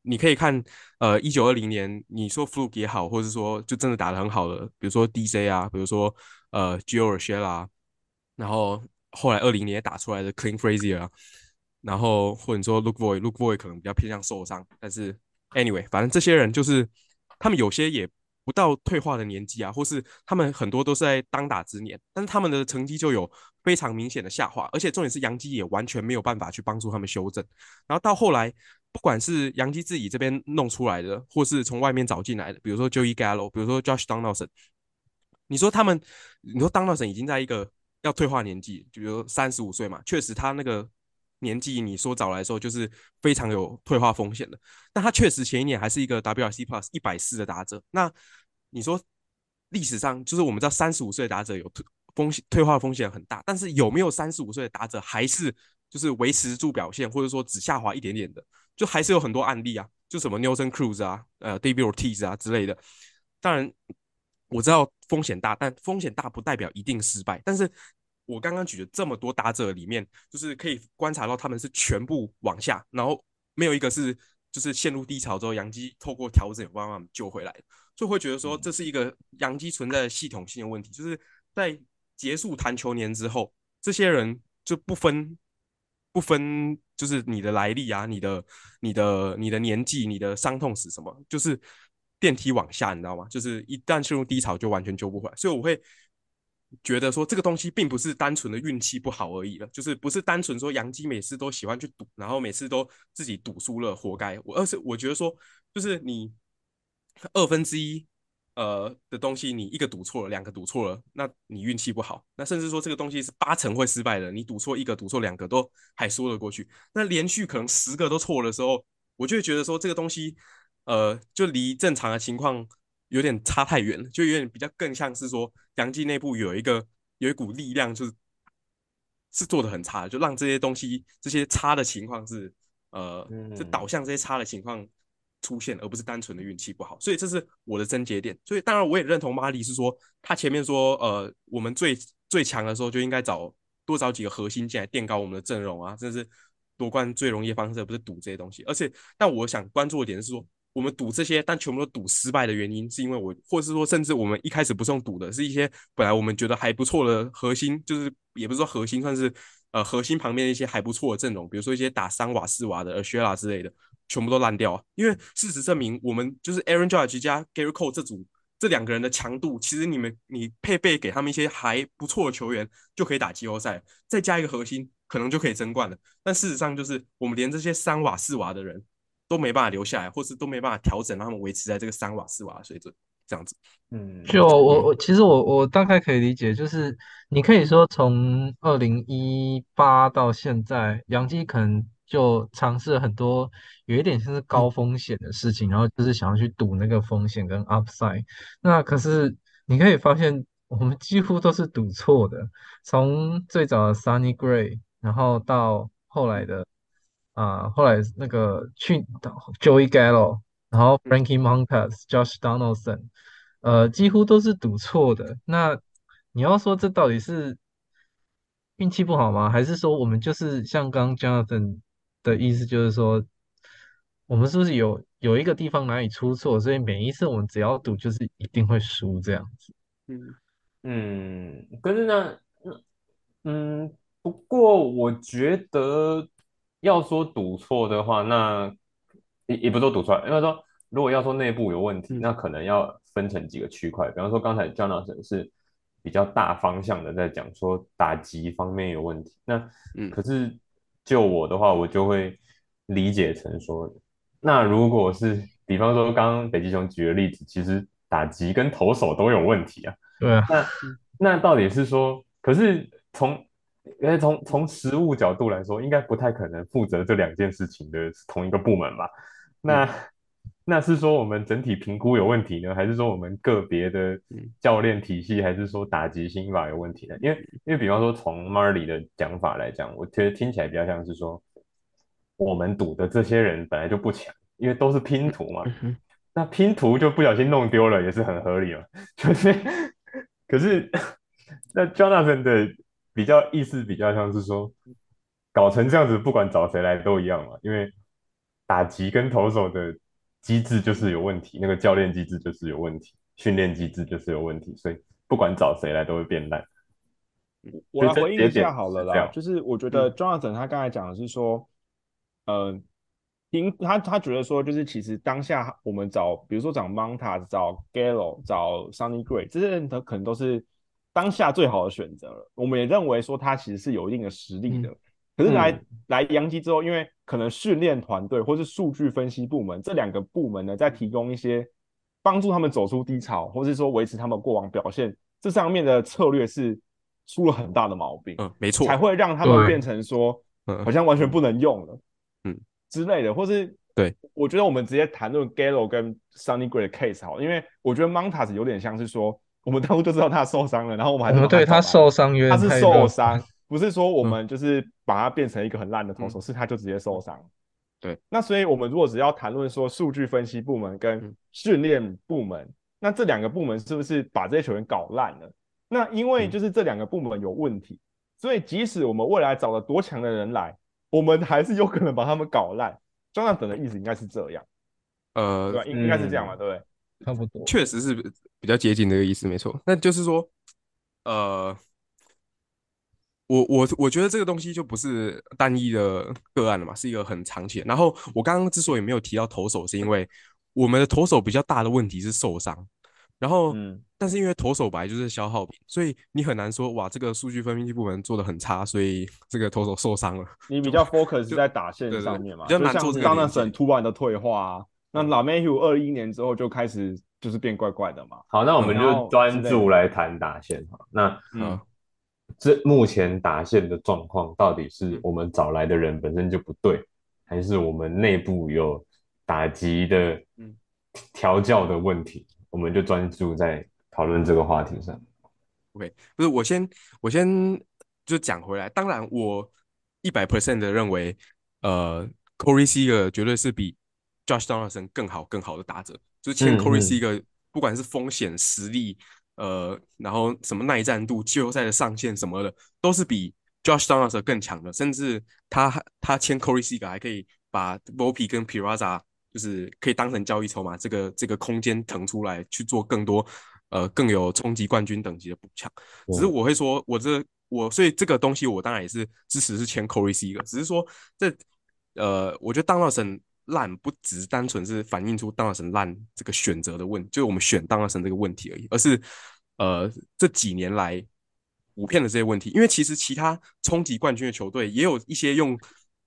你可以看，呃，一九二零年，你说 fluke 也好，或者说就真的打得很好的，比如说 DJ 啊，比如说呃 Gio r s h e l a 然后后来二零年也打出来的 Clean Frazier 啊，然后或者说 Look Boy，Look Boy 可能比较偏向受伤，但是 anyway，反正这些人就是他们有些也不到退化的年纪啊，或是他们很多都是在当打之年，但是他们的成绩就有非常明显的下滑，而且重点是杨基也完全没有办法去帮助他们修正。然后到后来，不管是杨基自己这边弄出来的，或是从外面找进来的，比如说 Joey Gallo，比如说 Josh Donaldson，你说他们，你说 Donaldson 已经在一个要退化年纪，就比如三十五岁嘛，确实他那个年纪，你说找来的时候就是非常有退化风险的。但他确实前一年还是一个 WRC Plus 一百四的打者。那你说历史上就是我们知道三十五岁的打者有退风险退化风险很大，但是有没有三十五岁的打者还是就是维持住表现，或者说只下滑一点点的，就还是有很多案例啊，就什么 Nelson Cruz 啊、呃 David Ortiz 啊之类的。当然我知道风险大，但风险大不代表一定失败，但是。我刚刚举的这么多打者里面，就是可以观察到他们是全部往下，然后没有一个是就是陷入低潮之后，杨基透过调整有办法把他们救回来的，就会觉得说这是一个杨基存在的系统性的问题，就是在结束弹球年之后，这些人就不分不分就是你的来历啊，你的你的你的年纪，你的伤痛史什么，就是电梯往下，你知道吗？就是一旦陷入低潮就完全救不回来，所以我会。觉得说这个东西并不是单纯的运气不好而已了，就是不是单纯说杨基每次都喜欢去赌，然后每次都自己赌输了活该。我而是我觉得说，就是你二分之一呃的东西，你一个赌错了，两个赌错了，那你运气不好。那甚至说这个东西是八成会失败的，你赌错一个，赌错两个都还说得过去。那连续可能十个都错的时候，我就会觉得说这个东西，呃，就离正常的情况有点差太远了，就有点比较更像是说杨记内部有一个有一股力量，就是是做的很差的，就让这些东西这些差的情况是呃，就导向这些差的情况。出现，而不是单纯的运气不好，所以这是我的症结点。所以当然我也认同马里是说，他前面说，呃，我们最最强的时候就应该找多找几个核心进来垫高我们的阵容啊，这是夺冠最容易的方式，而不是赌这些东西。而且，但我想关注的点是说，我们赌这些，但全部都赌失败的原因，是因为我，或是说，甚至我们一开始不是用赌的，是一些本来我们觉得还不错的核心，就是也不是说核心，算是呃核心旁边一些还不错的阵容，比如说一些打三瓦四瓦的呃薛拉之类的。全部都烂掉啊！因为事实证明，我们就是 Aaron Judge 加 Gary Cole 这组这两个人的强度，其实你们你配备给他们一些还不错的球员，就可以打季后赛，再加一个核心，可能就可以争冠了。但事实上就是我们连这些三瓦四瓦的人都没办法留下来，或是都没办法调整，让他们维持在这个三瓦四瓦的水准，这样子。
嗯，
就哦我我其实我我大概可以理解，就是你可以说从二零一八到现在，杨基可能。就尝试很多有一点像是
嗯
高风险的事情，然后就是想要去赌那个风险跟 upside。那可是你可以发现，我们几乎都是赌错的。从最早的 Sunny Gray，然后到后来的啊、呃，后来那个去 Joey Gallo，然
嗯
后 Frankie Montas、Josh Donaldson，呃，几乎都是赌错的。那你要说这到底是运气不好吗？还是说我们就是像刚 Jonathan？的意思就是说，我们是不是有有一个地方难以出错，所以每一次我们只要赌，就是一定会输这样子。
嗯
嗯，可是呢，嗯，不过我觉得要说赌错的话，那也也不说赌错，啊应该说如果要说内部有问题，
嗯
那可能要分成几个区块。比方说刚才 Jonathan 是比较大方向的在讲说打击方面有问题，那
嗯
可是就我的话，我就会理解成说，那如果是比方说刚刚北极熊举的例子，其实打击跟投手都有问题啊。
对啊，
那那到底是说，可是从因为从从实物角度来说，应该不太可能负责这两件事情的是同一个部门吧？
嗯
那、 <laughs> 那是说我们整体评估有问题呢，还是说我们个别的
嗯
教练体系，还是说打击心法有问题呢？因为
嗯
因为比方说从 Marley 的讲法来讲，我觉得听起来比较像是说，我们赌的这些人本来就不强，因为都是拼图嘛，
嗯哼
那拼图就不小心弄丢了，也是很合理嘛。 <laughs> 就是，可是那 Jonathan 的比较意思比较像是说，搞成这样子，不管找谁来都一样嘛，因为打击跟投手的机制就是有问题，那个教练机制就是有问题，训练机制就是有问题，所以不管找谁来都会变烂。
我来
这
回应
这
一
点
下好了
是
啦，
这样嗯
就是我觉得 Jonathan 他刚才讲的是说，呃，因他他觉得说，就是其实当下我们找，比如说找 Montas、找 Gallo、找 Sunny Gray 这些人，他可能都是当下最好的选择了。我们也认为说他其实是有一定的实力的，可是来、
嗯
来洋基之后，因为可能训练团队或是数据分析部门这两个部门呢，在提供一些帮助他们走出低潮，或是说维持他们过往表现，这上面的策略是出了很大的毛病，
嗯，没错
才。会让他们
对
变成说
嗯
好像完全不能用了，
嗯
之类的，或是
对，
我觉得我们直接谈论 Gallo 跟 Sunny Gray 的 case 好了，因为我觉得 Montas 有点像是说，我们当初就知道他受伤了，然后我们还
我
是
们
把
嗯对
他
他
找来
受伤有
他
点
是
太
受
<laughs>
乐
伤，不是说我
嗯
们就是把他变成一个很烂的投手，是他就直接受伤。
对，
那所以我们如果只要谈论说数据分析部门跟
嗯
训练部门，那这两个部门是不是把这些球员搞烂了？那因为
嗯
就是这两个部门有问题，所以即使我们未来找了多强的人来，我们还是有可能把他们搞烂。张大等的意思应该是这样，对啊吧？
呃，
应应该是这样嘛，
嗯
对不对？
差不多。
确实是比较接近这个意思，没错。那就是说，呃，我我我觉得这个东西就不是单一的个案了嘛，是一个很长期的。然后我刚刚之所以没有提到投手，是因为我们的投手比较大的问题是受伤，然后
嗯
但是因为投手本来就是消耗品，所以你很难说哇，这个数据分析部门做的很差，所以这个投手受伤了。
你比较 focus 在打线
对对
上面嘛，
比较
就
难
像
做这个
张大
连接
神突然的退化啊，
嗯
那老 m a y h e w 二一年之后就开始就是变怪怪的嘛。
好，那我们
嗯然后
就专注来谈打线哈。那
嗯
这目前打线的状况，到底是
嗯
我们找来的人本身就不对，还是我们内部有打击的
嗯
调教的问题？我们就专注在讨论这个话题上。
不是，我先我先就讲回来。当然，我一百 percent 的认为，呃，Corey Seager 绝对是比 Josh Donaldson 更好更好的打者。就是签
嗯
Corey
嗯
Seager，不管是风险、实力，呃，然后什么耐战度、季后赛的上限什么的，都是比 Josh Donaldson 更强的。甚至他还他签 Corey Seager 还可以把 Volpe 跟 Peraza 就是可以当成交易筹码，这个这个空间腾出来去做更多。呃，更有冲击冠军等级的补强，只是
嗯
我会说，我这我所以这个东西我当然也是支持是签 Corey C 的，只是说这呃，我觉得 Donaldson 烂不只是单纯是反映出 Donaldson 烂这个选择的问就是我们选 Donaldson 这个问题而已，而是呃这几年来普遍的这些问题，因为其实其他冲击冠军的球队也有一些用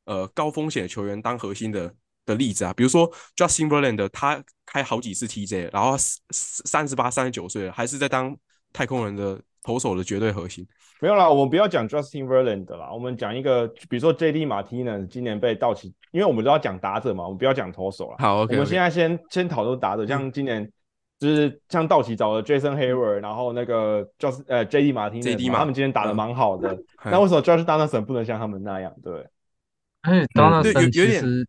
呃高风险的球员当核心的的例子啊，比如说 Justin Verlander，他开好几次 TJ，然后三十八、三十九岁了，还是在当太空人的投手的绝对核心。
没有啦，我们不要讲 Justin Verlander 啦，我们讲一个，比如说 J.D. 马丁呢，今年被道奇，因为我们都要讲打者嘛，我们不要讲投手啦。
好
我
<laughs> ，OK，嗯
们现在先先讨论打者，像今年就是像道奇找了 Jason Hayward，然后那个 Just 呃 J.D. 马丁
JD 嘛
他们今天打的
嗯
蛮好的，
嗨
那为什么 Josh Donaldson 不能像他们那样？对，
而且
嗯
对
Donaldson
有有
其
点
实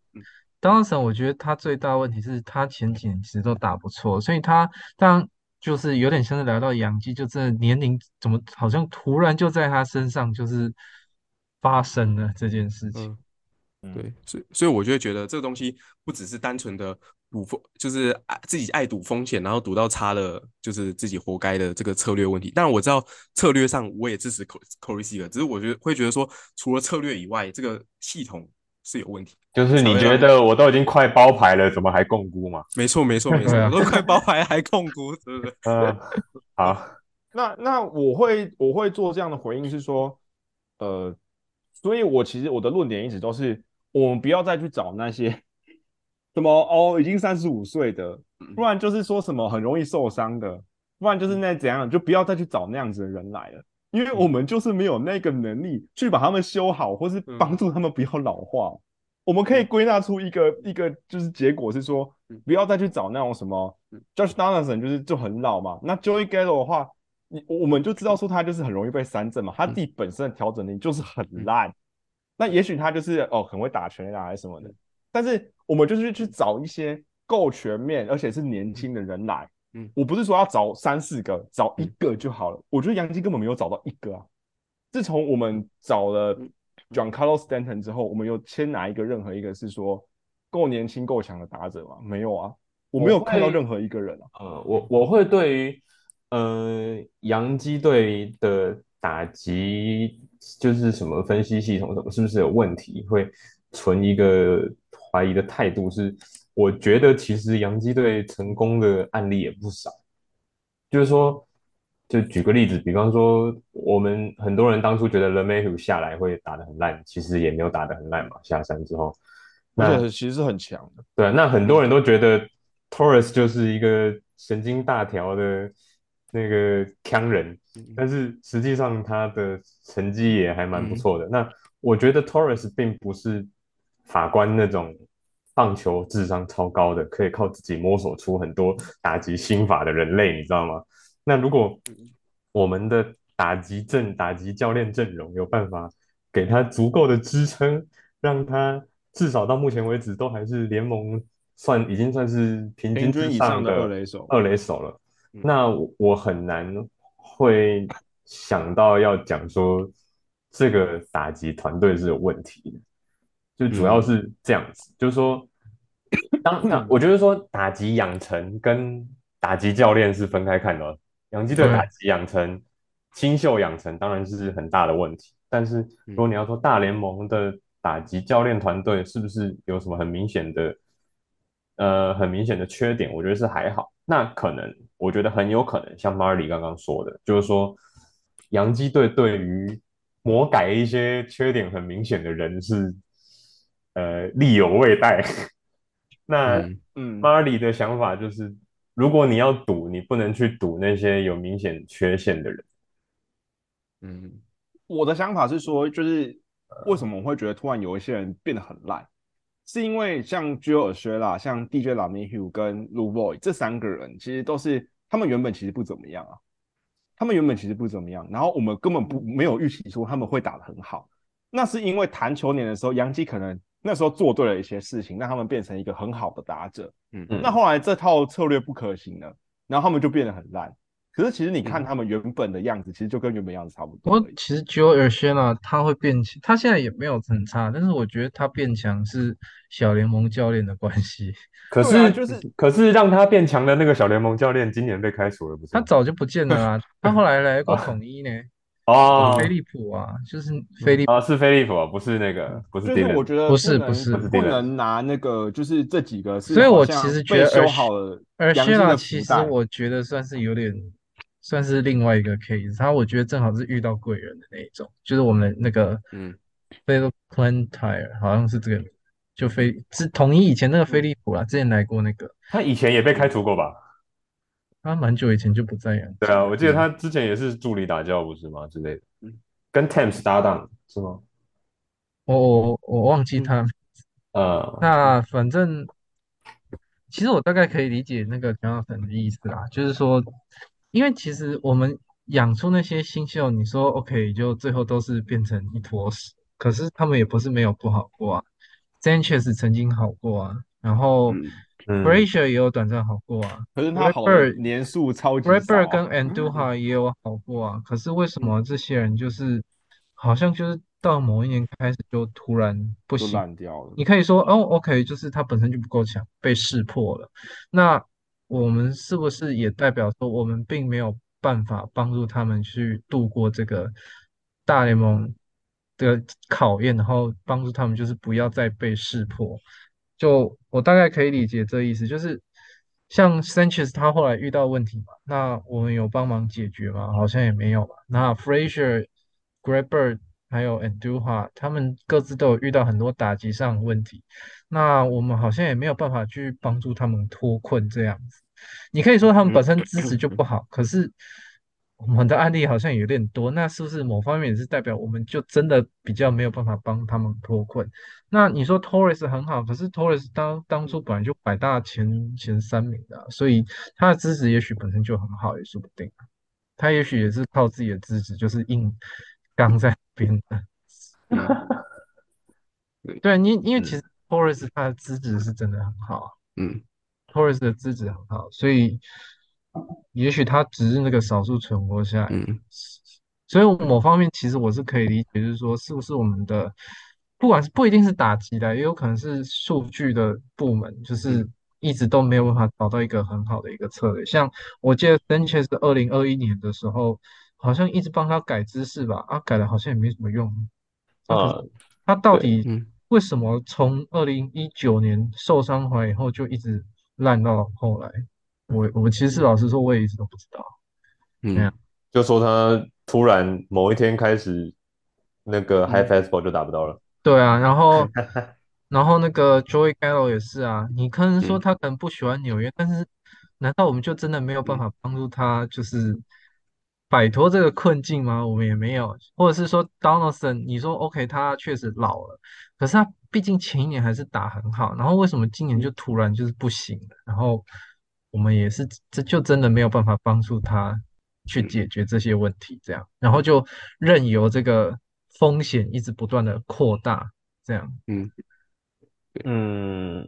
，Donaldson 我觉得他最大的问题是他前几年其实都打不错，所以他当然就是有点像是来到洋基，就真的年龄怎么好像突然就在他身上就是发生了这件事情。
嗯
嗯
对，所以所以我就会觉得这个东西不只是单纯的赌风，就是爱自己爱赌风险，然后赌到差了，就是自己活该的这个策略问题。当然我知道策略上我也支持 Cor- Corey s e a g e r 只是我觉得会觉得说，除了策略以外，这个系统是有问题。
就是你觉得我都已经快包牌了，怎么还共估嘛？
没错，没错，没错，
对啊
我都快包牌还控股，对不
<laughs>
对？
<laughs>
嗯，好，
那那我会我会做这样的回应是说，呃，所以我其实我的论点一直都是，我们不要再去找那些什么哦已经三十五岁的，不然就是说什么很容易受伤的，不然就是那怎样，就不要再去找那样子的人来了，因为我们就是没有那个能力去把他们修好，或是
嗯
帮助他们不要老化。我们可以归纳出一个一个就是结果是说
嗯，
不要再去找那种什么
嗯
Josh Donaldson 就是就很老嘛，那 Joey Gallo 的话，你我们就知道说他就是很容易被三振嘛，他自己本身的调整力就是很烂，那也许他就是哦很会打拳啊还是什么的，但是我们就是去找一些够全面而且是年轻的人来，
嗯
我不是说要找三四个，找一个就好了，我觉得杨基根本没有找到一个啊，自从我们找了
嗯
John Carlos Stanton 之后，我们有签哪一个任何一个是说够年轻够强的打者吗？没有啊，我没有看到
我会
任何一个人啊。
呃，我我会对于呃洋基队的打击就是什么分析系统什么是不是有问题，会存一个怀疑的态度是。我觉得其实洋基队成功的案例也不少，就是说，就举个例子，比方说我们很多人当初觉得 l e m a h u 下来会打得很烂，其实也没有打得很烂嘛，下山之后，那
而且其实是很强的，
对啊，那很多人都觉得 Torres 就是一个神经大条的那个强人，但是实际上他的成绩也还蛮不错的。那我觉得 Torres 并不是法官那种棒球智商超高的，可以靠自己摸索出很多打击心法的人类，你知道吗？那如果我们的打击阵、打击教练阵容有办法给他足够的支撑， <laughs> 让他至少到目前为止都还是联盟算已经算是平
平
均
均
之
以
上
上的
的
二垒手
二垒手了。
嗯
那我我很难会想到要讲说这个打击团队是有问题的，就主要是这样子，
嗯
就是说，当那我觉得说打击养成跟打击教练是分开看的哦，洋基队
对
打击养成、新秀养成当然是很大的问题，但是如果你要说大联盟的打击教练团队是不是有什么很明显的，呃，很明显的缺点，我觉得是还好。那可能我觉得很有可能像 Marley 刚刚说的，就是说洋基队对于魔改一些缺点很明显的人是，呃，力有未逮。 <laughs> 那
嗯
嗯
m a r l y 的想法就是，如果你要赌，你不能去赌那些有明显缺陷的人。
嗯
我的想法是说，就是
呃
为什么我会觉得突然有一些人变得很烂，是因为像 j o e s h e l a 像 DJ l a m i h u 跟 Lu Boy 这三个人，其实都是他们原本其实不怎么样啊，他们原本其实不怎么样，然后我们根本不
嗯
没有预期说他们会打得很好，那是因为弹球年的时候，杨基可能那时候做对了一些事情，让他们变成一个很好的打者，
嗯
嗯
那后来这套策略不可行了，然后他们就变得很烂。可是其实你看他们原本的样子，其实就跟原本样子差不
嗯不
多而
过
已。
其实 Joe Urshela 他会变强，他现在也没有很差，但是我觉得他变强是小联盟教练的关系，
可
对啊
是，
就是
可是让他变强的那个小联盟教练今年被开除了，不是
他
吗？
早就不见了啊，他后来来过统一呢，
哦
飞利浦啊，就是飞利嗯浦，
啊，是菲利普啊，不是那个，不是
就
d
是
y
我觉得
不是
能
不是
不能拿那个，就是这几个是，
所以我其实觉得
修好了
而
良
谢
心
拉
的
其
福
实
袋，
我觉得算是有点，算是另外一个 case。他我觉得正好是遇到贵人的那一种，就是我们那个
嗯
Phil Plantire 好像是这个，就飞是统一以前那个飞利浦啦，之前来过那个，
他以前也被开除过吧？
他蛮久以前就不在养
对啊，我
嗯
记得他之前也是助理打教，不是吗？之类的
嗯，
跟 Tams 搭档是吗？
我我我忘
嗯
记他。
嗯
呃，
那反正，其实我大概可以理解那个 Jonathan 的意思啦，就是说，因为其实我们养出那些新秀，你说 OK，就最后都是变成一坨屎，可是他们也不是没有不好过啊，Sanchez 曾经好过啊，然后
嗯
Frazier 也有短暂好过啊
可是他好
Redbird-
的年数超级
r e b
少
e
啊
r 跟 Andujar 也有好过啊，可是为什么这些人就是好像就是到某一年开始就突然不
就
行？
烂掉了。
你可以说哦，OK，就是他本身就不够强，被识破了。那我们是不是也代表说，我们并没有办法帮助他们去度过这个大联盟的考验，然后帮助他们就是不要再被识破？就我大概可以理解这意思，就是像 Sanchez 他后来遇到问题嘛，那我们有帮忙解决吗？好像也没有嘛。那 Frazier、Grabber 还有 Anduja 他们各自都有遇到很多打击上的问题，那我们好像也没有办法去帮助他们脱困这样子。你可以说他们本身支持就不好，可是我们的案例好像有点多，那是不是某方面也是代表我们就真的比较没有办法帮他们脱困？那你说 Torres 很好，可是 Torres 当当初本来就百大前前三名的啊、所以他的资质也许本身就很好，也说不定。啊他也许也是靠自己的资质，就是硬刚在那边
<laughs>
的。
对
对，你因为
嗯
其实 Torres 他的资质是真的很好啊
嗯，
，Torres 的资质很好，所以也许他只是那个少数存活下来。
嗯，
所以我某方面其实我是可以理解，就是说是不是我们的，不管是不一定是打击的，也有可能是数据的部门，就是一直都没有办法找到一个很好的一个策略。像我记得 Sanchez 二零二一年的时候，好像一直帮他改姿势吧，啊，改了好像也没什么用。啊可是
啊，
他到底
嗯
为什么从二零一九年受伤回来以后就一直烂到后来？我我其实老实说，我也一直都不知道。
嗯
就说他突然某一天开始，那
嗯
个 high fastball 就打不到了。
对啊，然后然后那个 Joey Gallo 也是啊，你可能说
嗯
他可能不喜欢纽约，但是难道我们就真的没有办法帮助他，就是摆脱这个困境吗？我们也没有，或者是说 Donaldson，你说 OK，他确实老了，可是他毕竟前一年还是打很好，然后为什么今
嗯
年就突然就是不行了？然后我们也是这就真的没有办法帮助他去
嗯
解决这些问题，这样，然后就任由这个风险一直不断的扩大，这样。
嗯，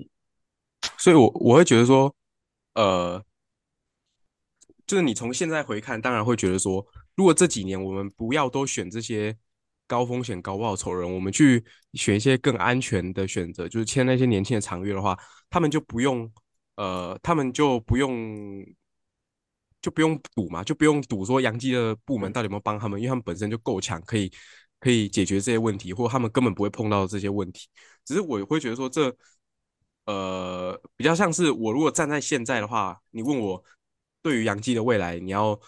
所以我我会觉得说，呃，就是你从现在回看，当然会觉得说，如果这几年我们不要都选这些高风险高报酬人，我们去选一些更安全的选择，就是签那些年轻的长约的话，他们就不用，呃，他们就不用。就不用赌嘛，就不用赌说杨基的部门到底有没有帮他们，因为他们本身就够强，可以可以解决这些问题，或他们根本不会碰到这些问题。只是我会觉得说这，呃，比较像是我如果站在现在的话，你问我对于杨基的未来，你要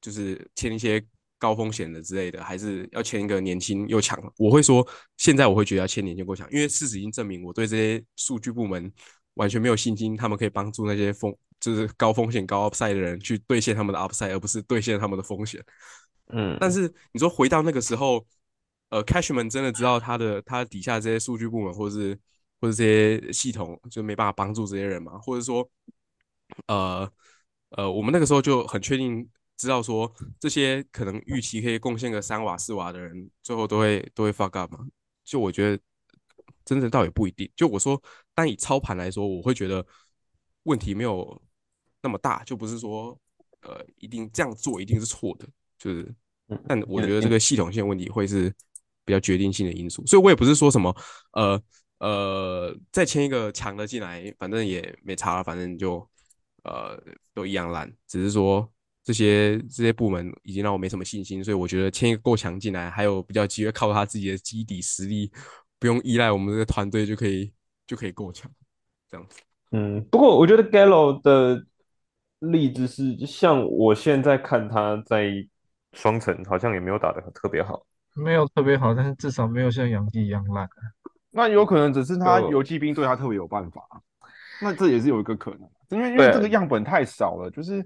就是签一些高风险的之类的，还是要签一个年轻又强？我会说现在我会觉得要签年轻够强，因为事实已经证明我对这些数据部门。完全没有信心，他们可以帮助那些风就是高风险高 upside 的人去兑现他们的 upside，而不是兑现他们的风险。
嗯，
但是你说回到那个时候，呃，Cashman 真的知道他的他底下这些数据部门或是或是这些系统就没办法帮助这些人嘛？或者说，呃呃，我们那个时候就很确定知道说这些可能预期可以贡献个三瓦四瓦的人，最后都会都会 fuck up 嘛？就我觉得真的倒也不一定。就我说，单以操盘来说，我会觉得问题没有那么大，就不是说呃一定这样做一定是错的，就是。但
嗯
我觉得这个系统性问题会是比较决定性的因素，所以我也不是说什么，呃呃，再签一个强的进来，反正也没差了，反正就呃都一样烂，只是说这些这些部门已经让我没什么信心，所以我觉得签一个够强进来，还有比较机会靠他自己的基底实力，不用依赖我们这个团队就可以就可以够强，这样子。
嗯，不过我觉得 Gallo 的例子是像我现在看他在。双城好像也没有打得特别好，
没有特别好，但是至少没有像杨基一样烂。
那有可能只是他游击兵对他特别有办法，啊那这也是有一个可能，因为因为这个样本太少了，就是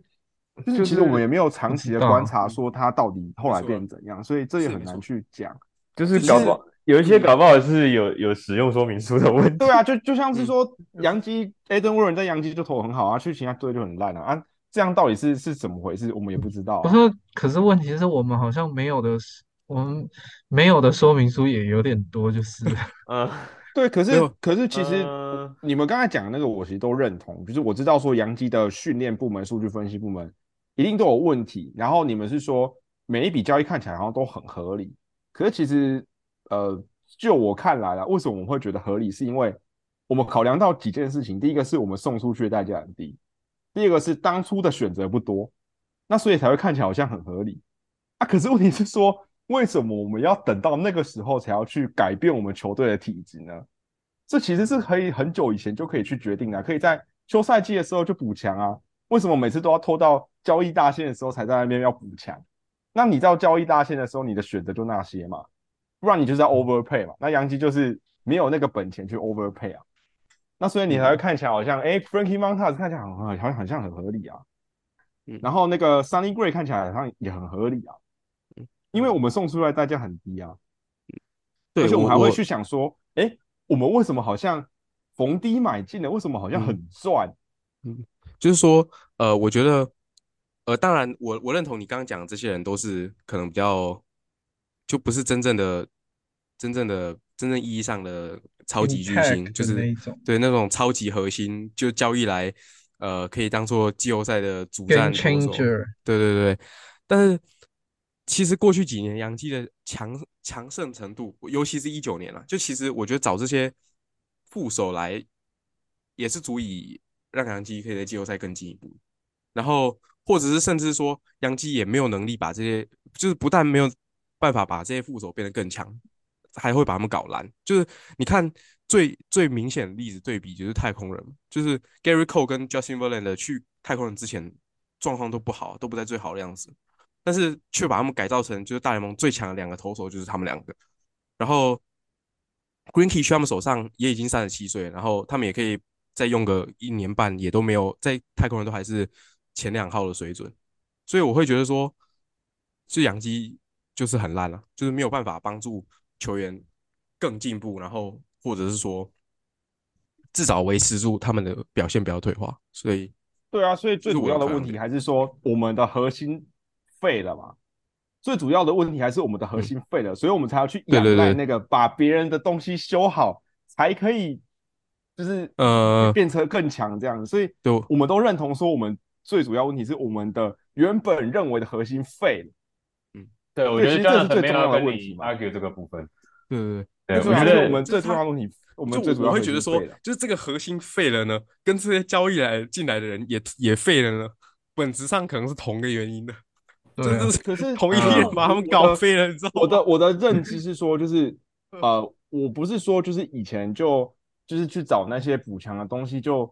就是其实我们也没有长期的
啊
观
嗯
察说他到底后来变怎样，所以这也很难去讲。 <laughs>
就是搞不好有一些搞不好是有有使用说明书的问题。
嗯对啊，就就像是说杨基 Aden Warren 在杨基就投很好啊，去其他队就很烂啊。啊这样到底是是怎么回事？我们也不知道、啊。
不是，可是问题是我们好像没有的，我们没有的说明书也有点多，就是。
<laughs>
<laughs>
嗯，
对，可是可是其实、呃、你们刚才讲的那个，我其实都认同。就是我知道说杨基的训练部门、数据分析部门一定都有问题。然后你们是说每一笔交易看起来好像都很合理，可是其实呃，就我看来啦，为什么我们会觉得合理？是因为我们考量到几件事情。第一个是我们送出去的代价很低。第二个是当初的选择不多，那所以才会看起来好像很合理啊。可是问题是说，为什么我们要等到那个时候才要去改变我们球队的体质呢？这其实是可以很久以前就可以去决定的，可以在休赛季的时候就补强啊。为什么每次都要拖到交易大限的时候才在那边要补强？那你到交易大限的时候，你的选择就那些嘛，不然你就是要 overpay 嘛。那杨基就是没有那个本钱去 overpay 啊。那所以你才会看起来好像，哎、嗯欸、，Frankie Montas 看起来很好像好像很合理啊，嗯、然后那个 Sunny Gray 看起来好像也很合理啊，嗯、因为我们送出来代价很低啊，
对，
而且我们还会去想说，哎、欸，我们为什么好像逢低买进的，为什么好像很赚？
嗯，就是说，呃，我觉得，呃，当然我，我我认同你刚刚讲这些人都是可能比较，就不是真正的真正的真正意义上的。超级巨星就是对那种超级核心，就交易来，呃，可以当做季后赛的主战投手。对对对，但是其实过去几年杨基的强强盛程度，尤其是一九年了、啊，就其实我觉得找这些副手来，也是足以让杨基可以在季后赛更进一步。然后，或者是甚至说杨基也没有能力把这些，就是不但没有办法把这些副手变得更强。还会把他们搞烂，就是你看最最明显的例子对比就是太空人，就是 Gary Cole 跟 Justin Verlander 去太空人之前状况都不好，都不在最好的样子，但是却把他们改造成就是大联盟最强的两个投手就是他们两个，然后 Green Key 他们手上也已经三十七岁，然后他们也可以再用个一年半也都没有在太空人都还是前两号的水准，所以我会觉得说，这养鸡就是很烂了、啊，就是没有办法帮助。球员更进步，然后或者是说至少维持住他们的表现，不要退化。所以，
对啊，所以最主要的问题还是说我们的核心废了嘛？最主要的问题还是我们的核心废了，嗯、所以我们才要去仰赖那个把别人的东西修好，才可以就是
呃
变成更强这样。呃、所以，
就
我们都认同说，我们最主要问题是我们的原本认为的核心废了。
对，我觉得
这是最
重
要
的
问题嘛。
argue 这个部分，
对对
对，
我觉得我们最重要的问题，我们最主要
我会觉得说，就是这个核心废了呢，跟这些交易来进来的人也也废了呢，本质上可能是同个原因的，
对、
啊，
可是呃
同一批人把他们搞废了，你知道吗？嗯
我的我的认知是说，就是呃，我不是说就是以前就就是去找那些补强的东西，就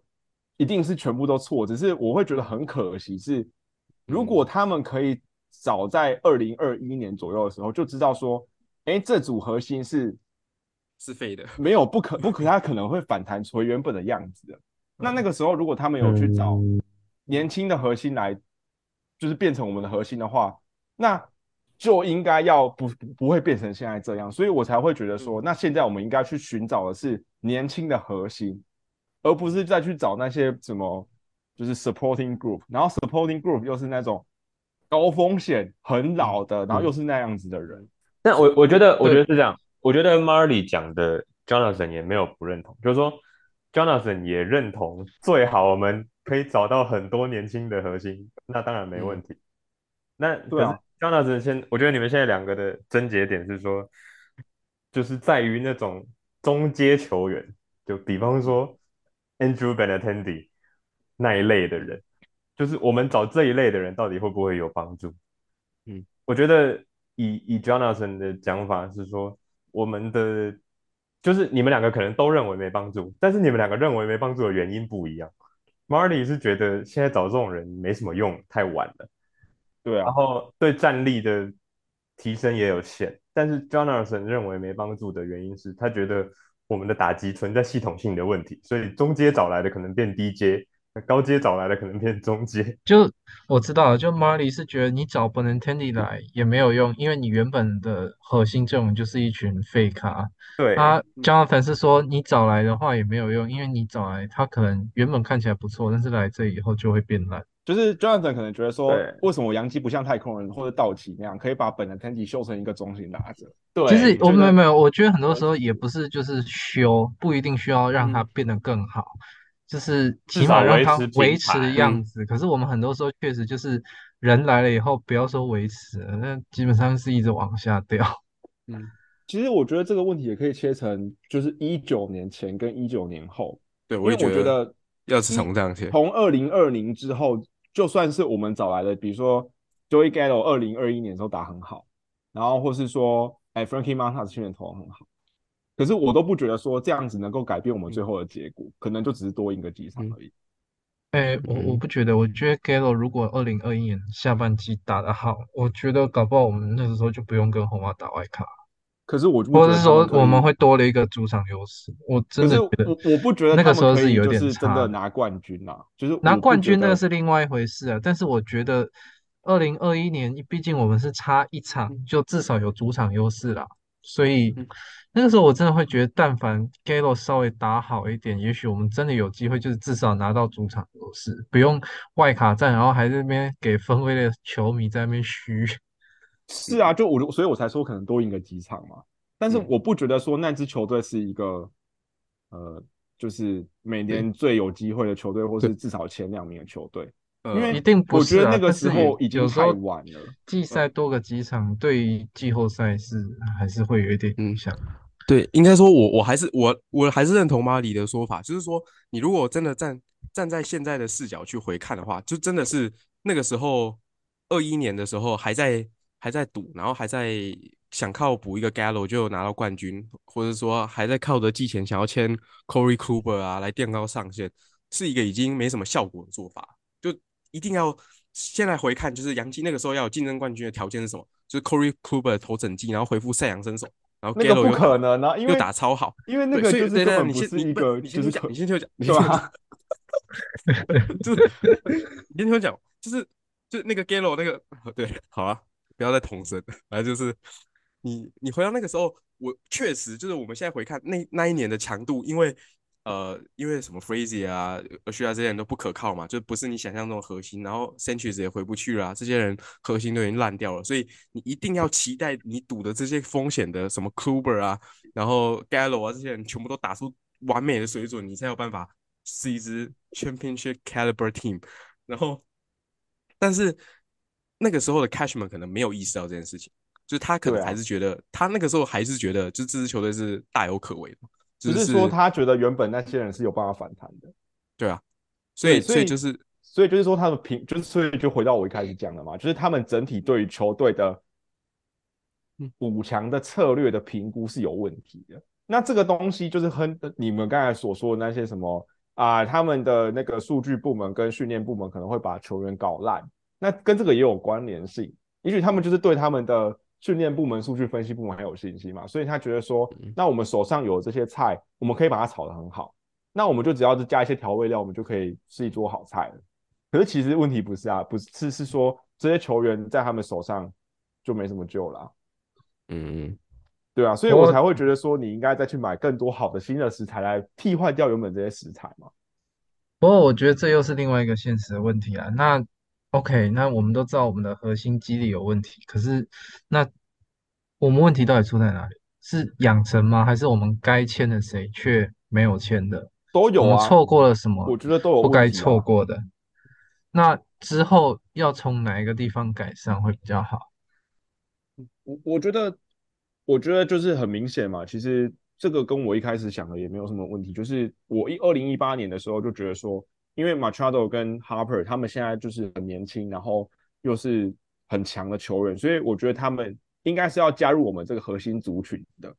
一定是全部都错，只是我会觉得很可惜是，如
嗯
果他们可以。早在二零二一年左右的时候就知道说，哎，这组核心是
是废的，
没有不可不可，它可能会反弹回原本的样子的。那那个时候如果他们有去找年轻的核心来，就是变成我们的核心的话，那就应该要不不会变成现在这样，所以我才会觉得说，那现在我们应该去寻找的是年轻的核心，而不是再去找那些什么就是 supporting group，然后 supporting group 又是那种高风险、很老的，然后又是那样子的人。
但我我觉得，我
对
觉得是这样，我觉得 Marley 讲的 Jonathan 也没有不认同，就是说 Jonathan 也认同，最好我们可以找到很多年轻的核心，那当然
嗯
没问题。那
对啊
可是 Jonathan 现，我觉得你们现在两个的症结点是说，就是在于那种中阶球员，就比方说 Andrew Benatendi 那一类的人，就是我们找这一类的人到底会不会有帮助？
嗯
我觉得以以 Jonathan 的讲法是说，我们的就是你们两个可能都认为没帮助，但是你们两个认为没帮助的原因不一样。Marty 是觉得现在找这种人没什么用，太晚了，
对啊
然，后对战力的提升也有限。但是 Jonathan 认为没帮助的原因是他觉得我们的打击存在系统性的问题，所以中阶找来的可能变低阶，那高阶找来的可能变
<laughs>
中阶。
就我知道了，就 Marley 是觉得你找
嗯
Benintendi 来也没有用，因为你原本的核心阵容就是一群废咖。
对，嗯
他 Jonathan 是说你找来的话也没有用，因为你找来他可能原本看起来不错，但是来这以后就会变烂。
就是 Jonathan 可能觉得说
对，
为什么杨基不像太空人或者道奇那样，可以把本来 t e n d 修成一个中型打者？
对嗯
其实
觉
我没有
得
没有，我觉得很多
合
时候也不是就是修，不一定需要让它变得更好，就是起
少
码让
维
它
持品
维持
牌
样
嗯
子。可是我们很多时候确实就是人来了以后，不要说维持了，那基本上是一直往下掉。
其实我觉得这个问题也可以切成，就是一九年前跟一九年后，
对，
因
我
为
也
我觉得
要是从这样写，
从二零二零之后，就算是我们找来的，比如说 Joey Gallo 二零二一年的时候打很好，然后或是说哎 Frankie Montas 去年投得很好，可是我都不觉得说这样子能够改变我们最后的结果，可能就只是多赢个几
嗯
场而已。
哎，我
嗯
我不觉得，我觉得 Gallo 如果二零二一年下半季打得好，我觉得搞不好我们那个时候就不用跟红袜打外卡，
可是我就不
或
觉
者
得
是
他
说
可
我们
以
会多了一个主场优势。我真的觉
可是
得
我我不觉得
那个
他
时候
们可
是
以
有
就
点
是真
差
的拿冠军啦、就是
拿
我不
冠
觉
军那
得
个是另外一回事啊，但是我觉得二零二一年，毕竟我们是差一场，
嗯
就至少有主场优势啦。所以那个时候我真的会觉得，但凡 Gallo 稍微打好一点，也许我们真的有机会，就是至少拿到主场优势，不用外卡战，然后还在那边给分位的球迷在那边嘘。
是啊，就我所以我才说可能多赢个几场嘛。但是
嗯
我不觉得说那支球队是一个呃，就是每年最有机会的球队，或是至少前两名的球队。
呃
因为
一定不
哎我觉
是
得
啊
那个
但
时
是也
候已经
有时候
太晚了嗯
季赛多个几场，对于季后赛是还是会有一点影
嗯
响。
对，应该说我我还是我我还是认同马里的说法，就是说你如果真的站站在现在的视角去回看的话，就真的是那个时候二一年的时候还在还在赌，然后还在想靠补一个 Gallo 就拿到冠军，或者说还在靠着季前想要签 Corey Kluber 啊来垫高上限，是一个已经没什么效果的做法。就一定要现在回看，就是杨基那个时候要有竞争冠军的条件是什么？就是 Corey Kluber 投整季，然后回复赛扬身手，然后
那个
Gallo
不
又打
可能啊，因
又
为
打超好，
因为那
对
个
所以
就是
对
根
对
本
你
不
先
是
你
一
不
个
你先
就是
听我讲，你先听我讲，你
对
先听我
吧
讲，？
<laughs>
就是你先听我讲，就是就是那个 Gallo 那个对，好啊，不要再同声了，反正就是你你回到那个时候，我确实就是我们现在回看那那一年的强度，因为呃因为什么 f r a z y 啊、呃 s h i 这些人都不可靠嘛，就不是你想象中的核心，然后 Sanchez 也回不去了、啊这些人核心都已经烂掉了，所以你一定要期待你赌的这些风险的什么 Kluber 啊，然后 Gallo 啊这些人全部都打出完美的水准，你才有办法是一支 Championship caliber team。然后，但是那个时候的 Cashman 可能没有意识到这件事情，就是他可
对
能
啊
还是觉得、他那个时候还是觉得，就这支球队是大有可为的，
只
就是
说他觉得原本那些人是有办法反弹的，
对啊，所
对
以
所
所以
以
就是
所以就是说他们平就是所以就回到我一开始讲的嘛，就是他们整体对于球队的
嗯
补强的策略的评估是有问题的。那这个东西就是很你们刚才所说的那些什么啊、他们的那个数据部门跟训练部门可能会把球员搞烂，那跟这个也有关联性。也许他们就是对他们的训练部门、数据分析部门很有信心嘛，所以他觉得说，那我们手上有这些菜，我们可以把它炒得很好。那我们就只要加一些调味料，我们就可以是一桌好菜了。可是其实问题不是啊，不是是是说这些球员在他们手上就没什么救了啊、
嗯，
对啊，所以
我
我才会觉得说你应该再去买更多好的新的食材来替换掉原本这些食材嘛。
不过我觉得这又是另外一个现实的问题啊。那 OK，那我们都知道我们的核心肌力有问题，可是那我们问题到底出在哪里？是养成吗？还是我们该签的谁却没有签的？
都有
我们
啊，
嗯错过了什么
我觉得都有
不
问
该
题啊
错过的？那之后要从哪一个地方改善会比较好？
我我觉得，我觉得就是很明显嘛。其实这个跟我一开始想的也没有什么问题。就是我一二零一八年的时候就觉得说，因为 Machado 跟 Harper 他们现在就是很年轻，然后又是很强的球员，所以我觉得他们应该是要加入我们这个核心族群的。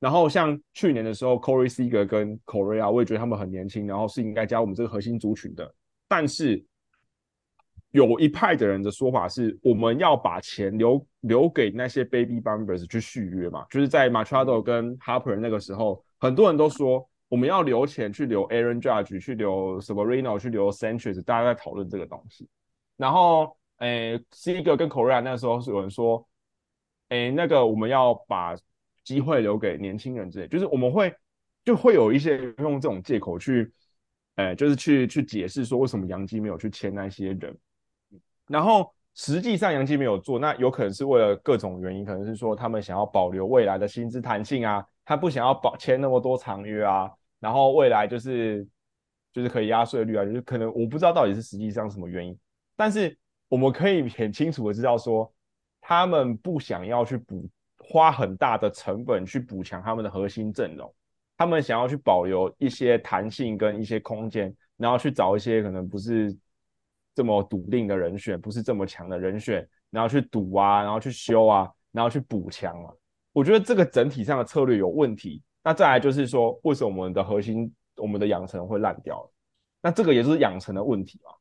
然后像去年的时候，Corey Seager 跟 Correa，我也觉得他们很年轻，然后是应该加入我们这个核心族群的。但是有一派的人的说法是，我们要把钱留留给那些 baby bumpers 去续约嘛，就是在 Machado 跟 Harper 那个时候，很多人都说我们要留钱去留 Aaron Judge，去留 Severino，去留 Sanchez，大家在讨论这个东西。然后，诶，Seager 跟 Correa 那时候是有人说，诶，那个我们要把机会留给年轻人之类，就是我们会就会有一些人用这种借口去，呃，就是去去解释说为什么杨基没有去签那些人，然后实际上杨基没有做，那有可能是为了各种原因，可能是说他们想要保留未来的薪资弹性啊，他不想要保签那么多长约啊，然后未来就是就是可以压税率啊，就是可能我不知道到底是实际上什么原因，但是我们可以很清楚的知道说，他们不想要去补花很大的成本去补强他们的核心阵容，他们想要去保留一些弹性跟一些空间，然后去找一些可能不是这么笃定的人选，不是这么强的人选，然后去赌啊，然后去修啊，然后去补强啊。我觉得这个整体上的策略有问题。那再来就是说，为什么我们的核心、我们的养成会烂掉了？那这个也是养成的问题嘛。啊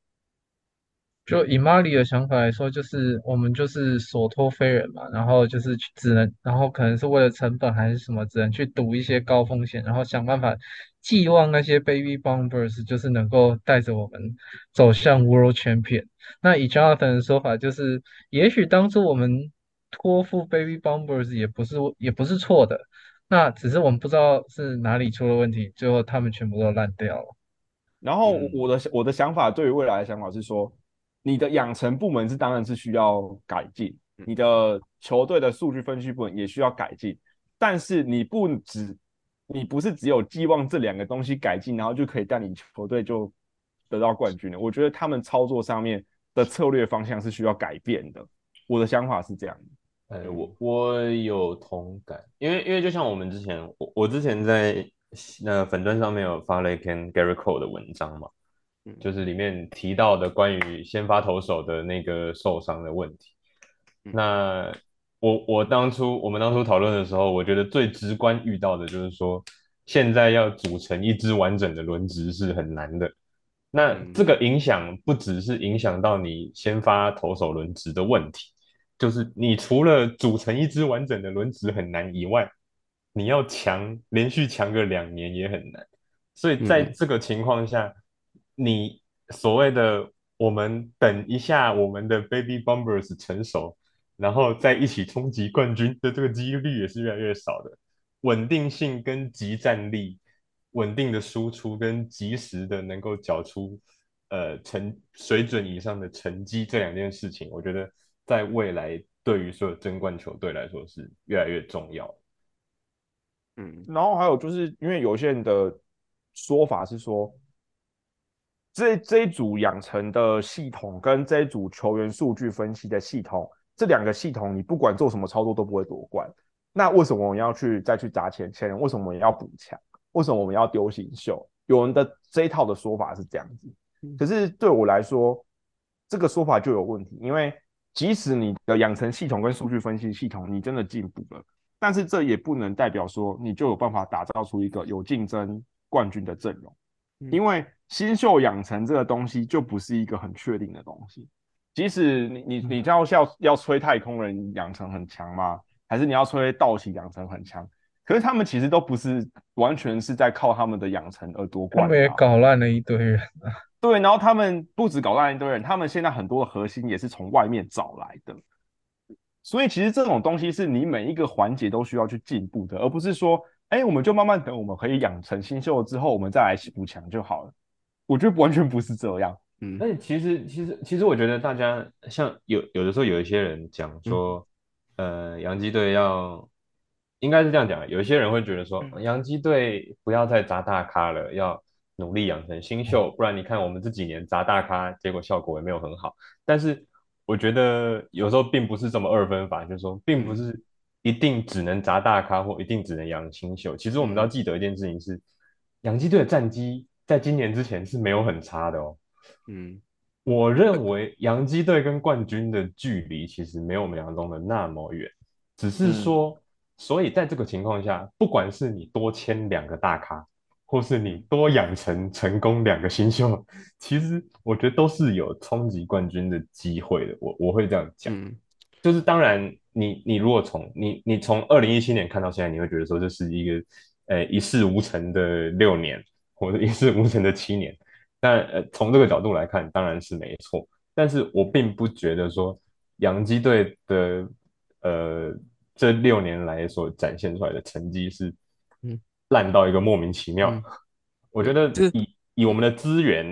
就以马里的想法来说，就是我们就是所托非人嘛，然后就是去只能，然后可能是为了成本还是什么，只能去赌一些高风险，然后想办法寄望那些 baby bombers 就是能够带着我们走向 world champion。那以 Jonathan 的说法，就是也许当初我们托付 baby bombers 也不是也不是错的，那只是我们不知道是哪里出了问题，最后他们全部都烂掉了。
然后
嗯
我的、我的想法对于未来的想法是说，你的养成部门是当然是需要改进，
嗯
你的球队的数据分析部门也需要改进，但是你不只你不是只有寄望这两个东西改进，然后就可以带你球队就得到冠军的。我觉得他们操作上面的策略方向是需要改变的。我的想法是这样的。
哎，我我有同感，因为因为就像我们之前，我我之前在那粉砖上面有发了一篇 Gary Cole 的文章嘛，
嗯
就是里面提到的关于先发投手的那个受伤的问题。
嗯
那我我当初我们当初讨论的时候，我觉得最直观遇到的就是说，现在要组成一支完整的轮值是很难的。那
嗯
这个影响不只是影响到你先发投手轮值的问题，就是你除了组成一支完整的轮值很难以外，你要强连续强个两年也很难。所以在
嗯
这个情况下，你所谓的我们等一下我们的 Baby Bombers 成熟，然后再一起冲击冠军的这个几率也是越来越少的。稳定性跟集战力，稳定的输出跟及时的能够缴出呃成水准以上的成绩这两件事情，我觉得在未来对于所有争冠球队来说是越来越重要。
嗯
然后还有就是因为有些人的说法是说，这这一组养成的系统跟这一组球员数据分析的系统，这两个系统你不管做什么操作都不会夺冠。那为什么我们要去再去砸钱签人？为什么我们要补强？为什么我们要丢新秀？有人的这一套的说法是这样子，可是对我来说，这个说法就有问题，因为即使你的养成系统跟数据分析系统你真的进步了。但是这也不能代表说你就有办法打造出一个有竞争冠军的阵容，
嗯
因为新秀养成这个东西就不是一个很确定的东西。即使你你你要要要吹太空人养成很强吗？还是你要吹道奇养成很强？可是他们其实都不是完全是在靠他们的养成而夺
他
冠
们也
的啊、
搞烂了一堆人，
对，然后他们不止搞烂一堆人，他们现在很多的核心也是从外面找来的。所以其实这种东西是你每一个环节都需要去进步的，而不是说，哎，我们就慢慢等我们可以养成新秀之后，我们再来补强就好了。我觉得完全不是这样。
嗯
但其实，其实，其实，我觉得大家像有有的时候有一些人讲说，呃，洋基队要应该是这样讲，啊有一些人会觉得说，洋基队不要再砸大咖了，要努力养成新秀，不然你看我们这几年砸大咖，结果效果也没有很好。但是我觉得有时候并不是这么二分法，就是说，并不是一定只能砸大咖或一定只能养新秀。其实我们都要记得一件事情是，洋基队的战绩在今年之前是没有很差的哦。
嗯，
我认为洋基队跟冠军的距离其实没有我们想象中的那么远，只是说，所以在这个情况下，不管是你多签两个大咖，或是你多养成成功两个新秀，其实我觉得都是有冲击冠军的机会的。我我会这样讲，
嗯
就是当然你，你如果从你你从二零一七年看到现在，你会觉得说这是一个呃一事无成的六年，或者一事无成的七年。那呃从这个角度来看，当然是没错。但是我并不觉得说洋基队的呃这六年来所展现出来的成绩是
嗯
烂到一个莫名其妙。
嗯
我觉得
这嗯
以以我们的资源，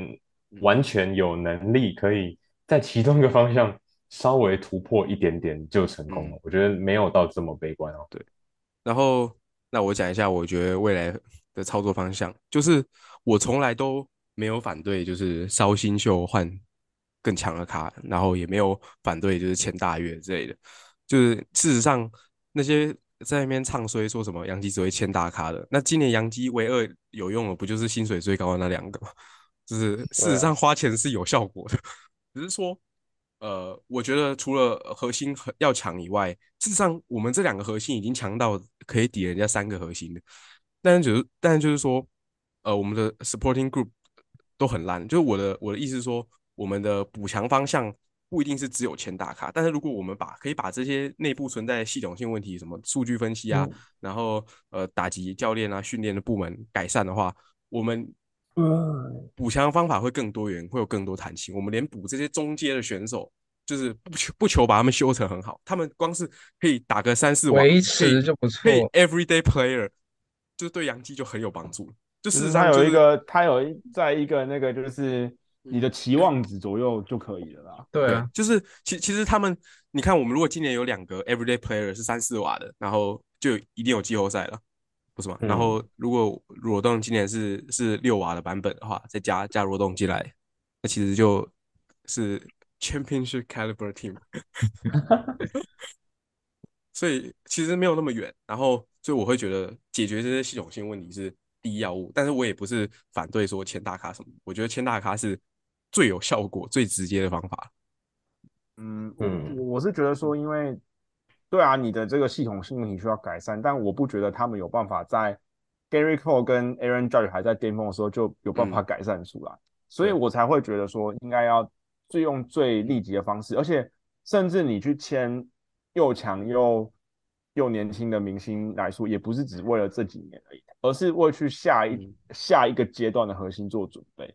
完全有能力可以在其中一个方向稍微突破一点点就成功
嗯
了。我觉得没有到这么悲观哦。
然后那我讲一下，我觉得未来的操作方向，就是我从来都没有反对，就是烧新秀换更强的卡，然后也没有反对就是签大约之类的。就是事实上，那些在那边唱衰说什么杨基只会签大咖的，那今年杨基唯二有用的不就是薪水最高的那两个吗？就是事实上花钱是有效果的，只是说，呃，我觉得除了呃核心很要强以外，事实上我们这两个核心已经强到可以抵人家三个核心的，但是就是但是就是说，呃，我们的 supporting group 都很烂，就是我的我的意思是说，我们的补强方向不一定是只有签大咖，但是如果我们把可以把这些内部存在的系统性问题，什么数据分析啊，
嗯
然后呃打击教练啊训练的部门改善的话，我们补强方法会更多元，会有更多弹性。我们连补这些中阶的选手，就是不求不求把他们修成很好，他们光是可以打个三四网，
维
可以
持就不错
可。以 everyday player，就对杨基就很有帮助。就
就
事
是
实
它
上、
有
就是，嗯
一个，它有一在一个那个就是你的期望值左右就可以了啦。
对啊，
就是其其实他们，你看我们如果今年有两个 everyday player 是三四瓦的，然后就一定有季后赛了，不是吗？然
嗯
后如果罗栋今年是是六瓦的版本的话，再加加罗栋进来，那其实就是 championship caliber
<laughs>
team，所以其实没有那么远。然后所以我会觉得解决这些系统性问题是第一要务，但是我也不是反对说签大咖什么，我觉得签大咖是最有效果、最直接的方法。
嗯，
嗯
我我是觉得说，因为对啊，你的这个系统性问题需要改善，但我不觉得他们有办法在 Gary Cole 跟 Aaron Judge 还在巅峰的时候就有办法改善出来，所以
嗯对
我才会觉得说，应该要最用最立即的方式，而且甚至你去签又强又又年轻的明星来说，也不是只为了这几年而已，而是为去下一、
嗯
下一个阶段的核心做准备。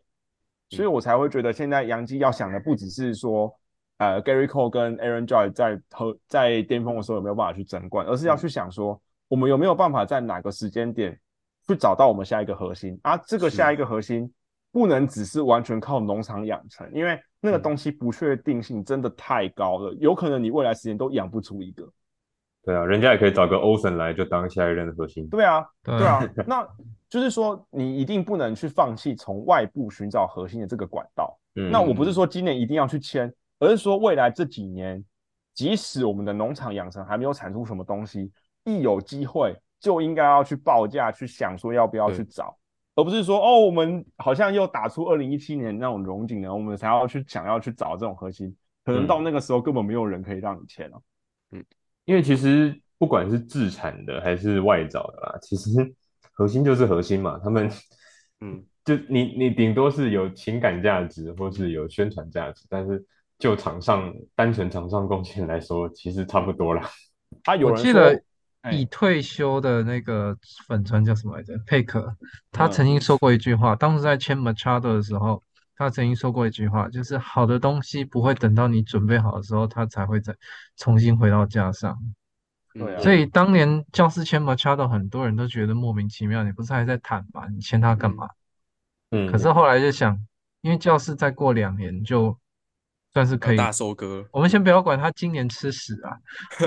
所以我才会觉得现在杨基要想的不只是说，呃，Gary Cole 跟 Aaron Judge 在和在巅峰的时候有没有办法去争冠，而是要去想说，我们有没有办法在哪个时间点去找到我们下一个核心啊？这个
是
下一个核心不能只是完全靠农场养成，因为那个东西不确定性真的太高了，有可能你未来时间都养不出一个。
对啊，人家也可以找个 Olsen 来就当下一任的核心。
对啊，
对
对啊，那就是说你一定不能去放弃从外部寻找核心的这个管道。
嗯
那我不是说今年一定要去签，而是说未来这几年，即使我们的农场养成还没有产出什么东西，一有机会就应该要去报价，去想说要不要
对
去找，而不是说哦，我们好像又打出二零一七年那种荣景了，我们才要去想要去找这种核心，可能
嗯
到那个时候根本没有人可以让你签哦了、
因为其实不管是自产的还是外找的啦，其实核心就是核心嘛。他们，
嗯，
就你你顶多是有情感价值或是有宣传价值，但是就场上单纯场上贡献来说，其实差不多啦。
<laughs> 啊。有
我
人
记
说
得，
哎
已退休的那个粉川叫什么来着？佩克，
嗯
他曾经说过一句话，当时在签 Machado 的时候，他曾经说过一句话，就是好的东西不会等到你准备好的时候，它才会再重新回到架上。
对
嗯
嗯
啊
所以当年教师签 Machado，很多人都觉得莫名其妙，你不是还在谈吗？你签他干嘛？
嗯，
可是后来就想，因为教室再过两年就算是可以，
大收割，
我们先不要管他今年吃屎啊，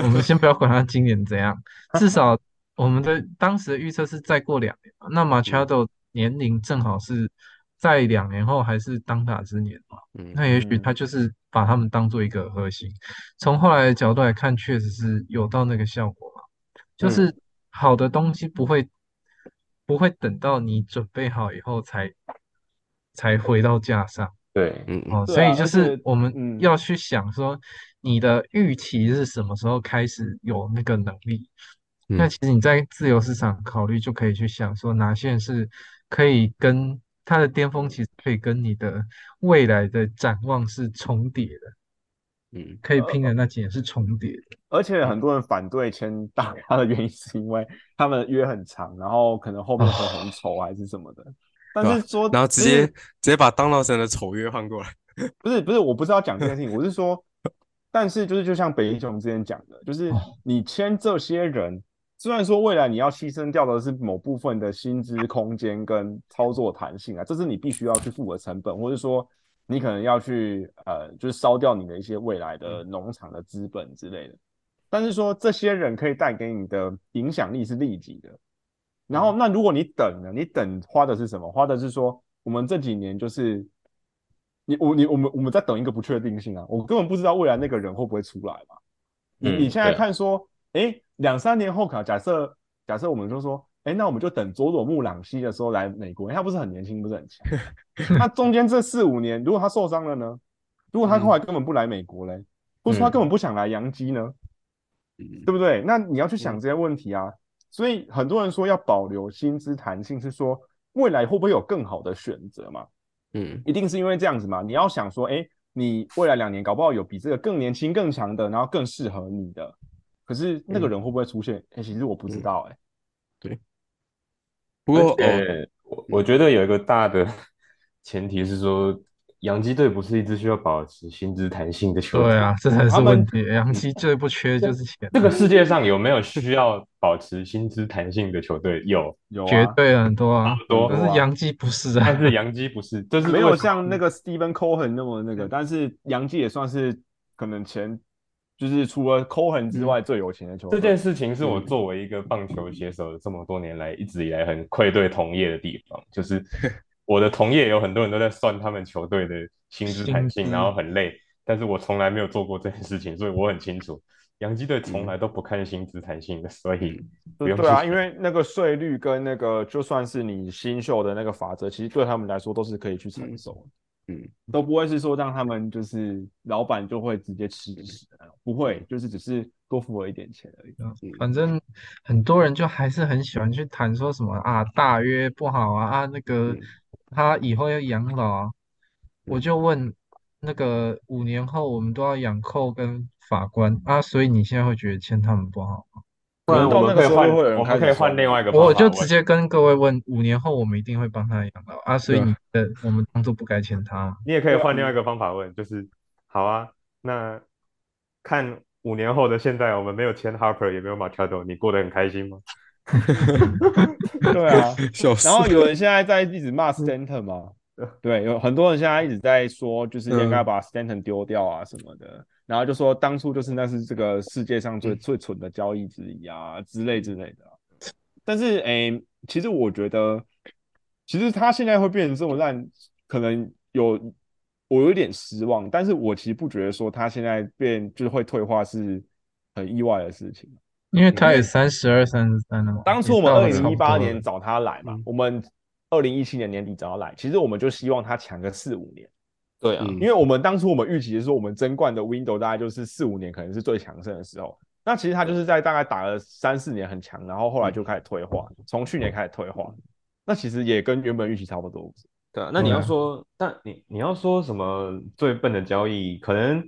我们先不要管他今年怎样，至少我们的当时的预测是再过两年嘛，那 Machado 年龄正好是在两年后还是当打之年嘛，
嗯，
那也许
嗯
他就是把他们当做一个核心，从后来的角度来看，确实是有到那个效果嘛，就是好的东西不会不会等到你准备好以后才才回到架上。
对，
嗯嗯
哦，
对
所
啊
以就
而
是
且
我们
嗯
要去想说，你的预期是什么时候开始有那个能力？那
嗯
其实你在自由市场考虑，就可以去想说，哪些人是可以跟它的巅峰，其实可以跟你的未来的展望是重叠的，
嗯，
可以拼的那几年是重叠的。
而且很多人反对签大咖的原因 <laughs> 是因为他们约很长，然后可能后面会很丑还是什么的。但
哦对啊
是说，
然后直
就是
接
嗯
直接把当老神的丑约换过来，
不是不是，我不是要讲这件事情，
<laughs>
我是说，但是就是就像北一雄之前讲的，就是
哦
你签这些人，虽然说未来你要牺牲掉的是某部分的薪资空间跟操作弹性啊，这是你必须要去付的成本，或者说你可能要去呃，就是烧掉你的一些未来
嗯
的农场的资本之类的。但是说这些人可以带给你的影响力是立即的。然
嗯
后，那如果你等呢？你等花的是什么？花的是说，我们这几年就是你我你我们我们在等一个不确定性啊，我根本不知道未来那个人会不会出来嘛。你
嗯
你现在
对
看说，哎，两三年后，假设假设我们就说，哎，那我们就等佐佐木朗希的时候来美国，因为他不是很年轻，不是很强。那中间这四五年，如果他受伤了呢？如果他后来根本不来美国嘞，或者说他
嗯
根本不想来洋基呢？
嗯
对不对？那你要去想这些问题啊。所以很多人说要保留薪资弹性，是说未来会不会有更好的选择嘛？
嗯
一定是因为这样子嘛？你要想说，哎，你未来两年搞不好有比这个更年轻、更强的，然后更适合你的。可是那个人会不会出现？哎、其实我不知道、哎、
不过
而
哦，
且我我觉得有一个大的前提是说，洋基队不是一支需要保持薪资弹性的球队。
对啊，，这才
他
是问
们
题。杨基最不缺就是钱，
这个世界上有没有需要保持薪资弹性的球队？ <laughs> 有，
有
绝
啊，
对很多啊，
多
可
很
是
啊
杨基不是啊
但。是洋基不是，这是
没
为
有
什么
像那个 Stephen Cohen 那么那个，但是杨基也算是可能前就是除了 Cohen 之外最有钱的球
嗯这
队。
件事情是我作为一个棒球写手这么多年来一直以来很愧对同业的地方，就是我的同业有很多人都在算他们球队的薪资弹
薪
性，
资
然后很累，但是我从来没有做过这件事情，所以我很清楚，洋基队从来都不看薪资弹性的，所以不
对
用
对啊，
去
因为那个税率跟那个就算是你新秀的那个法则，其实对他们来说都是可以去承受的，
嗯
都不会是说让他们就是老板就会直接吃屎的那种，不会，就是只是多付我一点钱而已。
反正很多人就还是很喜欢去谈说什么啊，大约不好啊，啊那个
嗯
他以后要养老啊。我就问那个五年后我们都要养寇跟法官啊，所以你现在会觉得签他们不好吗？
不然
可能到
我们
那个
可以
时候
换，
会有人
我们
开始
可以换
说
另外一个方法
我
问。
就直接跟各位问，五年后我们一定会帮他养老啊，所以
对啊
你觉得我们当做不该签他吗？
你也可以换另外一个方法问，就是好啊，那看五年后的现在，我们没有签 Harper，也没有 Machado，你过得很开心吗？
对啊，
<laughs> 笑死
然，后有人现在在一直骂 Stanton 嘛，对，有很多人现在一直在说，就是应该把 Stanton 丢掉啊什么的，然后就说当初就是那是这个世界上最最蠢的交易之一啊之类之类的啊。但是诶、其实我觉得，其实他现在会变成这么烂，可能有我有点失望，但是我其实不觉得说他现在变就是会退化是很意外的事情。
因为他也三十二、三十三了嘛，
嗯当初
也
我们
到
二
了差
零一
不
八
多
年
了
找他来嘛
嗯，
我们二零一七年年底找他来，其实我们就希望他强个四五年，
对啊
嗯
因为我们当初我们预期是说我们争冠的 window 大概就是四五年可能是最强盛的时候，那其实他就是在大概打了三四年很强，然后后来就开始退
嗯
化，从去年开始退化，那其实也跟原本预期差不多。
对啊，那你要
对啊
说，但你你要说什么最笨的交易，可能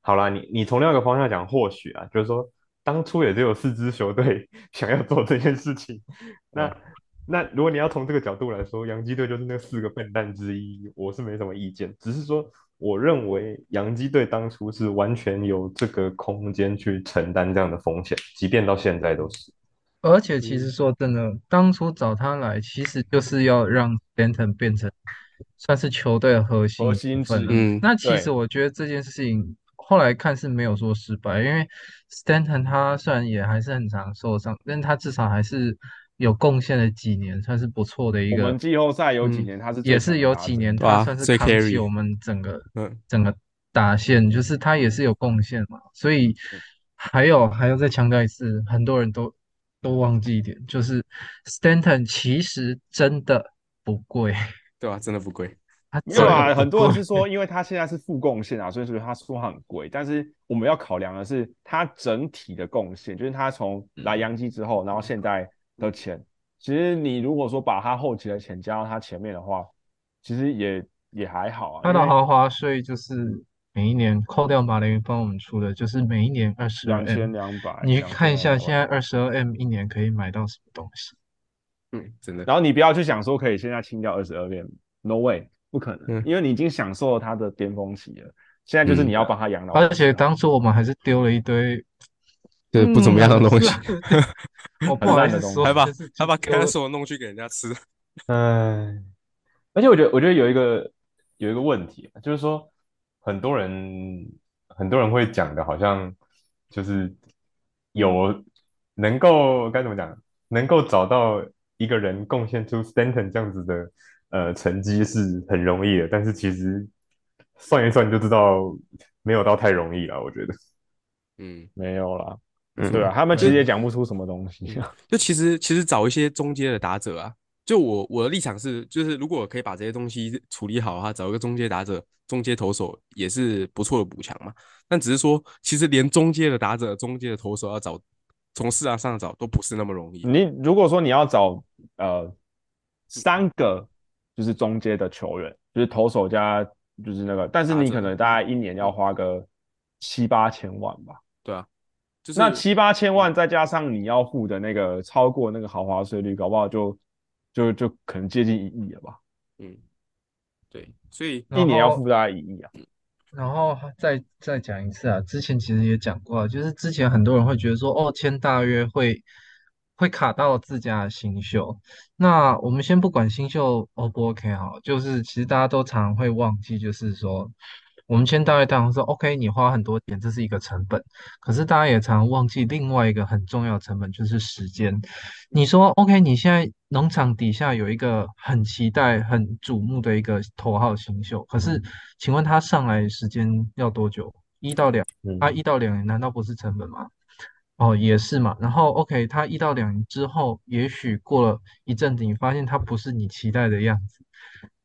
好啦，你你从另外一个方向讲，或许啊，就是说当初也只有四支球队 <laughs> 想要做这件事情。那那如果你要从这个角度来说，洋基队就是那四个笨蛋之一，我是没什么意见，只是说我认为洋基队当初是完全有这个空间去承担这样的风险，即便到现在都是。
而且其
嗯
实说真的，当初找他来，其实就是要让 Stanton 变成算是球队的核心
核
一
心
部分
之
了
一
嗯
那其
对
实我觉得这件事情后来看是没有说失败，因为 Stanton 他虽然也还是很常受伤，但他至少还是有贡献了几年，算是不错的一
我
个
们，季后赛有几
嗯
年他是最
也
强
是
的
有
打
几
者
年
对啊
他算是
最
扛
carry
起我们整个
嗯，
整个打线，就是他也是有贡献嘛。所以还有还要再强调一次，很多人都都忘记一点，就是 Stanton 其实真的不贵，
对啊吧、真的不贵，
他
没
真
有啊，
的不
很多人
贵
是说，因为它现在是负贡献啊，所以说他说它很贵。但是我们要考量的是它整体的贡献，就是它从
嗯
来洋基之后，然后现在的钱。其实你如果说把它后期的钱加到它前面的话，其实也也还好啊。
他
因
的
为
豪华税就是每一年扣掉马林帮我们出的，就是每一年二十二
两
m
千。两百，
嗯你去看一下，
2200
现在。二十二 m 一年可以买到什么东西？
嗯，真的。
然后你不要去想说可以现在清掉二十二遍，no way，不可能，
嗯
因为你已经享受了它的巅峰期了。现在就是
嗯
你要帮他养老，啊
而且当初我们还是丢了一堆
就是不怎么样的东西，
嗯 <laughs> 我不
很
好
烂
意
的
思
东西
说，
<laughs> 还把
就是
他把
丢了
Cancel 弄去给人家吃，
哎，而且我觉得，我觉得有一个有一个问题，啊就是说，很多人很多人会讲的，好像就是有能够该怎么讲，能够找到一个人贡献出 Stanton 这样子的呃成绩是很容易的，但是其实算一算就知道没有到太容易了，我觉得。
嗯，
没有啦，
嗯
对啊，他们其实也讲不出什么东
嗯
西。
就其实其实找一些中间的打者啊，就我我的立场是，就是如果我可以把这些东西处理好的话，找一个中间打者、中间投手也是不错的补强嘛。但只是说，其实连中间的打者、中间的投手要找，从市场上找都不是那么容易。
你如果说你要找呃
嗯
三个就是中阶的球员，就是投手加就是那个，但是你
打者
可
嗯
能大概一年要花个七八千万吧。
对啊，就是
那七八千
嗯
万再加上你要付的那个超过那个豪华税率，搞不好就就就可能接近一亿了吧，
嗯，对，所以
然
一年要
后
付大概一亿啊。
然后再再讲一次啊，之前其实也讲过啊，就是之前很多人会觉得说，哦，签大约会会卡到自家的新秀。那我们先不管新秀 O 不 OK 好了，就是其实大家都常会忘记，就是说我们签大约当然说 OK，你花很多钱，这是一个成本，可是大家也常忘记另外一个很重要的成本就是时间。你说 OK，你现在农场底下有一个很期待、很瞩目的一个头号新秀，可是请问他上来时间要多久？一到两，他一到两年难道不是成本吗？哦，也是嘛。然后 OK，他一到两年之后，也许过了一阵子，你发现他不是你期待的样子，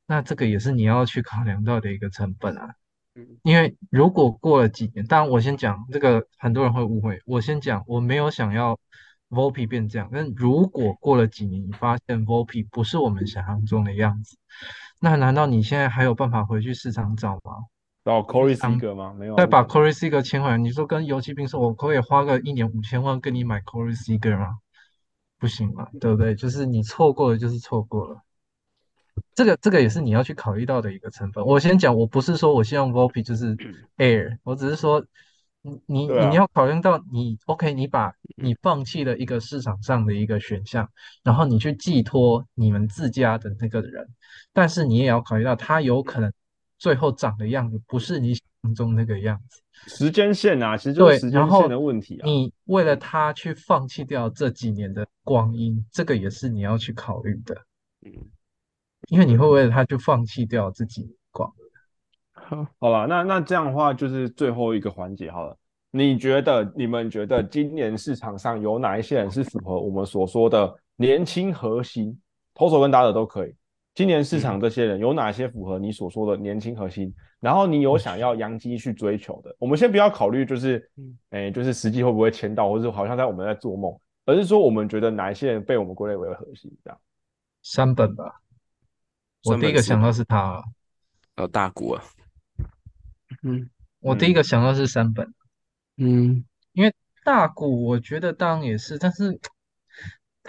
那这个也是你要去考量到的一个成本啊
嗯。
因为如果过了几年，当然我先讲这个，很多人会误会。我先讲，我没有想要 Vopi 变这样，但如果过了几年，你发现 Vopi 不是我们想象中的样子，那难道你现在还有办法回去市场找吗？
然后 Corey
常
Seager 吗？没有啊，
再
不
把
可能
Corey Seager 签回来，你说跟游骑兵说，我可不可以花个一年五千万跟你买 Corey Seager 吗？不行嘛，对不对？就是你错过了，就是错过了。这个这个也是你要去考虑到的一个成本。我先讲，我不是说我希望 Volpe 就是 Air，我只是说你你
嗯对啊嗯
你要考虑到你 OK，你把你放弃了一个市场上的一个选项，然后你去寄托你们自家的那个人，但是你也要考虑到他
嗯
有可能最后长的样子不是你想象中那个样子。
时间线啊，其实就是
对
时
然
间
后
线的问题啊。
你为了他去放弃掉这几年的光阴，这个也是你要去考虑的，
嗯，
因为你会为了他去放弃掉这几年光。
好，
好吧，那那这样的话就是最后一个环节好了。你觉得你们觉得今年市场上有哪一些人是符合我们所说的年轻核心，投手跟打者都可以？今年市
嗯
场这些人有哪些符合你所说的年轻核心？然后你有
嗯
想要洋基去追求的？我们先不要考虑就是
嗯，
哎，就是实际会不会签到，或是好像在我们在做梦，而是说我们觉得哪一些人被我们归类为核心这样。
山本吧，我
山
第一
本
个
是
想到是他，
呃，大股啊，嗯
我第一
嗯
个想到是山本，
嗯，
因为大股我觉得当然也是，但是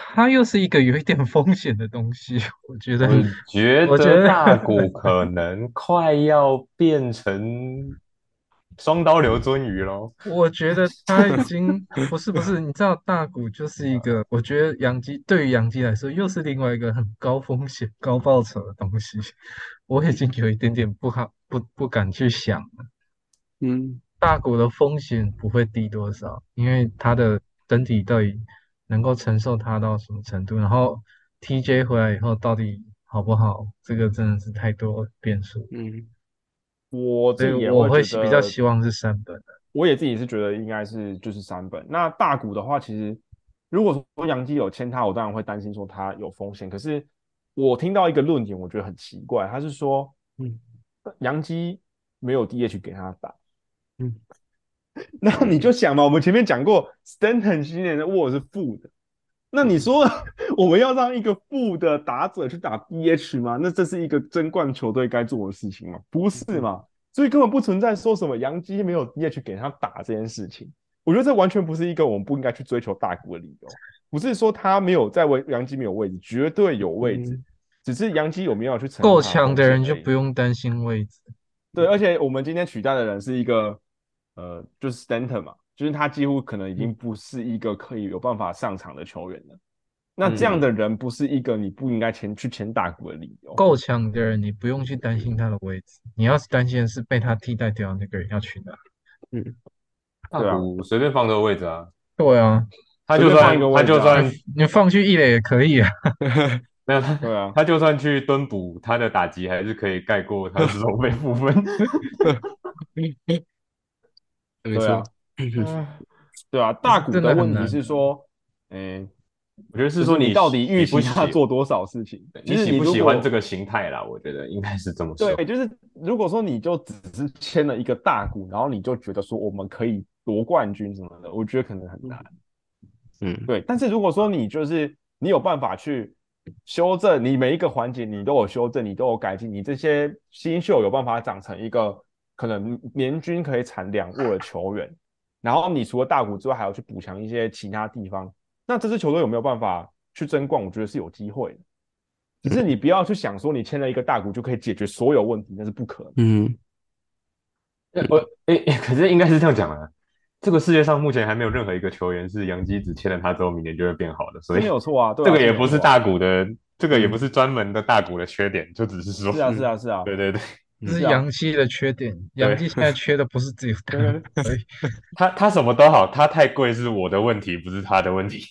它又是一个有一点风险的东西，我觉得。
嗯
我 <laughs> 觉
我觉得
得大谷可能快要变成双刀流鳟鱼喽。
我觉得他已经不是不是，你知道大股就是一个，我觉得养鸡对于养鸡来说又是另外一个很高风险、高报酬的东西，我已经有一点点不好不不敢去想了。
嗯，
大股的风险不会低多少，因为它的整体到底能够承受它到什么程度，然后 TJ 回来以后到底好不好，这个真的是太多变数，
嗯，
我
所
自己
以
也
我会
觉
比较
得
希望是三本的。
我也自己是觉得应该是就是三本。那大股的话，其实如果说杨基有签他，我当然会担心说他有风险。可是我听到一个论点，我觉得很奇怪，他是说，
嗯，
杨基没有 DH 给他打，
嗯，
<laughs> 那你就想嘛，我们前面讲过，Stanton 今年的握是负的，那
嗯
你说我们要让一个负的打者去打 DH 吗？那这是一个争冠球队该做的事情吗？不是嘛？所以根本不存在说什么杨基没有 DH 给他打这件事情。我觉得这完全不是一个我们不应该去追求大股的理由。不是说他没有在位，杨基没有位置，绝对有位置，
嗯
只是杨基有没有去承
够
担他
强的
风险
人就
而已
不用担心位置。
对，而且我们今天取代的人是一个，呃，就是 Stanton 嘛，就是他几乎可能已经不是一个可以有办法上场的球员了。那这样的人不是一个你不应该签去签大股的理由。
够强的人，你不用去担心他的位置，你要是担心的是被他替代掉的那个人要去哪。
大
对啊
谷随便放个位置啊，
对啊，
他
随
就
便放
算
一个位
他
置啊
就算
你放去一垒也可以啊。
没有他
对啊，
他就算去蹲捕，他的打击还是可以盖过他的守备部分。
<laughs>
<laughs>
没
对啊
错，，
对啊，大股
真的很
问题
难
是说，诶，
我觉得是
就
说
你
你
到底预
你不
期他
喜
做多少事情？
你
就是
喜不
如
喜欢
果
这个形态啦？我觉得应该是这么说。
对，就是如果说你就只是签了一个大股，然后你就觉得说我们可以夺冠军什么的，我觉得可能很难。
嗯
对，但是如果说你就是你有办法去修正，你每一个环节你都有修正，你都有改进，你这些新秀有办法长成一个可能年均可以产两握的球员，然后你除了大股之外，还要去补强一些其他地方，那这支球队有没有办法去争冠？我觉得是有机会的。只是你不要去想说你签了一个大股就可以解决所有问题，那是不可能。
嗯，
<laughs> 我诶、诶可是应该是这样讲啊。这个世界上目前还没有任何一个球员是杨基只签了他之后，明年就会变好的，所
这
以
没有
<laughs>
错啊，对啊
这个也
没有
不是
错啊
大股的，这个也不是专门的大股的缺点，就只是说，
是啊，是啊，是啊，
<laughs> 对对对，
嗯
这是
是啊
杨基的缺点，杨基现在缺的不是自由打，
<laughs>
所以
他他什么都好，他太贵是我的问题，不是他的问题。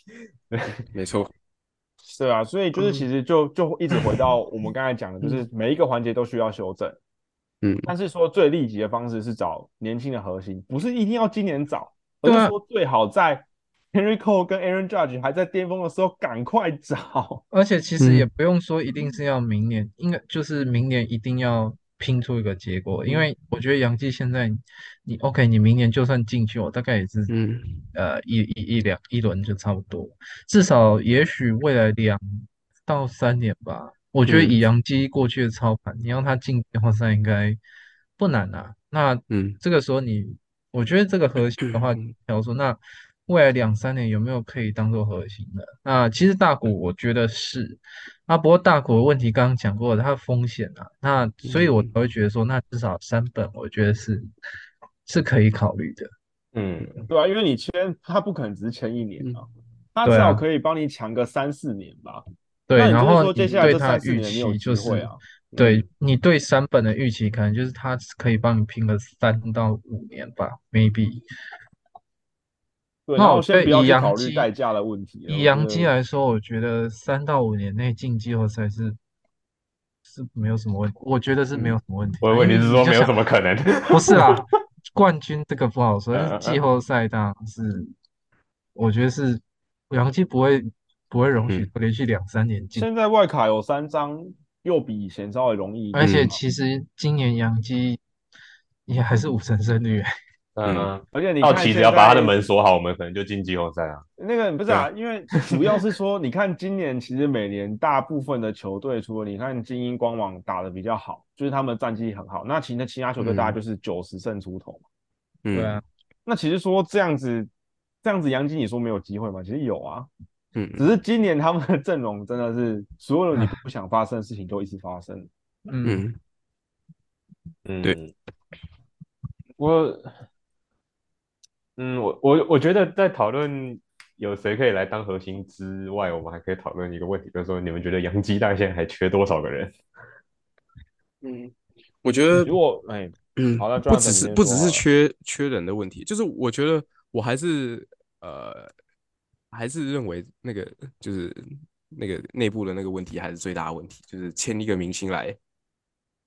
没错，
对啊，所以
嗯
就是其实就就一直回到我们刚才讲的，就是每一个环节都需要修正。
嗯
但是说最立即的方式是找年轻的核心，不是一定要今年找，而
对啊
是说最好在 Henry Cole 跟 Aaron Judge 还在巅峰的时候赶快找。
而且其实
嗯
也不用说一定是要明年，应该就是明年一定要拼出一个结果，因为我觉得杨基现在你 OK，你明年就算进去，我大概也是
嗯
呃一一一两一轮就差不多，至少也许未来两到三年吧。我觉得
嗯
以杨基过去的操盘，你让他进季后赛应该不难啊。那
嗯
这个时候你，我觉得这个核心的话，
嗯
假说那未来两三年有没有可以当做核心的？那其实大股我觉得是，啊，不过大股的问题刚刚讲过了，它的风险啊，那所以我
嗯
才会觉得说，那至少三本我觉得是是可以考虑的。
嗯，
<laughs> 对啊，因为你签他不可能只是签一年啊，他
对
至
啊
少可以帮你抢个三四年吧。
对，
那你
然
就是
后
说接
你
下来
对
这
他
三
的
四
预
年你有
期
机
就是
会啊。
对你对三本的预期，可能就是他可以帮你拼个三到五年吧，maybe。
对，
那
然
我
后
觉
先
得
不要
以
去
洋
考虑
基
代价的问题了。
以
我
洋
觉
基
得
来说，我觉得三到五年内进季后赛是是没有什么问，我觉得是没有什么问题
我
的。
的问题
因为
是
你
说
就
没有
想
什么可能。
不是啦，冠军这个不好说，
嗯
但是
嗯
季
嗯
后赛当然是，我觉得是洋基不会不会容许连续两三年进。
现在外卡有三张，又比以前稍微容易一点
而
嘛。
且其实今年洋基也还是五成胜率，
嗯啊，
而且你
道
看
奇只
现
要把他的
在
门锁好，我们可能就进季后赛啊。
那个不是啊，因为主要是说，你看今年其实每年大部分的球队，除了你看精英光网打的比较好，就是他们战绩很好，那其实其他球队大概
嗯
就是九十胜出头嘛。
嗯，
对啊，
那其实说这样子这样子杨基你说没有机会吗？其实有啊，
嗯，
只是今年他们的阵容真的是所有你不想发生的事情都一直发生。
嗯，
嗯，
<laughs>
嗯，
对，
我，嗯，我我我觉得在讨论有谁可以来当核心之外，我们还可以讨论一个问题，就是说你们觉得洋基大线还缺多少个人？
嗯，我觉得
如果哎，
嗯，
好那
不只
Jonathan
是
你先
不只
说
是
好了
缺缺人的问题，就是我觉得我还是呃，还是认为那个就是那个内部的那个问题还是最大的问题，就是签一个明星来，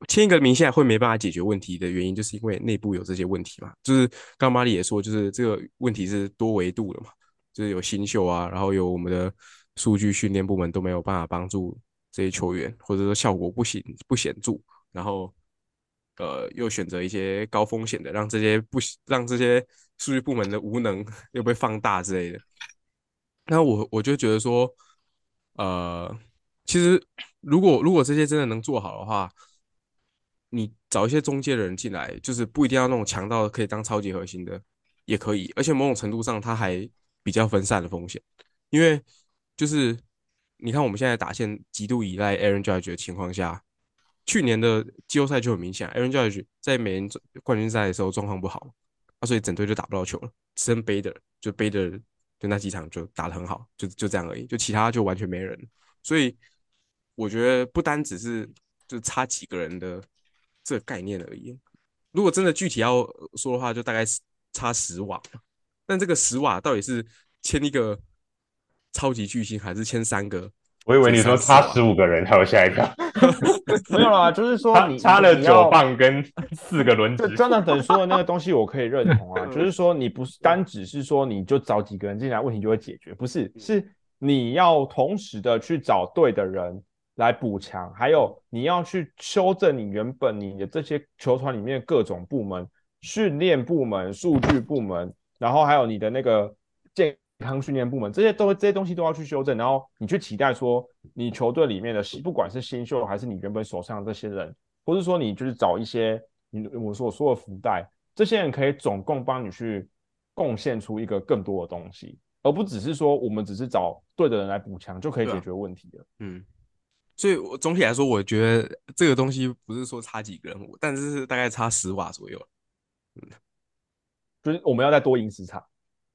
签一个明星来会没办法解决问题的原因，就是因为内部有这些问题嘛。就是刚刚玛丽也说，就是这个问题是多维度的嘛，就是有新秀啊，然后有我们的数据训练部门都没有办法帮助这些球员，或者说效果不显不显著，然后呃又选择一些高风险的，让这些不让这些数据部门的无能 <laughs> 又被放大之类的。那我我就觉得说，呃，其实如果如果这些真的能做好的话，你找一些中介的人进来，就是不一定要那种强到可以当超级核心的，也可以。而且某种程度上，它还比较分散的风险，因为就是你看我们现在打线极度依赖 Aaron Judge 的情况下，去年的季后赛就很明显，Aaron 啊 Judge 在美联冠军赛的时候状况不好，啊，所以整队就打不到球了，只剩 Bader 就 Bader 就那几场就打得很好，就就这样而已，就其他就完全没人。所以我觉得不单只是就差几个人的这个概念而已。如果真的具体要说的话，就大概是差十瓦嘛。但这个十瓦到底是签一个超级巨星，还是签三个？
我以为你说
啊
差
这三十
十五个人，还有下一个，
没有啦，就是说
差
你
差了
你要
九棒跟四个
<laughs>
轮
这
值。
Jonathan 说的那个东西，我可以认同
嗯
啊，就是说你不是单只是说你就找几个人进来，问题就会解决，不是，是你要同时的去找对的人来补强，还有你要去修正你原本你的这些球团里面的各种部门、训练部门、数据部门，然后还有你的那个健康训练部门，这些都这些东西都要去修正，然后你去期待说你球队里面的新，不管是新秀还是你原本手上的这些人。或是说你就是找一些你我所说的福袋，这些人可以总共帮你去贡献出一个更多的东西，而不只是说我们只是找对的人来补强就可以
对啊
解决问题了。
嗯，所以我总体来说，我觉得这个东西不是说差几个人，但是是大概差十瓦左右。啊
就是我们要再多赢十场，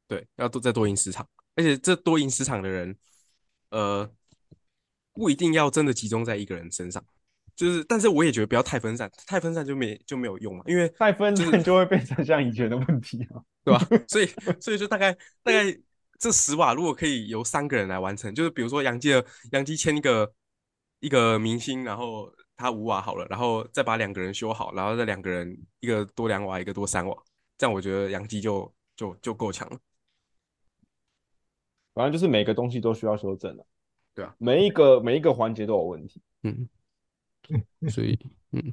对，要多再多赢十场，而且这多赢十场的人，呃，不一定要真的集中在一个人身上，就是，但是我也觉得不要太分散，太分散就没就没有用嘛，因 <laughs> 为
再分
就是
散就会变成像以前的问题啊。
对吧？所以所以就大概大概这十瓦如果可以由三个人来完成，就是比如说杨基的杨基签一个一个明星，然后他五瓦好了，然后再把两个人修好，然后再两个人一个多两瓦，一个多三瓦，这样我觉得杨基就就就够强了。
反正就是每个东西都需要修正的、
对啊，
每一个每一个环节都有问题。
嗯，所以嗯。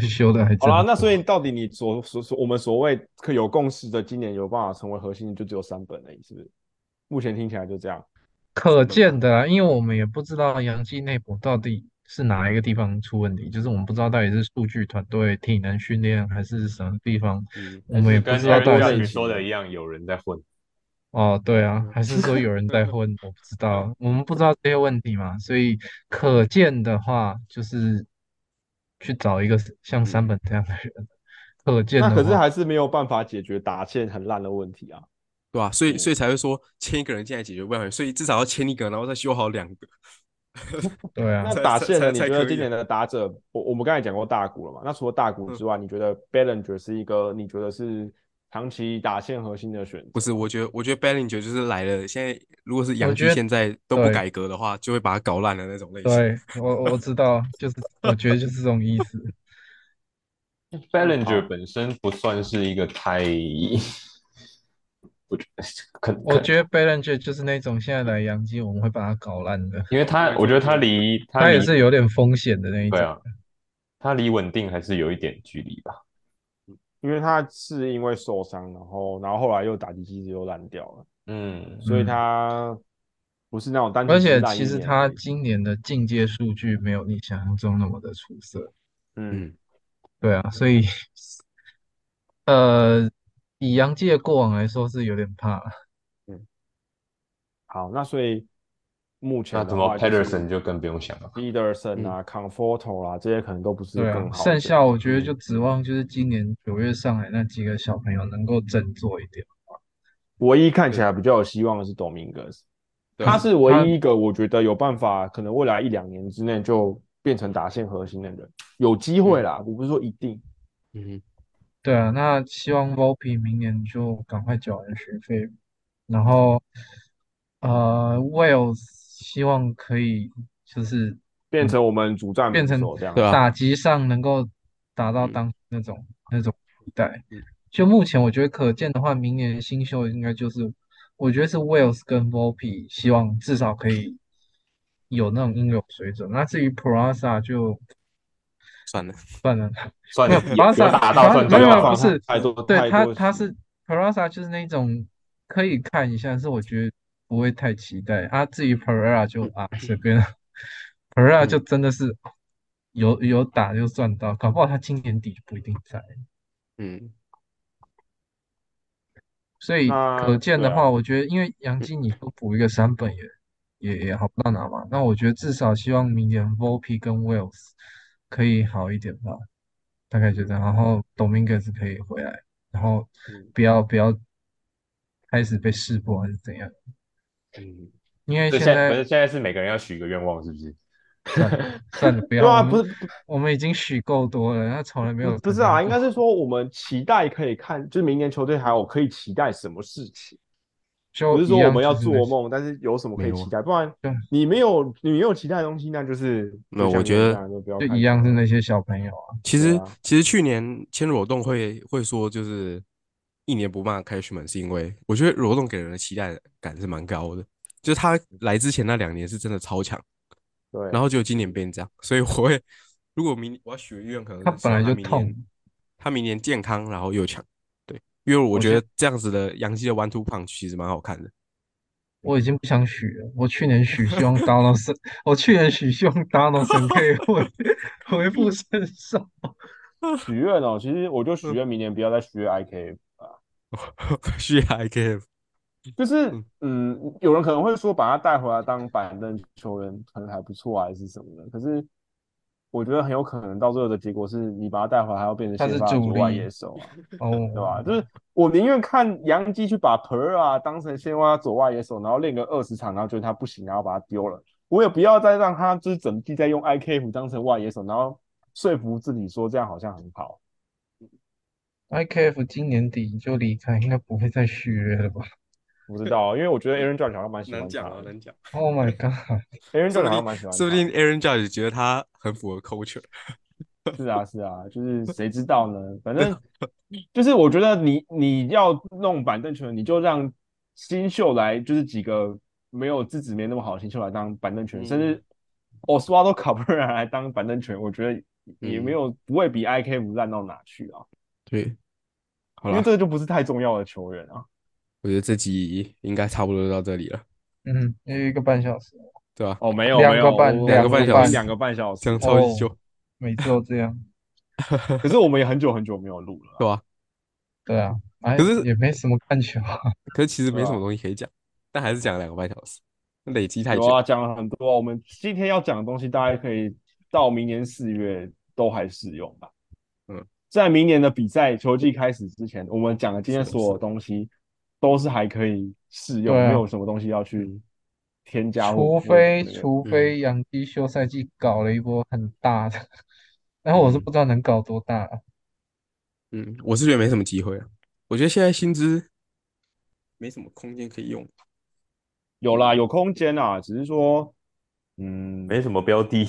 修的还
好
真
啦，那
以
所以到底你所所所我们所谓可有共识的，今年有办法成为核心的就只有三本而已，是不是？目前听起来就这样。
可见的啊，因为我们也不知道杨基内部到底是哪一个地方出问题，就是我们不知道到底是数据团队、体能训练还是什么地方，
嗯
我们也不
跟
知道到
Aaron
底
Judge
是
说的一样，有人在混。
哦，对啊，还是说有人在混，我不知道，我们不知道这些问题嘛，所以可见的话就是去找一个像山本这样的人，可见
那
的
可是
话，
还是没有办法解决打线很烂的问题啊。
对吧、所以所以才会说签一个人进来解决不了，所以至少要签一个，然后再修好两个。
对啊
嗯
那，
才
打
才
线
才
呢？你
才
觉得
可以
今年
啊
的打者，我我们刚才讲过大谷了嘛？那除了大
嗯
谷之外，你觉得 Bellinger 是一个你觉得是长期打线核心的选择？
不是，我觉得我觉得 Bellinger 就是来了，现在如果是
我
杨
觉
基
得
现在都不
对
改革的话，就会把它搞烂的那种类型。
对，我我知道，就是我觉得就是这种意思，
Ballinger 本身不算是一个太，我觉得可
我
可，
觉得 Bellinger 就是那种现在来杨基我们会把他搞烂
<laughs>
的，
因为他我觉得他离他
他也
离
是有点风险的那一
对
种，
啊，他离稳定还是有一点距离吧。
因为他是因为受伤，然后然后后来又打击机制又烂掉了，
嗯，
所以
嗯
他不是那种单纯
而
只
且
烂
其
一
实
年
他
而已
今年的进阶数据没有你想象中那么的出色。
嗯
嗯，
<laughs>
对啊，所以，呃，以洋基的过往来说是有点怕了。
好，那所以目前
那
的
怎么
话
Patterson 就更不用想了。
Peterson 啊、Conforto 啊这些可能都不是
嗯对啊，
更好的
剩下我觉得
嗯
就指望就是今年九月上来那几个小朋友能够振作一点。
唯一看起来比较有希望的是 Dominguez，
对啊
他是唯一一个我觉得有办法，可能未来一两年之内就变成打线核心的人，有机会啦，我不是说一定。
嗯哼，
对啊，那希望 Volpe 明年就赶快缴完学费，然后呃，Wales 希望可以就是
变成我们主战
变成
捕手这样，
对啊
打击上能够达到
嗯
当那种那种期待。就目前我觉得可见的话，明年新秀应该就是，我觉得是 Wales 跟 Volpe，希望至少可以有那种应有水准。那至于 Peraza 就
算了，
算了，
算
没有 Peraza
打到算
Peraza- 没有没有
赚到
不是，
太多
对
太
他
多，
他是 Peraza 就是那种可以看一下，但是我觉得不会太期待。啊，至于 Pereira 就啊随便了，Pereira 就真的是有有打就赚到，搞不好他今年底就不一定在。
嗯，
所以
那
可见的
对啊嗯
话，我觉得因为杨基你多补一个三本也也也好不到哪嘛。那我觉得至少希望明年 Volpe 跟 Wales 可以好一点吧，大概就这样。然后 Dominguez 可以回来，然后
嗯
不要不要开始被试播还是怎样，
嗯，
因为
所以
现
现在
在
不是现在是每个人要许一个愿望，是不是？
算了
<laughs>
算了，不
对
要，
啊，
我们
不是不
我们已经许够多了，那从来没有
不是
成
啊，
功
应
过
该是说我们期待可以看，就是明年球队还有可以期待什么事情。
就
不是
一
说我
样
们要
就是
做
那些
梦，但是有什么可以期待？不然
对
你没有你没有期待的东西，那就是
没有
就像
我觉得
你讲的就不要
就
看
一样
球
是
了
那些小朋友啊，
其实、
对啊
其实去年签罗栋会会说就是一年不骂开 a 门，是因为我觉得罗栋给人的期待感是蛮高的，就是他来之前那两年是真的超强，
嗯对，啊
然后就今年变这样，所以我会如果明我要许的愿，可能
他
是希
本
望
来就
明
痛
年他明年健康，然后又强，对，因为我
我
觉
觉
得这样子的杨基的 one two punch 其实蛮好看的，
我已经不想许了。我去年许希望 Donaldson，我 <laughs> 去年许希望 Donaldson
<laughs>
可以回回复身手。
许愿哦，其实我就
嗯
许愿明年不要再许愿 IK 吧。
需要 I K F，
就是
嗯
嗯，有人可能会说把他带回来当板凳球员可能还不错啊，还是什么的。可是我觉得很有可能到最后的结果是你把他带回来，还要变成
他是
先发的
主
左外
力
野手啊，对吧？
哦，
就是我宁愿看杨基去把 Per 啊当成先发左外野手，然后练个二十场，然后觉得他不行，然后把他丢了。我也不要再让他就是整季在用 IKF 当成外野手，然后说服自己说这样好像很好。
，IKF 今年底就离开，应该不会再续约了吧
不知道，啊因为我觉得 Aaron Judge 好像蛮喜欢他的。
讲，啊
？Oh my god！ <laughs>
Aaron
说
Judge
不
好
定
像蛮喜欢他的。
说不定 Aaron Judge 觉得他很符合 culture，
是啊，是啊， <laughs> 就是谁知道呢？反正就是我觉得你你要弄板凳球员，你就让新秀来，就是几个没有资质没那么好的新秀来当板凳球员，甚至 Oswaldo <laughs> Cabrera 来当板凳球员，我觉得也没有不会比 IK 不烂到哪去啊，
对，好
因为
了
这，个就不是太重要的球员啊。
我觉得这集应该差不多到这里了，
嗯，有一个半小时，
对吧？
哦，没有
两
没
个
有，
半
我
两个
我
半
我
小时
们两个半小
这
时
样，超级
哦
久，
每次都这
<laughs>
样。
可是我们也很久很久没有录了啊。
对吧？
对啊，哎，
可是
也没什么
<laughs>
看球啊。
可是其实没
对
什
啊
么东西可以讲，但还是讲了两个半小时，累积太
有
久。
啊，讲了很多啊，我们今天要讲的东西，大概可以到明年四月都还适用吧。
嗯，
在明年的比赛球季开始之前，我们讲的今天所有东西都是还可以适用，
对啊
没有什么东西要去添加
除
或
非
那个嗯
除非洋基休赛季搞了一波很大
<laughs>
的，然后我是
嗯
不知道能搞多大啊。
嗯，我是觉得没什么机会啊。我觉得现在薪资没什么空间可以用。
有啦，有空间啦，只是说，嗯，
没什么标的，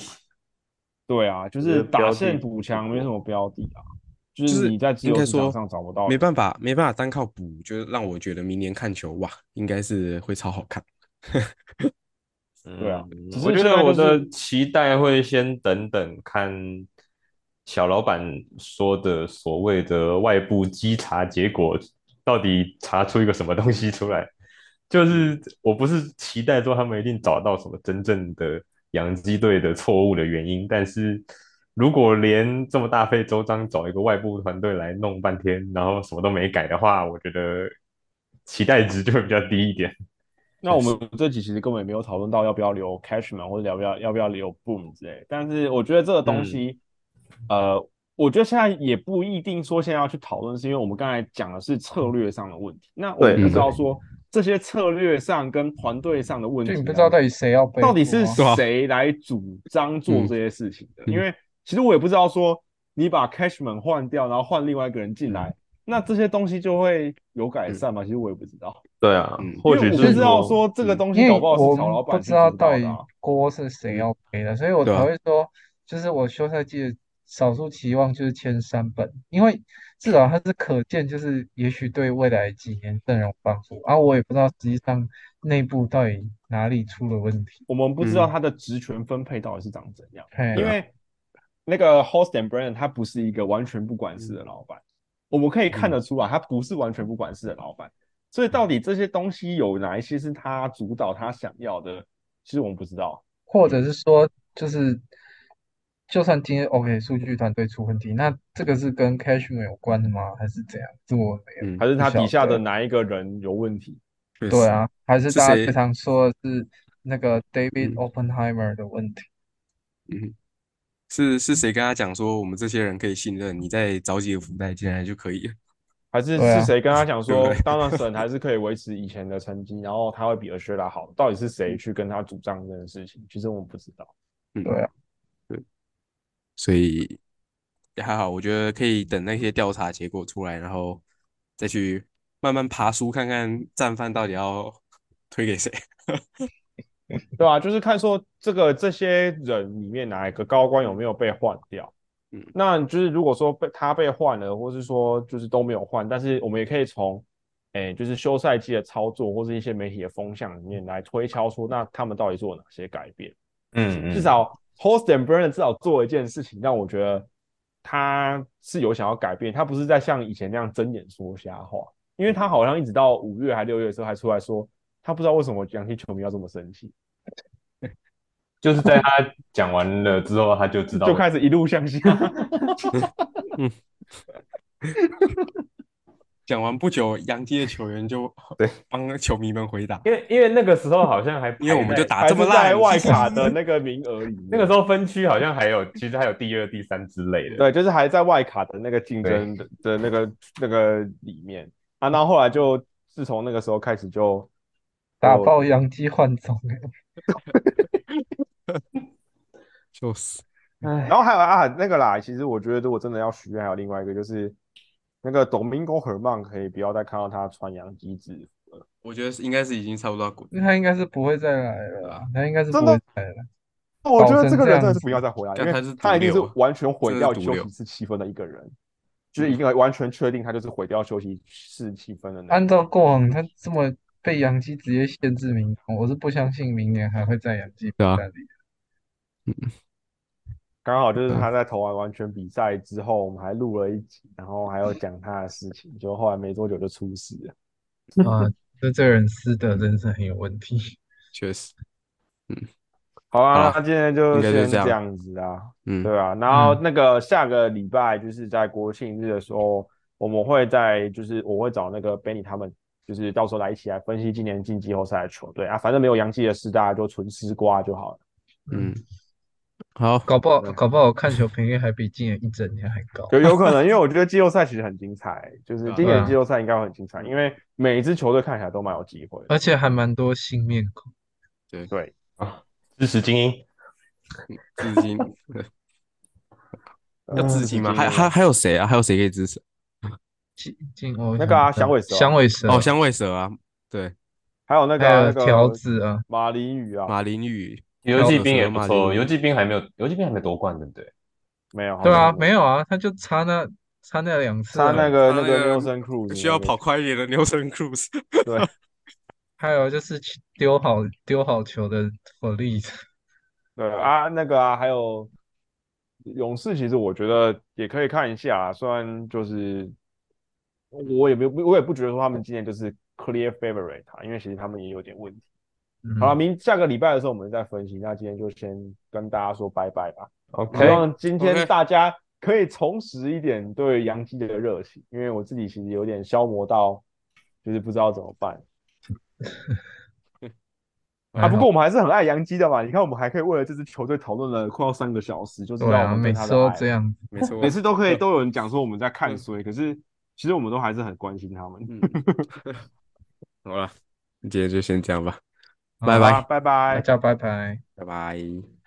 对啊，就
觉
是
得标
打
的
线补强没什么标的啊，就
就是是
你在自
应
由
该
市场
说
上找不到
没
人
办法，没办法单靠补，就是让我觉得明年看球哇，应该是会超好看。
对啊
嗯
只是
我觉
现
得
在
我
就
的
是
期待会先等等看小老板说的所谓的外部稽查结果到底查出一个什么东西出来。就是
嗯
我不是期待说他们一定找到什么真正的洋基队的错误的原因，但是
如果连这么大费周章找一个外部团队来弄半天，然后什么都没改的话，我觉得期待值就会比较低一点。
那我们这集其实根本也没有讨论到要不要留 Cashman 或者要不要要不要留 Boom 之类，但是我觉得这个
嗯
东西，呃，我觉得现在也不一定说现在要去讨论，是因为我们刚才讲的是策略上的问题。那我
对
们不知道说这些策略上跟团队上的问题啊，
就你不知道到底谁要背锅啊，
到底是
对啊
谁来主张做
嗯
这些事情的？
嗯
因为其实我也不知道说你把 Cashman 换掉，然后换另外一个人进
嗯
来，那这些东西就会有改善吗？其实我也不知道，
对啊
嗯
或
因为
许
我
是
不知道说这个东
因
西
为
搞不好
我
是曹老板
不
去
知道
主
到
导
底
的啊
锅是谁要背的，所以我
对啊
才会说，就是我休赛季的少数期望就是签三本，因为至少它是可见，就是也许对未来几年阵容有帮助啊，我也不知道实际上内部到底哪里出了问题，
我们不知道
嗯
他的职权分配到底是长怎样。
嘿
因，为那个 Host and Brand 他不是一个完全不管事的老板，我们可以看得出来，他不是完全不管事的老板。所以到底这些东西有哪一些是他主导他想要的，其实我们不知道。
或者是说就是。就算今天 OK 数据团队出问题，那这个是跟 Cashman 有关的吗？还是怎样？这我没有。
嗯
还，是他底下
不晓
的
得
哪一个人有问题？
确
对
实，
啊，还是
是
大家
谁
最常说的是那个 David
嗯
Oppenheimer 的问题。
嗯，是是谁跟他讲说我们这些人可以信任，你再找几个福袋进来就可以了？
还是
对啊
是谁跟他讲
对
说
不对
d o n a l d o n 还是可以维持以前的成绩，然后他会比 a s h e r a 好？到底是谁去跟他主张这件事情？其实我们不知道。
嗯，
对啊，
对，所以也还好，我觉得可以等那些调查结果出来，然后再去慢慢爬书，看看战犯到底要 <laughs> 推给谁。
对啊，就是看说这个这些人里面哪一个高官有没有被换掉。
嗯
那就是如果说被他被换了，或是说就是都没有换，但是我们也可以从，哎，就是休赛季的操作或是一些媒体的风向里面来推敲说，那他们到底做了哪些改变？
嗯嗯，
至少 Host and Burn 至少做了一件事情，让我觉得他是有想要改变，他不是在像以前那样睁眼说瞎话，因为他好像一直到五月还六月的时候还出来说，他不知道为什么洋基球迷要这么生气。
就是在他讲完了之后，他就知道
<laughs> 就开始一路向下。
讲完不久，洋基的球员就
对
帮球迷们回答，
因为因为那个时候好
<laughs>
像还
因为我们就
排在
打这么
还是在
烂，
外卡的那个名额
<laughs>
里面，
那个时候分区好像还有，其实还有第二、第三之类的。
对，啊就是还在外卡的那个竞争的的那个那个里面啊。然后后来就自从那个时候开始就
打
就
爆洋基换总，
就是
唉，
然后还有啊那个啦，其实我觉得如果真的要许愿，还有另外一个就是那个 Domingo Herman 可以不要再看到他穿洋基制服。
我觉得是应该是已经差不多要滚。
那他应该是不会再来了啦，他应该是不
真的
会再来了。
那我觉
搞
得
成
这个人
这
真
样
的
子
是不要再回来，因
但
为
他是
他一
毒
定是
瘤啊
完全毁
真的
掉
是嗯毒
休
瘤
息室气氛的一个人，就是一个完全确定他就是毁掉休息室气氛的那
按
个。
照过往，他这么被洋基直接限制名额，我是不相信明年还会在洋基
对啊
那里。
刚好就是他在投完完全比赛之后，我们还录了一集，然后还有讲他的事情，就后来没多久就出事了。
啊， <laughs> 那这个人私德真是很有问题。
确实，
好
好
啊，
啦
那今天就
应该就
先
这样
这样子啊，
嗯，
对啊，然后那个下个礼拜就是在国庆日的时候，我们会在就是我会找那个 Benny 他们，就是到时候来一起来分析今年进季后赛的球队啊，反正没有洋基的事，大家就纯吃瓜就好了。
嗯，好，
搞不好，
对啊
搞不好我看球频率还比今年一整年还高。
有有可能，因为我觉得季后赛其实很精彩，就是今
对
年
啊
季后赛应该会很精彩，因为每一支球队看起来都蛮有机会的。
而且还蛮多新面孔，
对，
支持精英，
至 <laughs> 今要
自
至
己
今吗？还还还有谁啊？还有谁可以支持？
进进哦，
那个啊
想
响
不
尾
到
蛇啊
响尾蛇
哦，香味蛇啊，对，
还有那个
还
啊
有
那个
条子啊，
马林鱼啊，
马林鱼，
游击兵也不
马林
错，
鱼
游击兵还没有，游击兵还没夺冠，对不对？
没有，
对
好
啊，
像
没有啊，他就差那差那两次
他
啊而
那
已
个
他
那
那个
个 Nelson Cruz
需要
那个
跑快一点的 Nelson Cruz。
对。
还有就是去丢好丢好球的火力，
对啊，那个啊，还有勇士，其实我觉得也可以看一下啊虽然就是我也没有，我也不觉得说他们今年就是 clear favorite 啊，因为其实他们也有点问题。
嗯
好了，明下个礼拜的时候我们再分析。那今天就先跟大家说拜拜吧。希
OK，
望今天
OK
大家可以重拾一点对洋基的热情，因为我自己其实有点消磨到，就是不知道怎么办啊。
还
不
好
过我们还是很爱洋基的嘛，你看我们还可以为了这支球队讨论了快要三个小时，就知道
对
我
啊，
们
每
对他
次
的
都
爱
这。样，
没 <laughs> 错，
每次都可以都有人讲说我们在看衰，可是其实我们都还是很关心他们。
嗯，好了，今天就先这样吧，
好
拜
好
拜
啊
啦，拜拜
大。家拜拜。
拜拜。